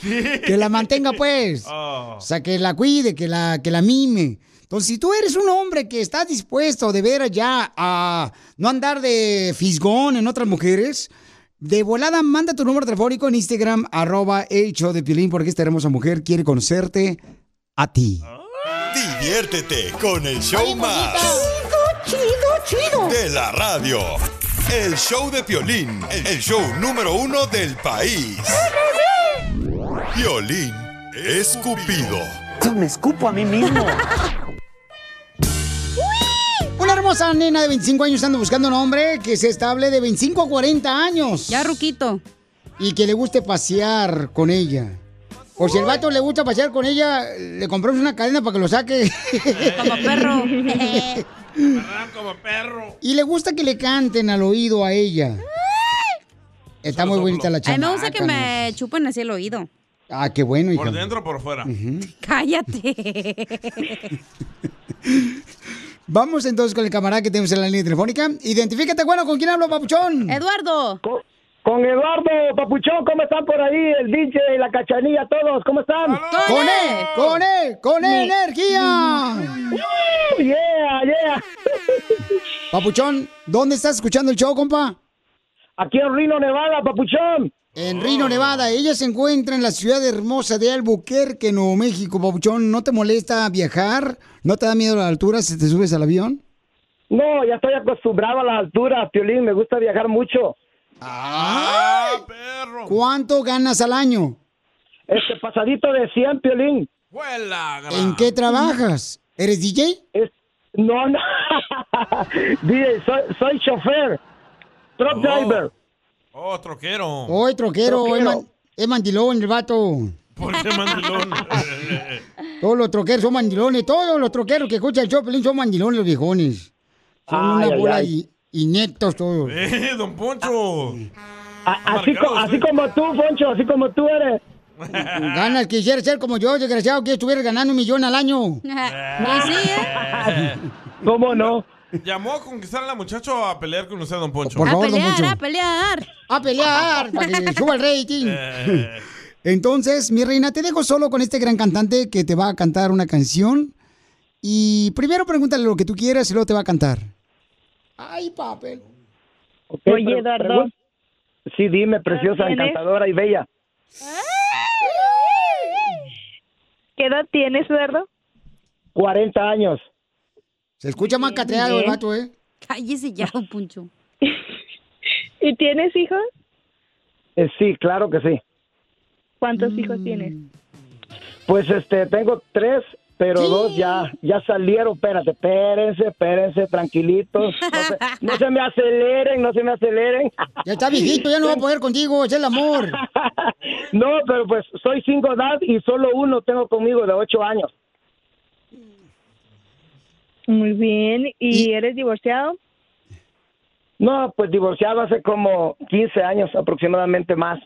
Speaker 4: que la mantenga pues.
Speaker 6: Oh.
Speaker 4: O sea, que la cuide, que la, que la mime. Entonces, si tú eres un hombre que está dispuesto de veras ya a no andar de fisgón en otras mujeres, de volada manda tu número telefónico en Instagram, arroba el show de Piolín, porque esta hermosa mujer quiere conocerte a ti.
Speaker 8: Diviértete con el show más. Chido, chido, chido. De la radio. El show de Piolín, el show número uno del país. Piolín Escupido.
Speaker 4: Yo me escupo a mí mismo. Una hermosa nena de 25 años anda buscando un hombre que se estable de 25 a 40 años. Ya, Ruquito. Y que le guste pasear con ella. O si el vato le gusta pasear con ella, le compramos una cadena para que lo saque.
Speaker 5: Como perro.
Speaker 6: Como perro.
Speaker 4: y le gusta que le canten al oído a ella. Está muy bonita la
Speaker 5: A
Speaker 4: chamaca.
Speaker 5: mí me
Speaker 6: Ah,
Speaker 5: gusta que
Speaker 4: ¿no?
Speaker 5: me chupen así el oído.
Speaker 4: Ah, qué bueno, hija.
Speaker 6: Por dentro o por fuera.
Speaker 5: Cállate.
Speaker 4: Vamos entonces con el camarada que tenemos en la línea telefónica. Identifícate, bueno, ¿con quién hablo, papuchón?
Speaker 5: Eduardo.
Speaker 28: Con Eduardo, Papuchón, ¿cómo están por ahí? El DJ, la cachanilla, todos, ¿cómo están?
Speaker 4: ¡Con él! ¡Con él! ¡Con energía!
Speaker 28: ¡Yeah, yeah!
Speaker 4: Papuchón, ¿dónde estás escuchando el show, compa?
Speaker 28: Aquí en Rino, Nevada, Papuchón.
Speaker 4: En Rino, Nevada. Ella se encuentra en la ciudad hermosa de Albuquerque, Nuevo México. Papuchón, ¿no te molesta viajar? ¿No te da miedo la altura si te subes al avión?
Speaker 28: No, ya estoy acostumbrado a las alturas, Piolín, me gusta viajar mucho.
Speaker 4: ¡Ah, perro! ¿Cuánto ganas al año?
Speaker 28: Este pasadito de 100, Piolín.
Speaker 4: ¿En qué trabajas? ¿Eres DJ?
Speaker 28: No, no. DJ, soy, soy chofer, truck
Speaker 6: Oh.
Speaker 28: driver.
Speaker 6: Oh, troquero.
Speaker 4: Hoy, troquero, es
Speaker 28: Troquero.
Speaker 4: man- es mandilón el vato.
Speaker 6: ¿Por qué mandilón?
Speaker 4: Todos los troqueros son mandilones. Todos los troqueros que escuchan el show, Pelín, son mandilones los viejones. Son
Speaker 28: Ay,
Speaker 4: una
Speaker 28: ay,
Speaker 4: bola
Speaker 28: ay.
Speaker 4: y ineptos todos.
Speaker 6: ¡Eh, don Poncho!
Speaker 28: A- así, co- así como tú, Poncho, así como tú eres.
Speaker 29: Pues
Speaker 4: Ganas, quisiera ser como yo, desgraciado, que estuviera ganando un millón al año.
Speaker 29: ¿eh?
Speaker 28: ¿Cómo no?
Speaker 6: Llamó a conquistar a la muchacha o a pelear con usted, don Poncho.
Speaker 4: Por favor, don Poncho.
Speaker 5: pelear.
Speaker 4: A pelear, para que suba el rating.
Speaker 6: Eh.
Speaker 4: Entonces, mi reina, te dejo solo con este gran cantante que te va a cantar una canción. Y primero pregúntale lo que tú quieras y luego te va a cantar. Ay, papel.
Speaker 28: Oye, Eduardo. Sí, dime, preciosa,
Speaker 4: ¿Tienes?
Speaker 28: encantadora y bella.
Speaker 29: ¿Qué edad tienes, Eduardo?
Speaker 28: 40 años.
Speaker 4: Se escucha más
Speaker 29: cateado el vato,
Speaker 4: ¿eh?
Speaker 5: Cállese ya, don Poncho.
Speaker 29: ¿Y tienes hijos?
Speaker 28: Eh, sí, claro que sí.
Speaker 29: ¿Cuántos
Speaker 13: Mm.
Speaker 29: hijos tienes?
Speaker 28: Pues este, tengo tres, pero dos ya, ya salieron. Espérate, espérense, espérense, tranquilitos. No se, no se me aceleren, no se me aceleren.
Speaker 4: Ya está viejito, ya no va a poder contigo, es el amor.
Speaker 28: No, pero pues soy cinco edad y solo uno tengo conmigo de ocho años.
Speaker 29: Muy bien. ¿Y, eres divorciado?
Speaker 28: No, pues divorciado hace como 15 años aproximadamente más.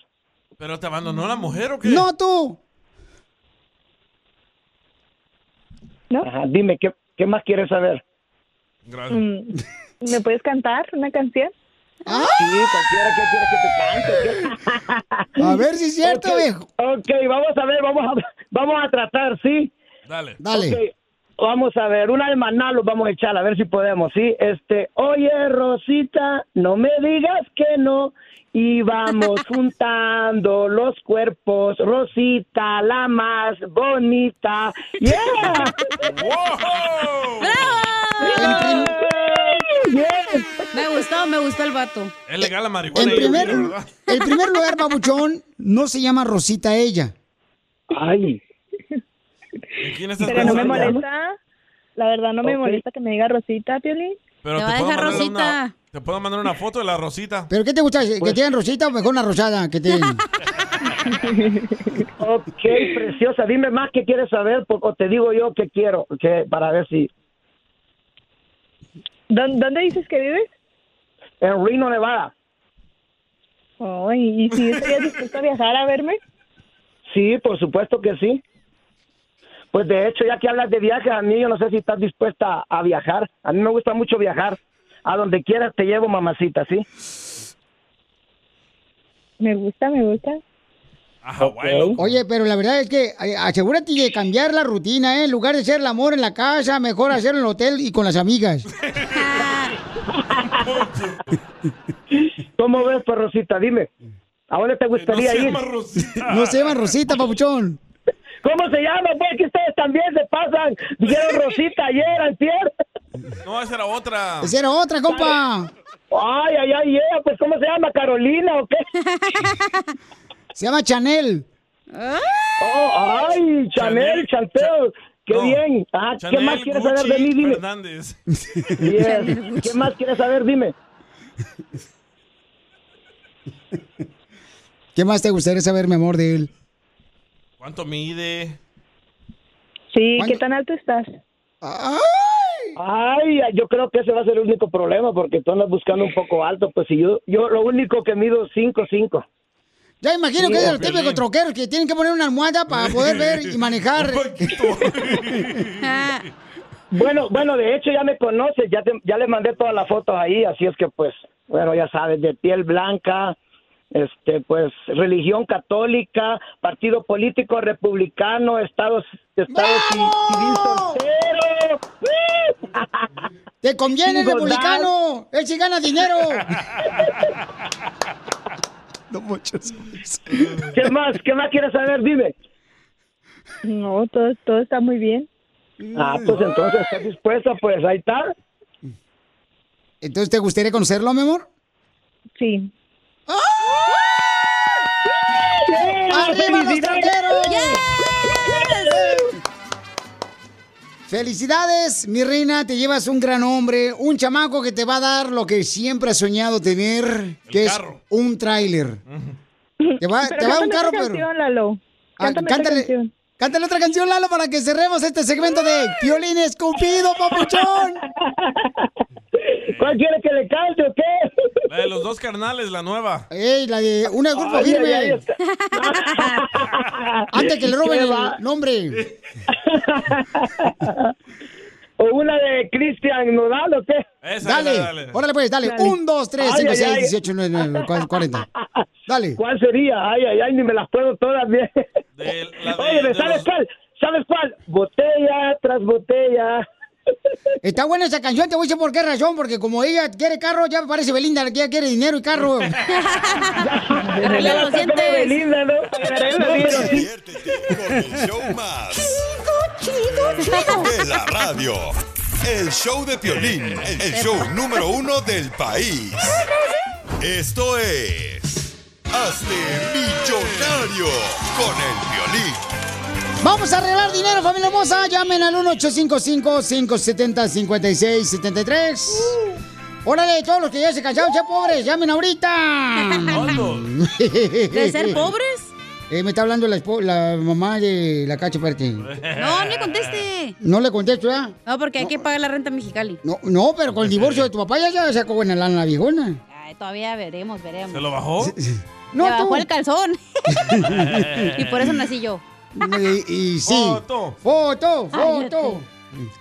Speaker 6: ¿Pero te abandonó la mujer o qué?
Speaker 4: No, tú.
Speaker 28: Ajá, dime, ¿qué, ¿qué más quieres saber?
Speaker 6: Gracias.
Speaker 29: Mm, ¿Me puedes cantar una canción?
Speaker 28: Sí, cualquiera que quieres que te cante. ¿qué?
Speaker 4: ¡Ah! A ver si es cierto,
Speaker 28: Ok,
Speaker 4: viejo.
Speaker 28: Ok, vamos a ver, vamos a, vamos a tratar, ¿sí?
Speaker 6: Dale.
Speaker 28: Dale. Vamos a ver, una maná los vamos a echar, a ver si podemos, ¿sí? Este, oye, Rosita, no me digas que no. Y vamos juntando los cuerpos, Rosita, la más bonita. ¡Yeah!
Speaker 5: Me gustó, me gustó el vato.
Speaker 6: Es legal la marihuana.
Speaker 4: En
Speaker 6: ahí,
Speaker 4: primer,
Speaker 6: ¿verdad?
Speaker 4: el primer lugar, babuchón, no se llama Rosita ella.
Speaker 28: Ay.
Speaker 6: ¿En quién estás
Speaker 29: Pero no me
Speaker 6: pensando?
Speaker 29: molesta. La verdad no me
Speaker 6: Ok.
Speaker 29: molesta que me diga Rosita, Piolín.
Speaker 6: Pero
Speaker 29: Te
Speaker 6: te,
Speaker 29: va a
Speaker 6: puedo
Speaker 29: dejar
Speaker 6: mandar
Speaker 29: Rosita.
Speaker 6: Una, te puedo mandar una foto de la Rosita.
Speaker 28: Pues-
Speaker 4: ¿Pero qué te gusta? ¿Que te digan Rosita o mejor una rosada? Que te...
Speaker 28: Ok, preciosa, dime más qué quieres saber po- o te digo yo qué quiero, que para ver si...
Speaker 29: ¿Dónde dices que vives?
Speaker 28: En Reno, Nevada.
Speaker 29: Ay, ¿y si estarías dispuesto a viajar a verme?
Speaker 28: Sí, por supuesto que sí. Pues de hecho, ya que hablas de viajes, a mí yo no sé si estás dispuesta a viajar. A mí me gusta mucho viajar. A donde quieras te llevo, mamacita, ¿sí?
Speaker 29: Me gusta, me gusta.
Speaker 4: Oye, pero la verdad es que eh, asegúrate de cambiar la rutina, ¿eh? En lugar de hacer el amor en la casa, mejor hacerlo en el hotel y con las amigas.
Speaker 28: ¿Cómo ves, perrosita? Dime. ¿A dónde te gustaría ir?
Speaker 4: No se llama Rosita, papuchón.
Speaker 28: ¿Cómo se llama? Pues que ustedes también se pasan. Dijeron Rosita ayer, antier.
Speaker 6: No, esa era otra.
Speaker 4: Esa era otra, compa.
Speaker 28: Ay, ay, ay, yeah, pues ¿cómo se llama? ¿Carolina o qué?
Speaker 4: Se llama Chanel.
Speaker 28: Oh, ay, Chanel, Chanteo. Qué bien. Ah, ¿Qué más quieres saber de mí? Dime.
Speaker 6: Fernández.
Speaker 28: Yes. ¿Qué más quieres saber? Dime.
Speaker 4: ¿Qué más te gustaría saber, mi amor, de él?
Speaker 6: ¿Cuánto mide?
Speaker 29: Sí, ¿qué tan alto estás?
Speaker 28: Ay, yo creo que ese va a ser el único problema porque tú andas buscando un poco alto. Pues si yo, yo lo único que mido es 5'5".
Speaker 4: Ya imagino
Speaker 28: Sí,
Speaker 4: que es de
Speaker 28: o
Speaker 4: los
Speaker 28: Piolín.
Speaker 4: típicos troqueros que tienen que poner una almohada para poder ver y manejar.
Speaker 28: Bueno, bueno, de hecho ya me conoces, ya, te, ya le mandé todas las fotos ahí, así es que pues, bueno, ya sabes, de piel blanca, este, pues, religión católica, partido político republicano, estados, estados ci- civil soltero.
Speaker 4: ¡Te conviene el republicano! ¡Él sí gana dinero!
Speaker 28: ¿Qué más? ¿Qué más quieres saber? Dime.
Speaker 29: No, todo, todo está muy bien.
Speaker 28: Ah, pues entonces estás dispuesta, pues ahí está.
Speaker 4: Entonces, ¿te gustaría conocerlo, mi amor?
Speaker 29: Sí.
Speaker 4: ¡Arriba los
Speaker 9: ¡Felicidades!
Speaker 4: troqueros! Felicidades, mi reina, te llevas un gran hombre, un chamaco que te va a dar lo que siempre has soñado tener, que es un tráiler. Te va,
Speaker 29: Pero
Speaker 4: te va a dar un
Speaker 29: cántame
Speaker 4: carro,
Speaker 29: otra
Speaker 4: pero...
Speaker 29: canción, Lalo.
Speaker 4: Ah,
Speaker 29: Cántame otra
Speaker 4: cántale,
Speaker 29: canción.
Speaker 4: cántale otra canción, Lalo, para que cerremos este segmento de Piolín Escupido, papuchón.
Speaker 28: ¿Cuál quiere que le cante o qué?
Speaker 6: La de los dos carnales, la nueva.
Speaker 4: Ey, la de una de grupo
Speaker 6: Ay,
Speaker 4: firme.
Speaker 6: ay, ay,
Speaker 4: Antes que le roben
Speaker 28: Qué
Speaker 4: el
Speaker 28: va-
Speaker 4: nombre.
Speaker 28: ¿O una de Cristian Nodal o qué?
Speaker 4: dale, órale pues, dale. Un, dos, tres,
Speaker 28: Ay,
Speaker 4: cinco,
Speaker 28: ay,
Speaker 4: seis,
Speaker 28: ay.
Speaker 4: dieciocho, nueve, nueve, cua- cuarenta. Dale.
Speaker 28: ¿Cuál sería? Ay, ay, ay, ni me las puedo todas bien. Oye, ¿sabes cuál? ¿Sabes cuál? Botella tras botella.
Speaker 4: Está buena esa canción, te voy a decir por qué razón, porque como ella quiere carro, ya parece Belinda, la que ella quiere dinero y carro.
Speaker 9: Arregla los dientes.
Speaker 28: Belinda, ¿no?
Speaker 8: Con el show más. De la radio. El show de Piolín. El show número uno del país. Esto es... Hazte millonario con el Piolín.
Speaker 4: Vamos a arreglar dinero, familia hermosa. Llamen al 1-855-570-5673.
Speaker 5: Uh.
Speaker 4: Órale, todos los que ya se cansaron, ya pobres, llamen ahorita.
Speaker 9: ¿De ser
Speaker 5: pobres?
Speaker 4: Eh, me está hablando la, espo- la mamá de la Cacho Fuerte.
Speaker 5: No, no le conteste.
Speaker 4: No le contesto, ¿ya?
Speaker 5: No, porque hay que pagar la renta en Mexicali.
Speaker 4: No, no, pero con el divorcio de tu papá ya, ya sacó buena lana la viejona.
Speaker 5: Ay, todavía veremos, veremos.
Speaker 6: ¿Se lo bajó?
Speaker 4: No,
Speaker 5: No, bajó
Speaker 4: tú.
Speaker 5: el calzón. y por eso nací yo.
Speaker 4: Y, y sí.
Speaker 5: Foto.
Speaker 4: Foto, foto.
Speaker 5: Cállate.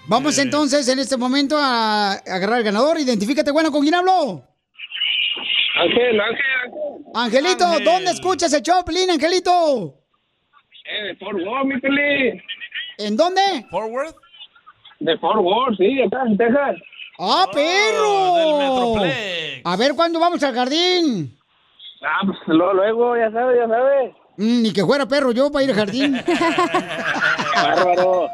Speaker 4: Vamos entonces en este momento a agarrar al ganador. Identifícate, bueno, ¿con quién habló?
Speaker 24: Ángel, Ángel,
Speaker 4: Angelito,
Speaker 24: Ángel.
Speaker 4: ¿dónde escuchas el Choplin, Angelito?
Speaker 24: eh, de Fort Worth, mi Piolín.
Speaker 4: ¿En dónde?
Speaker 6: ¿Fort Worth?
Speaker 24: De Fort Worth, sí, acá en Texas.
Speaker 6: Oh,
Speaker 4: ¡Ah, perro!
Speaker 24: Metroplex.
Speaker 4: a ver, ¿cuándo vamos al jardín?
Speaker 24: Ah, pues lo- luego, ya sabes, ya sabes.
Speaker 4: Mm, ni que fuera perro yo para ir al jardín.
Speaker 24: Bárbaro.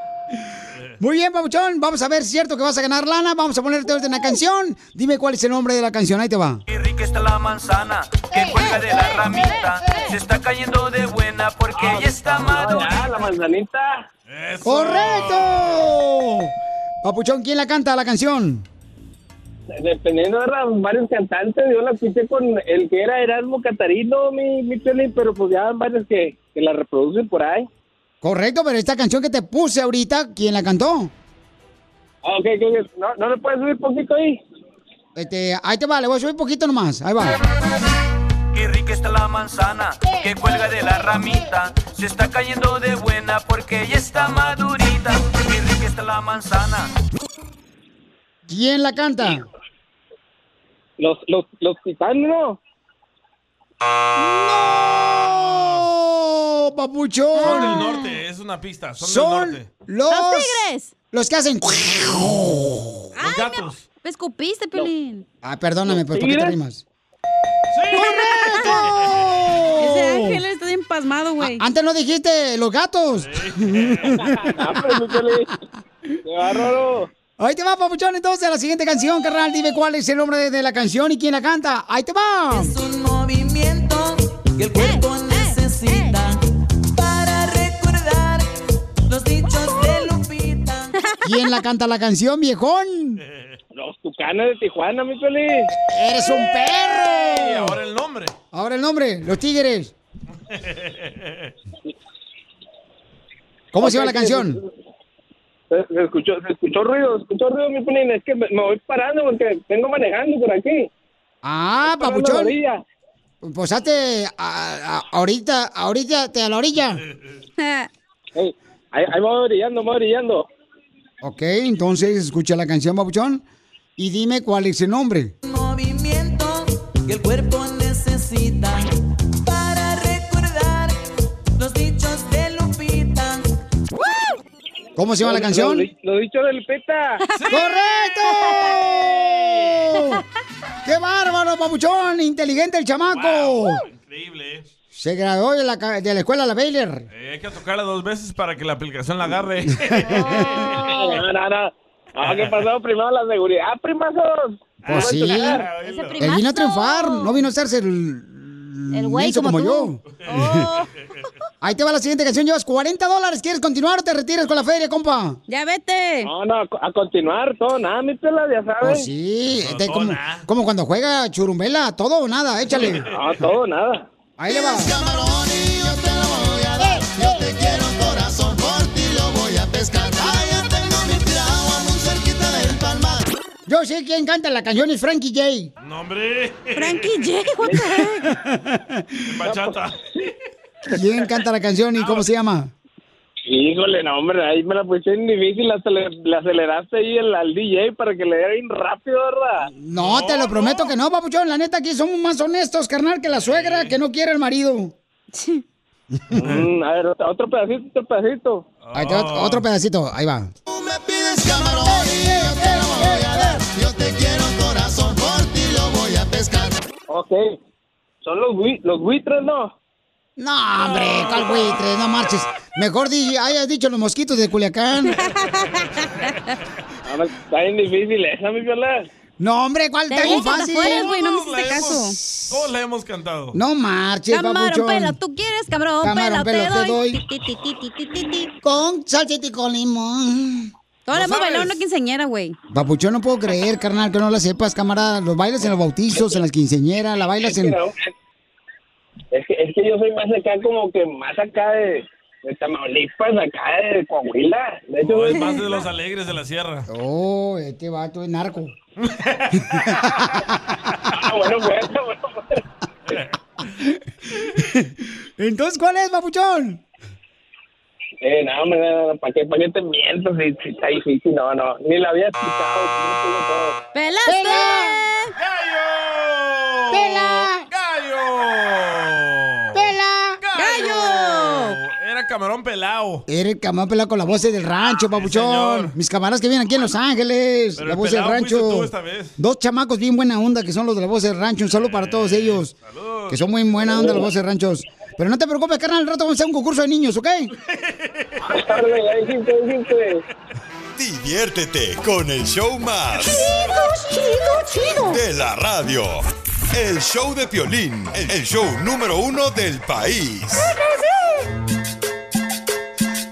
Speaker 4: Muy bien, Pabuchón. Vamos a ver, ¿cierto que vas a ganar lana? Vamos a ponerte ahorita una canción. Dime cuál es el nombre de la canción. Ahí te va.
Speaker 10: Qué rica está la manzana
Speaker 9: Eh,
Speaker 10: que cuelga de la ramita. Se está cayendo de buena porque
Speaker 9: Ah,
Speaker 10: ella está madura.
Speaker 24: la manzanita.
Speaker 4: ¡Correcto! Papuchón, ¿quién la canta la canción?
Speaker 9: dependiendo, ¿verdad? Varios cantantes. Yo la escuché con el que era Erasmo Catarino, mi, mi Piolín, pero pues ya varios que, que la reproducen por ahí.
Speaker 4: Correcto, pero esta canción que te puse ahorita, ¿quién la cantó?
Speaker 9: Ah, ok, ok, ok. ¿No, ¿No le puedes subir poquito ahí?
Speaker 4: Este, ahí te va, le voy a subir poquito nomás. Ahí va.
Speaker 30: Qué rica está la manzana que cuelga de la ramita. Se está cayendo de buena porque ya está madurita. Qué rica está la manzana.
Speaker 4: ¿Quién la canta?
Speaker 9: Los, los, los titanes, ¿no?
Speaker 4: ¡No! ¡Papuchón!
Speaker 6: Son del norte, es una pista. Son,
Speaker 4: Son
Speaker 6: del norte.
Speaker 4: los,
Speaker 5: Los tigres.
Speaker 4: los que hacen.
Speaker 5: Ay, gatos. Me escupiste, Pelín.
Speaker 4: Ah, perdóname, pero ¿por qué te
Speaker 5: ¿Tigres?
Speaker 4: rimas?
Speaker 5: Ese ángel está bien pasmado, güey.
Speaker 4: Antes no dijiste los gatos.
Speaker 9: pues,
Speaker 4: Ahí te va, papuchón, entonces, la siguiente canción, carnal. Dime cuál es el nombre de, de la canción y quién la canta. Ahí te va.
Speaker 10: movimiento que el cuerpo necesita eh. para recordar los dichos de Lupita.
Speaker 4: ¿Quién la canta la canción, viejón?
Speaker 9: Los tucanes de Tijuana, mi Piolín.
Speaker 4: ¡Eres un perro!
Speaker 9: Y ahora el nombre.
Speaker 4: Ahora el nombre, los tigres. ¿Cómo se llama
Speaker 9: Ok,
Speaker 4: la canción?
Speaker 9: Se, se escuchó, se escuchó ruido, se escuchó ruido, mi Piolín. Es que me, me voy parando porque vengo manejando por aquí.
Speaker 4: Ah,
Speaker 9: Estoy parando a la
Speaker 4: papuchón.
Speaker 9: orilla.
Speaker 4: Pues hazte a- a- ahorita, ahorita te a la orilla.
Speaker 9: Ey, ahí, ahí voy brillando, voy brillando.
Speaker 4: Ok, entonces escucha la canción, papuchón. Y dime cuál es el nombre.
Speaker 10: Movimiento que el cuerpo necesita para recordar los dichos de Lupita.
Speaker 4: ¿Cómo se llama la canción?
Speaker 9: Lo, lo dicho de Lupita.
Speaker 4: ¡Correcto! ¡Qué bárbaro, papuchón! Inteligente el chamaco.
Speaker 6: Increíble.
Speaker 4: Se graduó de la, ca- de la escuela La Baylor.
Speaker 6: Eh, hay que tocarla dos veces para que la aplicación la agarre.
Speaker 9: No, no, no. Ah, ¿qué pasó? Primero la seguridad, primazos.
Speaker 4: Pues sí. Él vino a triunfar, no vino a hacerse el.
Speaker 5: El güey
Speaker 4: menso
Speaker 5: como Oh.
Speaker 4: yo. Ahí te va la siguiente canción. Llevas 40 dólares. ¿Quieres continuar o te retiras con la feria, compa?
Speaker 5: Ya vete.
Speaker 9: No, no, a continuar, todo, nada, mi pela, ya sabes.
Speaker 4: Pues sí, este, como, como cuando juega churumbela, todo o nada, échale.
Speaker 9: No, Ah, todo, nada.
Speaker 4: Ahí le va.
Speaker 10: Yo te quiero corazón, por ti lo voy a pescar. Allá tengo mi piragua muy cerquita del palmar.
Speaker 4: Yo sé quién canta la canción, es Frankie J.
Speaker 6: Nombre.
Speaker 4: Frankie J, what the
Speaker 6: Bachata.
Speaker 4: ¿Quién canta la canción y cómo se llama?
Speaker 9: Híjole, no, hombre, ahí me la puse en difícil, aceler- le aceleraste ahí el, al DJ para que le dé bien rápido, ¿verdad?
Speaker 4: No, te lo prometo que no, papuchón. La neta, aquí somos más honestos, carnal, que la suegra que no quiere el marido.
Speaker 9: Mm, a ver, otro otro pedacito, otro pedacito.
Speaker 4: Ahí te va otro pedacito, ahí va.
Speaker 10: Pides camarón y yo te lo voy a dar. Yo te quiero corazón, por ti lo voy a pescar.
Speaker 9: Ok, son los, bui- los buitres, ¿no?
Speaker 4: No, hombre, cal buitre, no marches. Mejor di, hayas dicho los mosquitos de Culiacán.
Speaker 9: Ah, no, Está bien difícil esa, mi viola.
Speaker 4: No, hombre, ¿cuál está bien fácil?
Speaker 6: Todos la hemos- Todos la hemos cantado.
Speaker 4: No marches,
Speaker 5: Camarón,
Speaker 4: papuchón.
Speaker 5: pelo, tú quieres, camarón,
Speaker 4: Camarón,
Speaker 5: pelo,
Speaker 4: pelo,
Speaker 5: te
Speaker 4: te
Speaker 5: doy.
Speaker 4: doy.
Speaker 5: Ti, ti, ti, ti, ti, ti, ti.
Speaker 4: Con salsita y con limón.
Speaker 5: Ahora
Speaker 4: ¿No
Speaker 5: hemos bailado
Speaker 4: sabes?
Speaker 5: una quinceañera, güey.
Speaker 4: Papuchón, no puedo creer, carnal, que no la sepas, camarada. Los bailas en los bautizos, en las quinceñeras, la bailas en...
Speaker 9: Es que, es que yo soy más acá, como que más acá de, de Tamaulipas, acá de Coahuila. De hecho,
Speaker 6: No, es
Speaker 9: soy-
Speaker 6: más de los alegres de la sierra.
Speaker 4: Oh, este vato es narco.
Speaker 9: Ah, bueno, bueno, bueno.
Speaker 4: Entonces, ¿cuál es, papuchón?
Speaker 9: Eh, no, hombre, no, no, ¿para qué, para qué te miento? Si, si está difícil, no, no. Ni la había escuchado.
Speaker 4: Ah.
Speaker 5: ¡Pelaste!
Speaker 6: ¡Gallo!
Speaker 10: ¡Pela!
Speaker 6: ¡Gallo!
Speaker 4: ¡Pela!
Speaker 6: ¡Oh! ¡Gallo! Era camarón pelao.
Speaker 4: Eres camarón pelado con la voz del rancho, papuchón. Mis camaradas que vienen aquí en Los Ángeles,
Speaker 6: Pero
Speaker 4: la
Speaker 6: el
Speaker 4: voz del
Speaker 6: pelao fuiste
Speaker 4: rancho.
Speaker 6: tú esta vez. Eh,
Speaker 4: Dos chamacos bien buena onda que son los de la voz del rancho. Un saludo para todos ellos. Que son muy buena onda la voz del ranchos. Pero no te preocupes, carnal, al rato vamos a hacer un concurso de niños, ¿ok?
Speaker 8: Diviértete con el show más.
Speaker 10: Chido, chido,
Speaker 8: De la radio. El show de Piolín, el el show número uno del país.
Speaker 10: chido.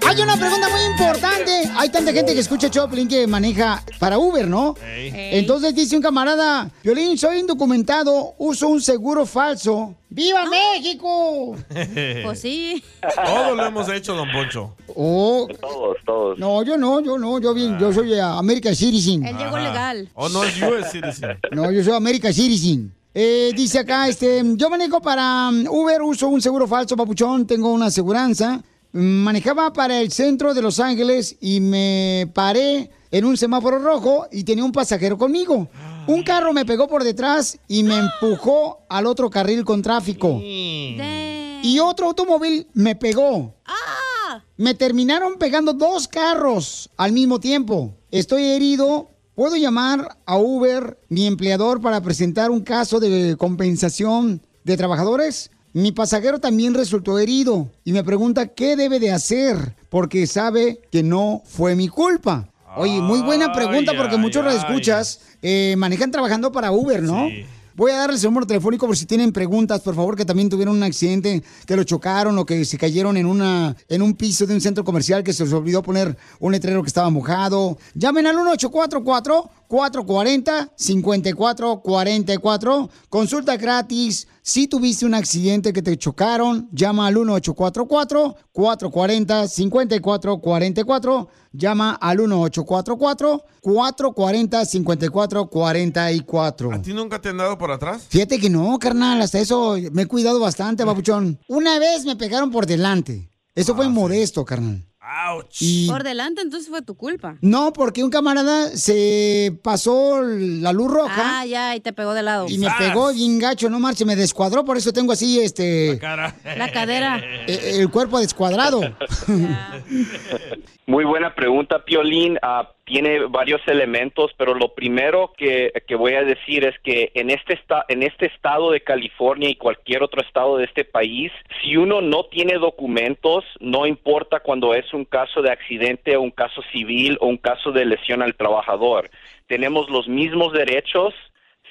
Speaker 4: ¡Ay, Oye, una pregunta muy importante. Hay tanta gente que escucha Choplin que maneja para Uber, ¿no?
Speaker 9: Ey. Ey.
Speaker 4: Entonces dice un camarada, Violín, soy indocumentado, uso un seguro falso. ¡Viva México!
Speaker 5: Ah. Pues sí.
Speaker 6: Todo lo hemos hecho, don Poncho.
Speaker 4: Oh,
Speaker 26: Todos, todos.
Speaker 4: no, yo no, yo no, yo bien, yo soy eh, American Citizen.
Speaker 6: Ajá. Oh, no es US citizen.
Speaker 4: No, yo soy American Citizen. Eh, dice acá, este, yo manejo para um, Uber, uso un seguro falso, papuchón, tengo una aseguranza. Mm, Manejaba para el centro de Los Ángeles y me paré en un semáforo rojo y tenía un pasajero conmigo. Un carro me pegó por detrás y me empujó al otro carril con tráfico. Y otro automóvil me pegó. Me terminaron pegando dos carros al mismo tiempo. Estoy herido. ¿Puedo llamar a Uber, mi empleador, para presentar un caso de compensación de trabajadores? Mi pasajero también resultó herido y me pregunta qué debe de hacer porque sabe que no fue mi culpa. Oye, muy buena pregunta
Speaker 14: Ay,
Speaker 4: porque
Speaker 14: ay,
Speaker 4: muchos
Speaker 14: ay.
Speaker 4: escuchas eh, manejan trabajando para Uber, ¿no? Voy a darles el número telefónico por si tienen preguntas, por favor, que también tuvieron un accidente, que lo chocaron o que se cayeron en una en un piso de un centro comercial que se les olvidó poner un letrero que estaba mojado. Llamen al 1844 440 5444. Consulta gratis. Si tuviste un accidente que te chocaron, llama al 1844 440 5444. Llama al 1844 440 5444.
Speaker 6: ¿A ti nunca te han dado por atrás?
Speaker 4: Fíjate que no, carnal, hasta eso me he cuidado bastante, papuchón. Una vez me pegaron por delante. Eso fue modesto, carnal. Y-
Speaker 5: Ah, Por delante, entonces fue tu culpa.
Speaker 4: no, porque un camarada se pasó la luz roja
Speaker 5: Ah, ya, y te pegó de lado.
Speaker 4: y me pegó bien gacho, no marche, me descuadró, por eso tengo así este
Speaker 5: La cadera.
Speaker 4: e- el cuerpo descuadrado.
Speaker 12: Muy buena pregunta, Piolín. Ah, tiene varios elementos, pero lo primero que, que voy a decir es que en este, esta- en este estado de California y cualquier otro estado de este país, si uno no tiene documentos, no importa cuando es un caso de accidente o un caso civil o un caso de lesión al trabajador, tenemos los mismos derechos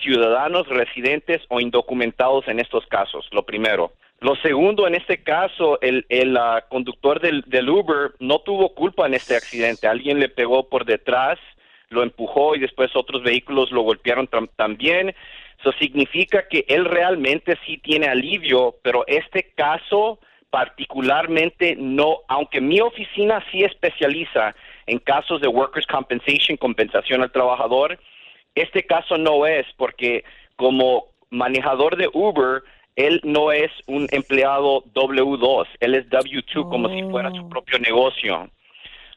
Speaker 12: ciudadanos, residentes o indocumentados en estos casos, lo primero. Lo segundo, en este caso, el, el, ah, conductor del, del Uber no tuvo culpa en este accidente. Alguien le pegó por detrás, lo empujó y después otros vehículos lo golpearon tam- también. Eso significa que él realmente sí tiene alivio, pero este caso particularmente no, aunque mi oficina sí especializa en casos de workers' compensation, compensación al trabajador, este caso no es porque como manejador de Uber, él no es un empleado W2, él es W2 como si fuera su propio negocio.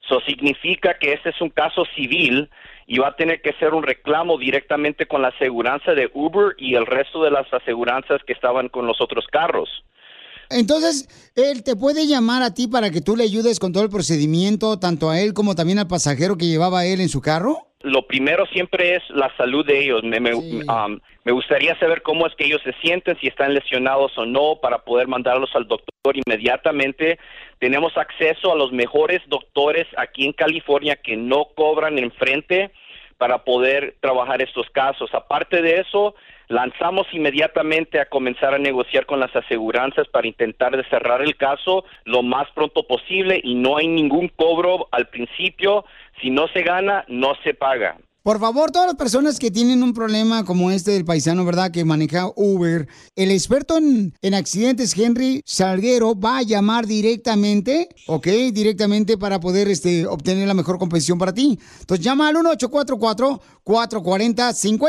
Speaker 12: Eso significa que este es un caso civil y va a tener que ser un reclamo directamente con la aseguranza de Uber y el resto de las aseguranzas que estaban con los otros carros.
Speaker 4: Entonces, él te puede llamar a ti para que tú le ayudes con todo el procedimiento, tanto a él como también al pasajero que llevaba él en su carro.
Speaker 12: lo primero siempre es la salud de ellos. Me, me- um, me gustaría saber cómo es que ellos se sienten, si están lesionados o no, para poder mandarlos al doctor inmediatamente. Tenemos acceso a los mejores doctores aquí en California que no cobran enfrente para poder trabajar estos casos. Aparte de eso, lanzamos inmediatamente a comenzar a negociar con las aseguranzas para intentar de cerrar el caso lo más pronto posible y no hay ningún cobro al principio. Si no se gana, no se paga.
Speaker 4: Por favor, todas las personas que tienen un problema como este del paisano, ¿verdad? Que maneja Uber, el experto en, en accidentes, Henry Salguero, va a llamar directamente, ¿ok? Directamente para poder este, obtener la mejor compensación para ti. Entonces llama al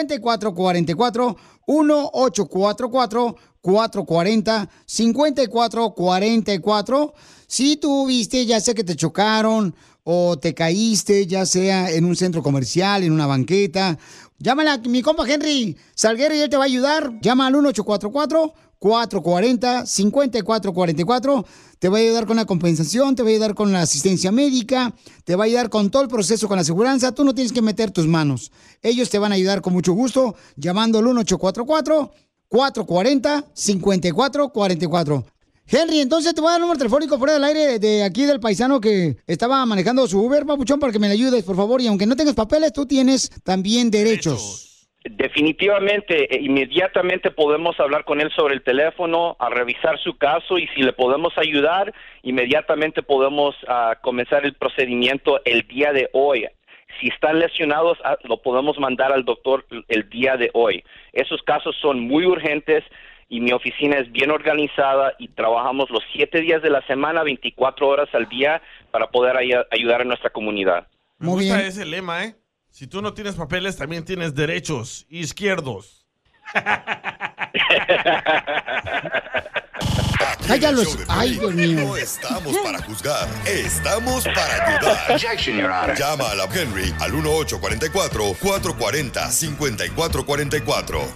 Speaker 4: 1844-440-5444, 1844 440 5444 Si tuviste, ya sea que te chocaron o te caíste, ya sea en un centro comercial, en una banqueta, llámala a mi compa Henry Salguero y él te va a ayudar. Llama al 1844 440 5444 Te va a ayudar con la compensación, te va a ayudar con la asistencia médica, te va a ayudar con todo el proceso con la aseguranza. Tú no tienes que meter tus manos. Ellos te van a ayudar con mucho gusto llamando al 1844 440-5444. Henry, entonces te voy a dar el número telefónico fuera del aire de aquí del paisano que estaba manejando su Uber, papuchón, para que me le ayudes, por favor. Y aunque no tengas papeles, tú tienes también derechos.
Speaker 12: Definitivamente, eh, inmediatamente podemos hablar con él sobre el teléfono, a revisar su caso y si le podemos ayudar, inmediatamente podemos ah, comenzar el procedimiento el día de hoy. Si están lesionados, ah, lo podemos mandar al doctor el día de hoy. Esos casos son muy urgentes y mi oficina es bien organizada y trabajamos los siete días de la semana, 24 horas al día, para poder ay- ayudar a nuestra comunidad.
Speaker 6: Me gusta ese lema, ¿eh? Si tú no tienes papeles, también tienes derechos izquierdos.
Speaker 14: Cállalos. Ay, Dios mío.
Speaker 8: No estamos para juzgar, estamos para ayudar.
Speaker 14: Objection, Your Honor.
Speaker 8: Llama a la Henry al 1844-440-5444.